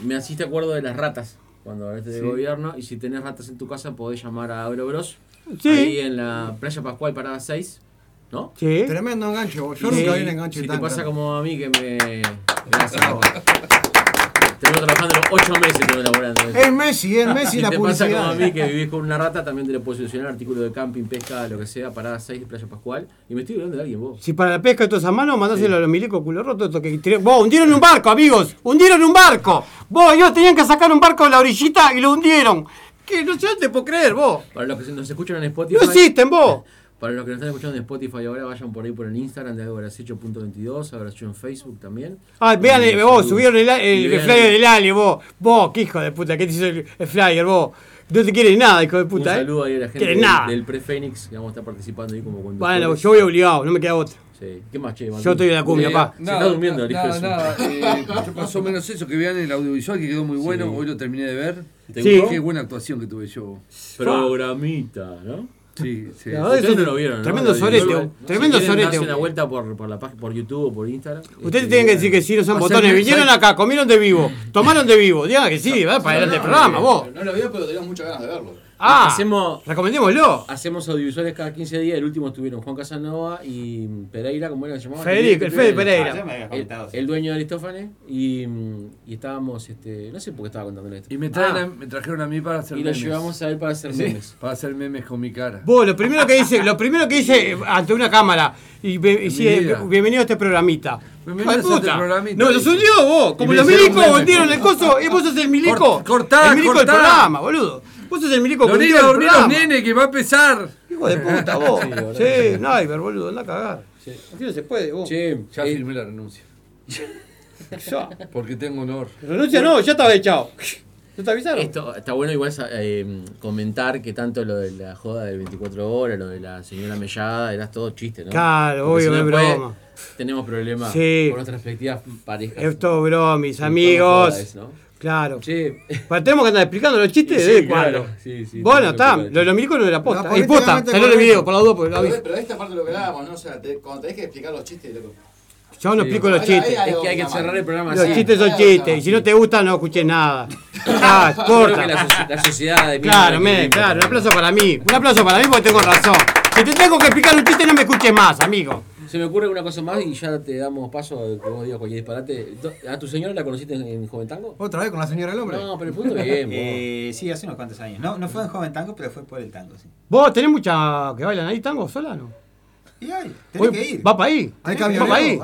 Me hiciste acuerdo de las ratas cuando hablaste de Sí. gobierno. Y si tenés ratas en tu casa, podés llamar a Agrobros. Sí. Ahí en la Playa Pascual, parada 6. ¿No? Sí. Tremendo enganche, vos. Yo Y nunca si- vi un enganche Si te tan pasa grande. como a mí que me. Gracias. a vos. Tengo trabajando 8 meses tengo laburando. en eso. Es Messi, es Messi si la te publicidad. pasa como a mí que vivís con una rata, también te lo puedo solucionar. Artículo de camping, pesca, lo que sea, parada 6 de Playa Pascual. Y me estoy hablando de alguien vos. Si para la pesca todas esas manos, mandáselo a los milicos culo roto. Esto que tiraron- Vos, hundieron un barco, amigos. Hundieron un barco. Vos, ellos tenían que sacar un barco de la orillita y lo hundieron. Que no, yo no te puedo creer, vos. Para los que nos escuchan en No Spotify. existen, vos. Para los que nos están escuchando en Spotify ahora, vayan por ahí por el Instagram de Agoracecho.22, Agoracecho en Facebook también. Ah, vean, Y eh, saludos. vos, eh. subieron el, el- Y el vean- flyer del Ali, vos. Vos, qué hijo de puta, ¿qué te hizo el, el flyer, vos? No te quieres nada, hijo de puta, Un eh. saludo ahí a la gente Quieres del, nada. del Pre-Fénix, que vamos a estar participando ahí como conductores. Bueno, yo voy obligado, no me queda otra. Sí. ¿Qué más, che? Yo estoy en la cumbia, Eh, pa. nada, Nada, nada. eh, más o menos eso, que vean el audiovisual que quedó muy bueno. Hoy lo terminé de ver. ¿Te Sí. gustó? Qué buena actuación que tuve yo. Programita, ¿no? Sí, sí. La verdad Ustedes es no un lo vieron, ¿no? tremendo Lo vi- sorete, no, un no, si tremendo quieren sorete, darse una un- vuelta por, por la página, por YouTube o por Instagram. este, Ustedes tienen que decir que sí, no son Hacerme- botones. Vinieron acá, comieron de vivo, tomaron de vivo. Digan que sí, va para adelante el programa, vos. No lo veo, pero teníamos muchas ganas de verlo. Ah, hacemos, recomendémoslo. Hacemos audiovisuales cada 15 días. El último estuvieron Juan Casanova y Pereira, ¿cómo era que se llamaba? Federico, el Fede Pereira. Ah, ya me habías El, el dueño de Aristófanes. Y, mm, y estábamos, este, no sé por qué estaba contando esto. Y me, traen a- me trajeron a mí para hacer Ah. Y lo memes. llevamos a él para hacer Sí, memes. Para hacer memes con mi cara. Vos, lo primero que dice, lo primero que dice eh, ante una cámara, y, be- y si- vida. bienvenido a este programita. Bienvenidos Hijo de a este programita, No, los dice. hundió vos. Como Y me los hicieron milicos meme. vendieron el coso, y vos sos el milico. Cort- cortá, el milico cortá. del programa, boludo. Vos sos el milico que Los hundió nenes el a dormir los programa. nenes, que va a pesar. Hijo de puta, vos. Sí, Niver, boludo, anda a cagar. Así no se puede, vos. ya eh, firmé la renuncia. Ya. Porque tengo honor. Renuncia no, ya estaba echado. ¿No te avisaron? Esto, está bueno igual sa- eh, comentar que tanto lo de la joda de 24 horas, lo de la señora Mellada, eras todo chiste, ¿no? Claro, Porque obvio, si no no es fue, broma. Tenemos problemas Sí. por nuestras respectivas parejas. Esto, bro, mis Sí, todo amigos. jodas, ¿no? Claro. Pero tenemos que andar explicando los chistes Sí, de sí, claro. cuándo. Sí, sí, bueno, tenemos que está. explicar. Lo de los milicos no No, era este posta. Es políticamente posta. Salió el correcto. video, por la duda, por el Pero, aviso. pero esta parte de lo que hablábamos, ¿no? O sea, te, cuando tenés que explicar los chistes, loco. Yo no Sí. explico los Ahí- ahí chistes. hay Es que hay que algo cerrar mal. el programa Los así. chistes son Ahí hay algo chistes. Y si no te gusta, no escuches nada. Ah, Creo corta. que la, so- la sociedad de Claro, mierda que men, vivimos claro. Un también. aplauso para mí. Un aplauso para mí porque tengo razón. Si te tengo que explicar un chiste, no me escuches más, amigo. Se me ocurre una cosa más y ya te damos paso a que vos digas cualquier disparate. Do- ¿A tu señora la conociste en, en Joven Tango? ¿Otra vez con la señora del hombre? No, pero el punto es bien, vos. Eh, sí, hace unos cuantos años. No, no fue en Joven Tango, pero fue por el tango, sí. ¿Vos tenés mucha que bailan ahí tango sola, no? Y ahí, tenés Hoy- que ir. ¿Va para ahí? ¿Va para ahí?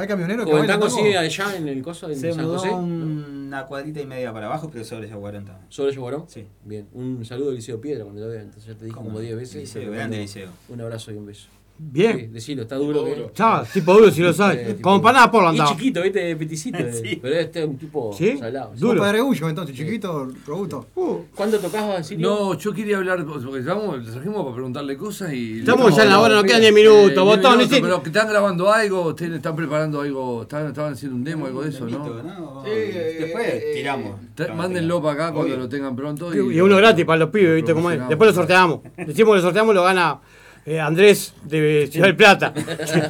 Joven Tango sigue allá en el coso en Se San mudó José. una cuadrita y media para abajo, pero sobre ese Guarantano. ¿Sobre Yoguarón? Sí. Bien. Un saludo del Liceo Piedra cuando lo vean. Entonces ya te dije ¿Cómo como no? 10 veces. Liceo, pero te grande mando liceo. Un abrazo y un beso. Bien. Sí, decilo, está duro. ¿eh? Ya, tipo duro si lo Eh, sabe. tipo Como duro. para nada por lo Y andaba. chiquito, viste, peticito. eh. Sí. Pero este es un tipo ¿Sí? salado. Duro. Padre Gullo, entonces, chiquito, robusto. ¿Cuándo tocabas así? No, yo quería hablar, porque estamos, le trajimos para preguntarle cosas y... Estamos ya en la hora, nos quedan 10 minutos, vos botón, ¿sí? Eh, Pero que están grabando algo, ustedes están preparando algo, están, estaban haciendo un demo, algo de eso, ¿no? Sí, eh, eh, Tra- Mándenlo para acá cuando lo tengan pronto. Y uno gratis para los pibes, ¿viste cómo es? Después lo sorteamos. Decimos que lo sorteamos, lo gana eh, Andrés de Ciudad del Plata.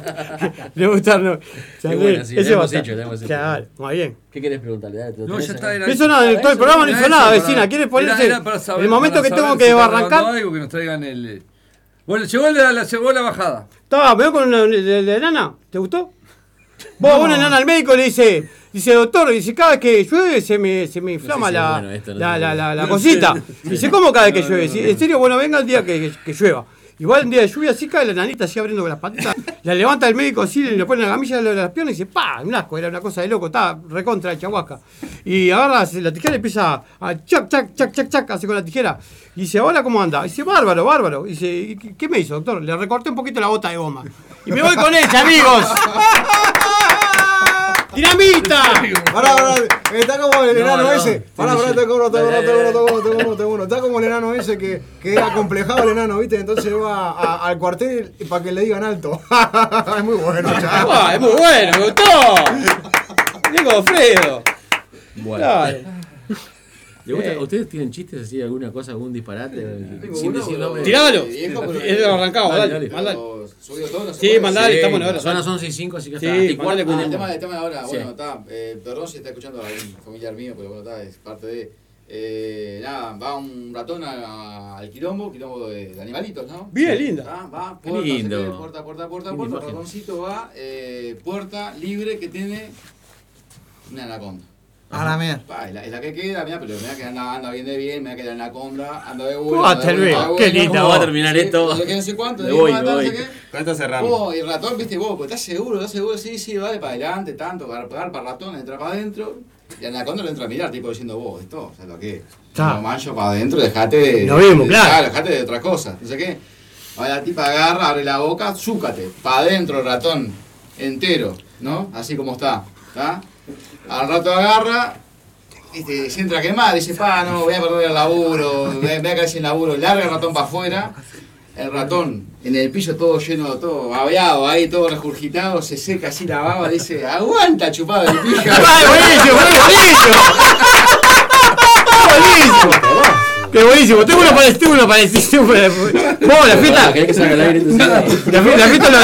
Le gustaron. Qué bueno, sí, lo ese va a hemos ser. hecho, lo hemos hecho. Claro, muy bien. ¿Qué querés preguntarle? Dale, te lo No, tenés ya acá. está, era No hizo nada, el, todo el programa no hizo nada, vecina. ¿Quiere ponerse? el momento que tengo que arrancar. Algo que nos traigan el... eh, Bueno, llegó la, la- llegó la bajada. Estaba, veo con una de, de- de nana. ¿Te gustó? Vos, una nana al médico le dice, dice, doctor, dice, cada vez que llueve se me, se me inflama si es la, bueno esto, no la, sé. la- la- la cosita. Dice, ¿cómo cada vez que llueve? Dice, En serio, bueno, venga el día que, que- que llueva. Igual un día de lluvia así cae la nanita así abriendo las patitas. La levanta el médico así, le pone la camilla de las piernas y dice, ¡pa! Un asco, era una cosa de loco, estaba recontra de chahuasca. Y agarra la tijera y empieza a chac, chac, chac, chac, chac, hace con la tijera. Y dice, ¿ahora cómo anda? Y dice, bárbaro, bárbaro. Y dice, "¿Y qué- ¿qué me hizo, doctor? Le recorté un poquito la bota de goma. Y me voy con ella, amigos. ¡Dinamita! Pará, pará, está como el No, enano no. ese. Pará, pará, tengo uno, tengo uno, tengo uno, tengo uno, tengo uno, tengo uno. Está como el enano ese que, que era complejado el enano, ¿viste? Entonces va a- al cuartel para que le digan alto. es muy bueno, chaval. Ah, es muy bueno, me gustó. Diego Alfredo. Bueno. Claro. ¿Le gusta- Eh. ¿Ustedes tienen chistes así, alguna cosa, algún disparate? Sin uno, decir pero- nombre. Tiralo. de viejo, pero- Eh, lo arrancamos, dale, mandale. Subido todo, no se Sí, puede. mandale, estamos en la hora. Son las 11 y 5, así que Sí, hasta y Ah, cuarto el tema, el tema de ahora, Sí. bueno, está, eh, perdón si está escuchando a algún familiar mío, pero bueno, está, es parte de. eh, nada, va un ratón a- al quilombo, quilombo de, de animalitos, ¿no? Bien, linda. Ah, va, Qué puerta, se lindo. abre, puerta, puerta, puerta, Linda puerta, el imagen. ratoncito va, eh, puerta libre que tiene una anaconda. A la mierda. Pa, es, la, es la que queda, mira, pero mira que anda, anda bien de bien, mira que la anaconda, anda de Ah, vuelta. anda de te vuelta, anda veo. de Qué vuelta. lindo. No, Va a terminar sí, esto. no sé qué, no sé cuánto, Me de voy, más, me no sé voy. qué. ¿Cuánto cerramos? Oh. Vos, y el ratón, viste, vos, pues, estás seguro, estás seguro, sí, sí, vale para adelante, tanto, gar- garpa ratón, entra para adentro. Y anaconda lo entra a mirar, tipo diciendo vos, esto, o sea, lo que. Está. Lo mancho para adentro, dejate de. Lo de- vimos, claro. dejate de otra cosa, no sé qué. Ahora la tipa agarra, abre la boca, zúcate, para adentro el ratón, entero, ¿no? Así como está, ¿está? Al rato agarra, este, se entra a quemar, dice, pa, no, voy a perder el laburo, voy voy a caer sin laburo, larga el ratón para afuera, el ratón en el piso todo lleno, todo babeado, ahí todo regurgitado, se seca así la baba, dice, aguanta chupada el pija. 네, buenísimo, buenísimo! ¡Qué buenísimo! Tengo uno parecido, tengo uno parecido. Vos, la fiesta. ¿Querés que salga al aire? La fiesta, la fiesta de los la fiesta de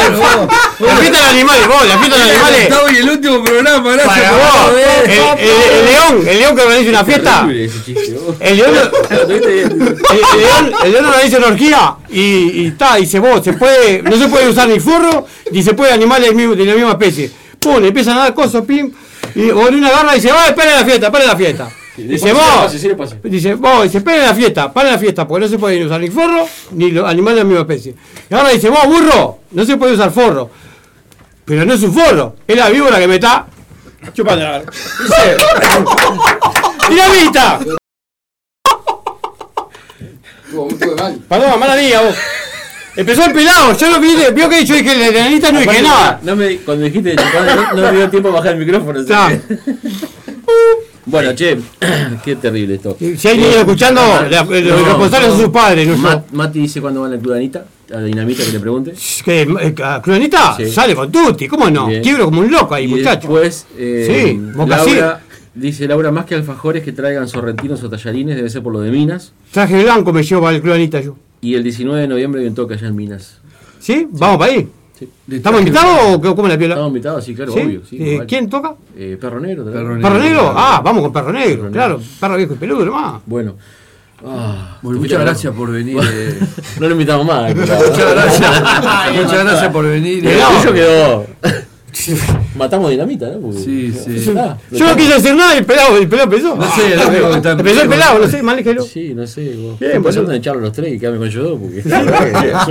los animales, vos, la fiesta de los animales. Gustavo, y el último programa, gracias Para por vos, ver. el, el- el león, el león que organiza una fiesta. El león, el, el león, el león organiza una orgía y, y está, dice vos, se puede, no se puede usar ni forro, ni se puede animales del mismo- de la misma especie. Pum, le empiezan a dar cosas, pim, y con una garra dice, va, esperen la fiesta, esperen la fiesta. Dice vos, Dice, vos, dice, esperen la fiesta, para la fiesta, porque no se pueden usar ni forro, ni los animales de la misma especie. Y ahora dice, vos, burro, no se puede usar forro. Pero no es un forro, es la víbora que me está chupando la garra. Dice, ¡Dinamita! Perdón, mala mía, vos. Empezó el pelado, yo lo vi, vio que yo dije, la enanita no dije Aparte, nada. No me, cuando dijiste de chupar, no, no me dio tiempo a bajar el micrófono. así que- bueno, che, Eh, qué terrible esto. Si hay niños escuchando, la- los responsables son sus padres, no yo. Mat- Mati dice cuándo va la cludanita, a la dinamita que le pregunte. Que, eh, Clonita Sí. sale con Tutti, ¿cómo no? Bien. Quiebro como un loco ahí, Eh, Y muchacho. después, eh, sí, mocasín. Laura, dice Laura, más que alfajores que traigan sorrentinos o tallarines, debe ser por lo de Minas. Traje blanco me llevo para el Clonita yo. Y el 19 de noviembre hay un toque allá en Minas. ¿Sí? ¿Vamos para ahí? ¿Estamos invitados o qué- cómo la piola? Estamos invitados, sí, claro, obvio, sí, Eh, vale. ¿Quién toca? Eh, perro negro. ¿te acuerdas? ¿Perro negro? Ah, vamos con perro negro, claro. Perro viejo y peludo nomás. Bueno. Ah, Bueno, te muchas mira, gracias eh. por venir. no lo invitamos más. Muchas gracias. Muchas gracias por venir. eh. El No. tuyo quedó. Matamos dinamita, ¿no? Porque- Sí, sí. Ya está. Yo no quise hacer nada y el pelado, el pelado empezó. No sé, Ah, no sé, tan- Empezó el pelado, no sé, manéjelo. Sí, no sé. Vos. Bien, Bien, boludo. pasando de echarlo los tres y quedarme con yo dos. Porque...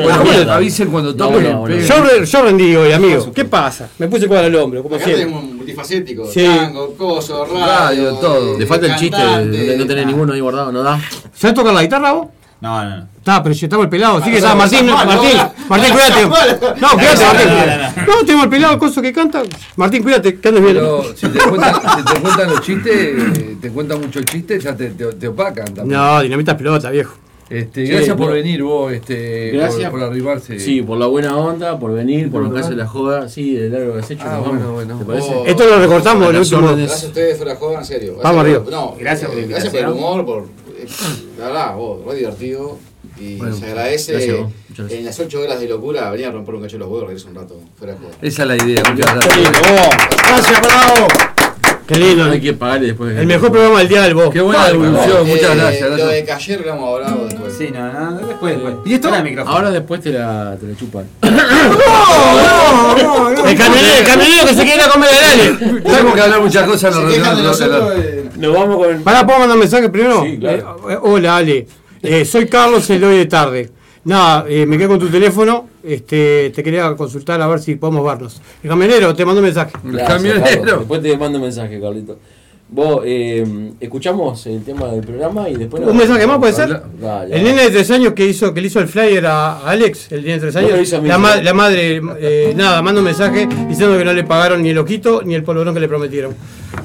Bueno, bueno, avisen cuando Bueno, yo, re- yo rendí hoy, amigo. ¿Qué pasa? Me puse cuadro al hombro, como Acá siempre. tenemos un multifacético, Sí. tango, coso, radio, eh, Le falta el chiste, cantante, de no tener ninguno ahí guardado, no da. ¿Sabes tocar la guitarra vos? No, no, no. Está, pero si estaba el pelado, así que Ah, está Martín, no, no, Martín, no, no, Martín, no, cuídate. no, no, No, no, cuídate, no, Martín. no, No, tengo el pelado, el coso que canta. Martín, cuídate, que andes bien. Pero si te cuentan, si te cuentan los chistes, eh, te cuentan muchos chistes, ya te, te- te opacan también. No, dinamita pelota, viejo. Este, gracias por venir vos, este, Gracias. Por, por arribarse. Sí, por la buena onda, por venir, por ¿Por bancarse verdad? la joda. Sí, de largo que has hecho. Ah, nos vamos. ¿Te parece? Oh. Esto lo recortamos, A lo las Gracias último. a órdenes. ustedes, fuera de joda, en serio. Vamos Gracias- arriba. No, Gracias gracias por por, la gracias por el invitación. humor, por. eh, La verdad, vos, re divertido. Y Bueno, se agradece. gracias a vos, muchas gracias. En las 8 horas de locura, venía a romper un cacho de los huevos, regreso un rato, fuera de joda. Esa es la idea, muchas gracias. Gracias, bravo. Qué lindo. Hay que pagarle después. El mejor programa del día del vos. Qué buena devolución, Eh, muchas gracias. Lo de Cayer lo hemos hablado después. Sí, no, no, después, después. ¿Y esto? micrófono. Ahora después te la, te la chupan. El camionero, el camionero que se quiere ir a comer el dale. Tenemos que hablar muchas cosas. no, no, no, no. Nos vamos con. Pará, ¿puedo mandar mensaje primero? Eh, eh, hola, Ale. Eh, soy Carlos, el hoy de tarde. Nada, eh, me quedo con tu teléfono. Este, te quería consultar a ver si podemos vernos. El camionero, te mando un mensaje. Gracias, Carlos. Después te mando un mensaje, Carlito. Vos, eh, escuchamos el tema del programa y después. ¿Un mensaje más puede ser? Eh, Dale. El nene de tres años que hizo, que le hizo el flyer a a Alex, el nene de tres No años, lo hizo a mí. la, ma- la madre, eh, nada, manda un mensaje diciendo que no le pagaron ni el ojito ni el polvorón que le prometieron.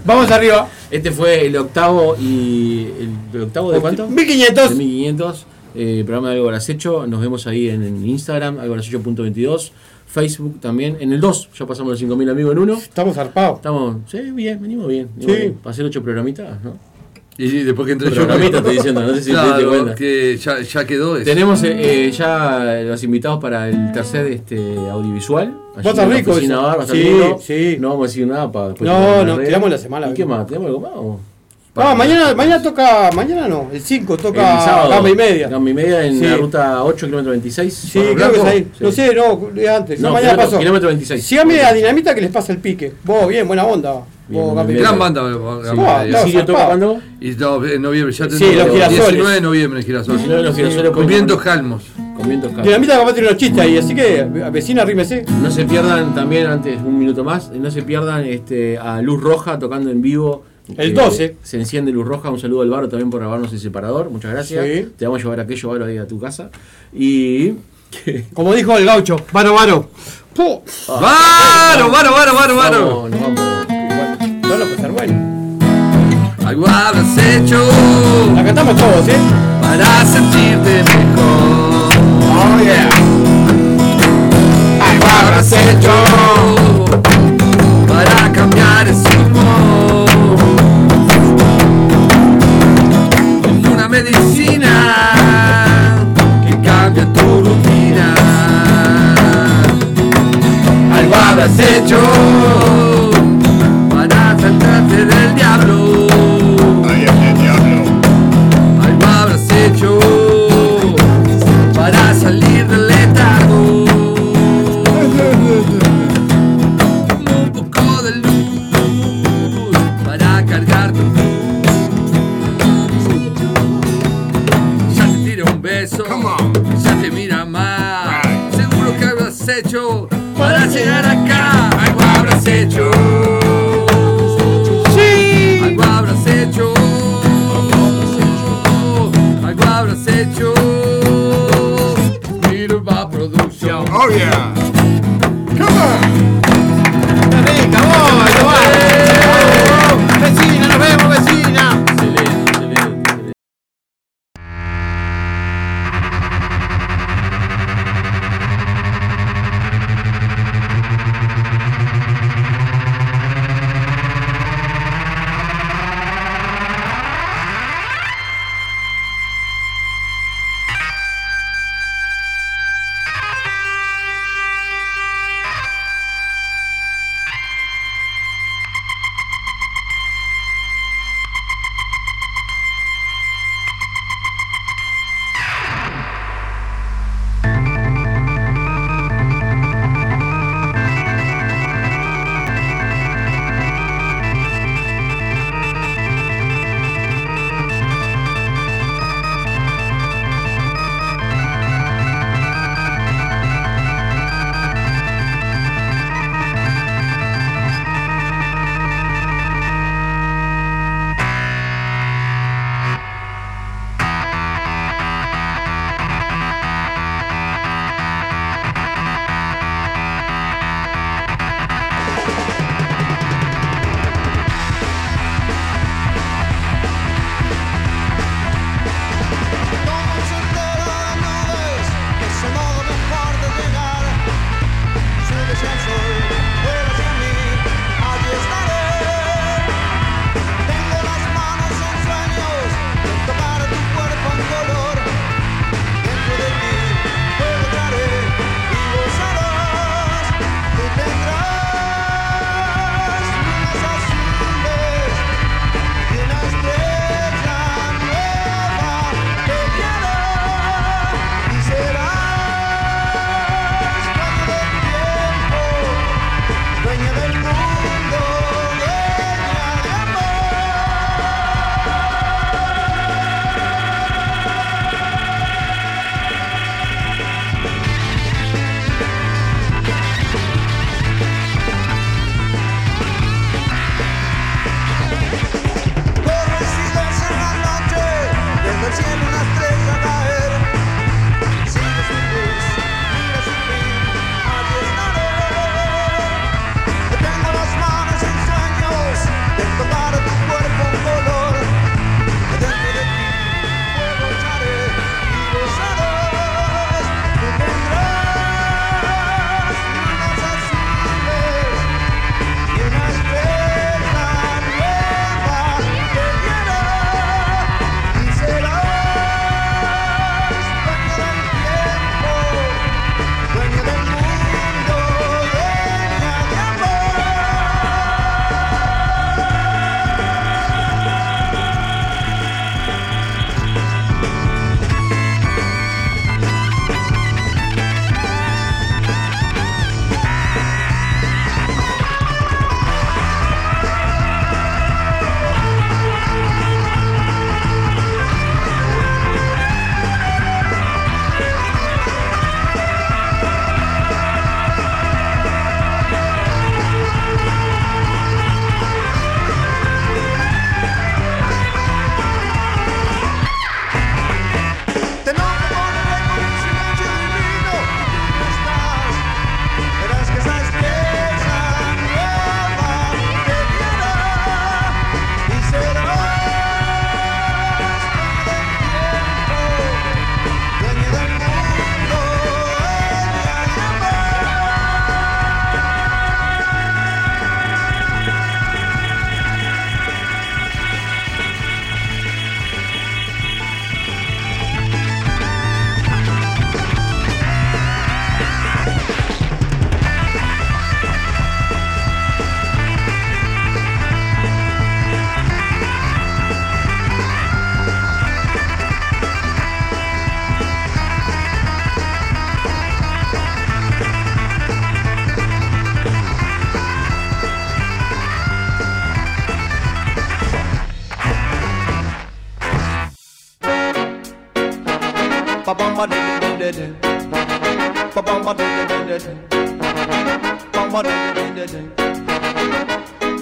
Vamos arriba. Este fue el octavo y. ¿El, el octavo de cuánto? 1500. De 1500. eh, programa de Algo Habrás Hecho. Nos vemos ahí en, en Instagram, algobrasecho.22. Facebook también. En el 2, ya pasamos los 5000 amigos en uno. Estamos zarpados. Estamos. Sí, bien, venimos bien. venimos Sí. bien. Para hacer 8 programitas, ¿no? Y sí, después que entré yo. Programita estoy diciendo, no sé si te diste Claro, cuenta. que ya, ya quedó eso. Tenemos eh, eh, ya los invitados para el tercer este, audiovisual. Allí Va a estar en la rico oficina eso. bar, va a estar Sí, lindo. No vamos a decir nada para después. No, tirarlo en no, las redes. tiramos la semana. ¿Y qué más? ¿Tenemos algo más? o? Ah, mañana, mañana toca, mañana no, el 5 toca El sábado, gama y media. Gamba y media en Sí. la ruta 8, kilómetro 26. Sí, creo que es ahí. No sé, no, es antes. No, No, mañana kilómetro- pasó. kilómetro 26. Síganme a Dinamita que les pasa el pique. Vos, bien, buena onda. Vos, Gama y Media. Gran banda. eh, Sí, claro, zarpado. Y no, en noviembre, ya Sí, tenemos los girasoles. 19 de noviembre en Girasoles. 19 de los girasoles, Con pues, vientos calmos. Con vientos Dinamita capaz tiene unos chistes ahí, así que vecina, rímese. No se pierdan también, antes, un minuto más, no se pierdan este, a Luz Roja tocando en vivo. El Eh, 12. se enciende Luz Roja. Un saludo al Baro también por grabarnos el separador. Muchas gracias. Sí. Te vamos a llevar aquello, Baro, ahí a tu casa. Y. Como dijo el gaucho, varo, varo. ¡Pu! ¡Varo, varo, varo, varo, varo! Vamos, nos vamos. No lo puede ser bueno. Algo habrás hecho. La cantamos todos, ¿eh? Para sentirte mejor. Oh, yeah. Algo habrás hecho. Para cambiar ese humor. Es una medicina que cambia tu rutina. Algo habrás hecho. Para saltarte del diablo. Algo habrás hecho para salir del letargo. Un poco de luz para cargar tu luz. Ya te tira un beso, ya te mira más. Seguro que habrás hecho para llegar acá. Algo habrás hecho. Algo habrás hecho. Algo habrás hecho. Mirva Production. Oh yeah. Come on. rica, vos, lo va. Vecina, nos vemos, vecina. Thank you.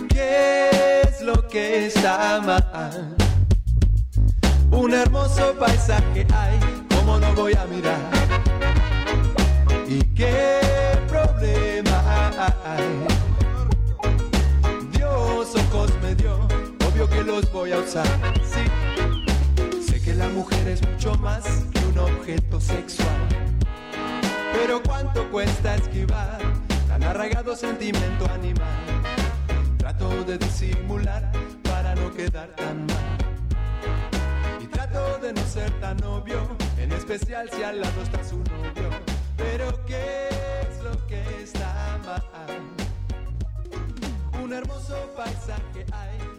¿Qué es lo que está mal? Un hermoso paisaje hay, ¿cómo no voy a mirar? ¿Y qué problema hay? Dios ojos me dio, obvio que los voy a usar. Sí, sé que la mujer es mucho más que un objeto sexual. Pero cuánto cuesta esquivar tan arraigado sentimiento animal. Trato de disimular para no quedar tan mal. Y trato de no ser tan obvio, en especial si al lado está su novio. Pero ¿qué es lo que está mal? Un hermoso paisaje hay.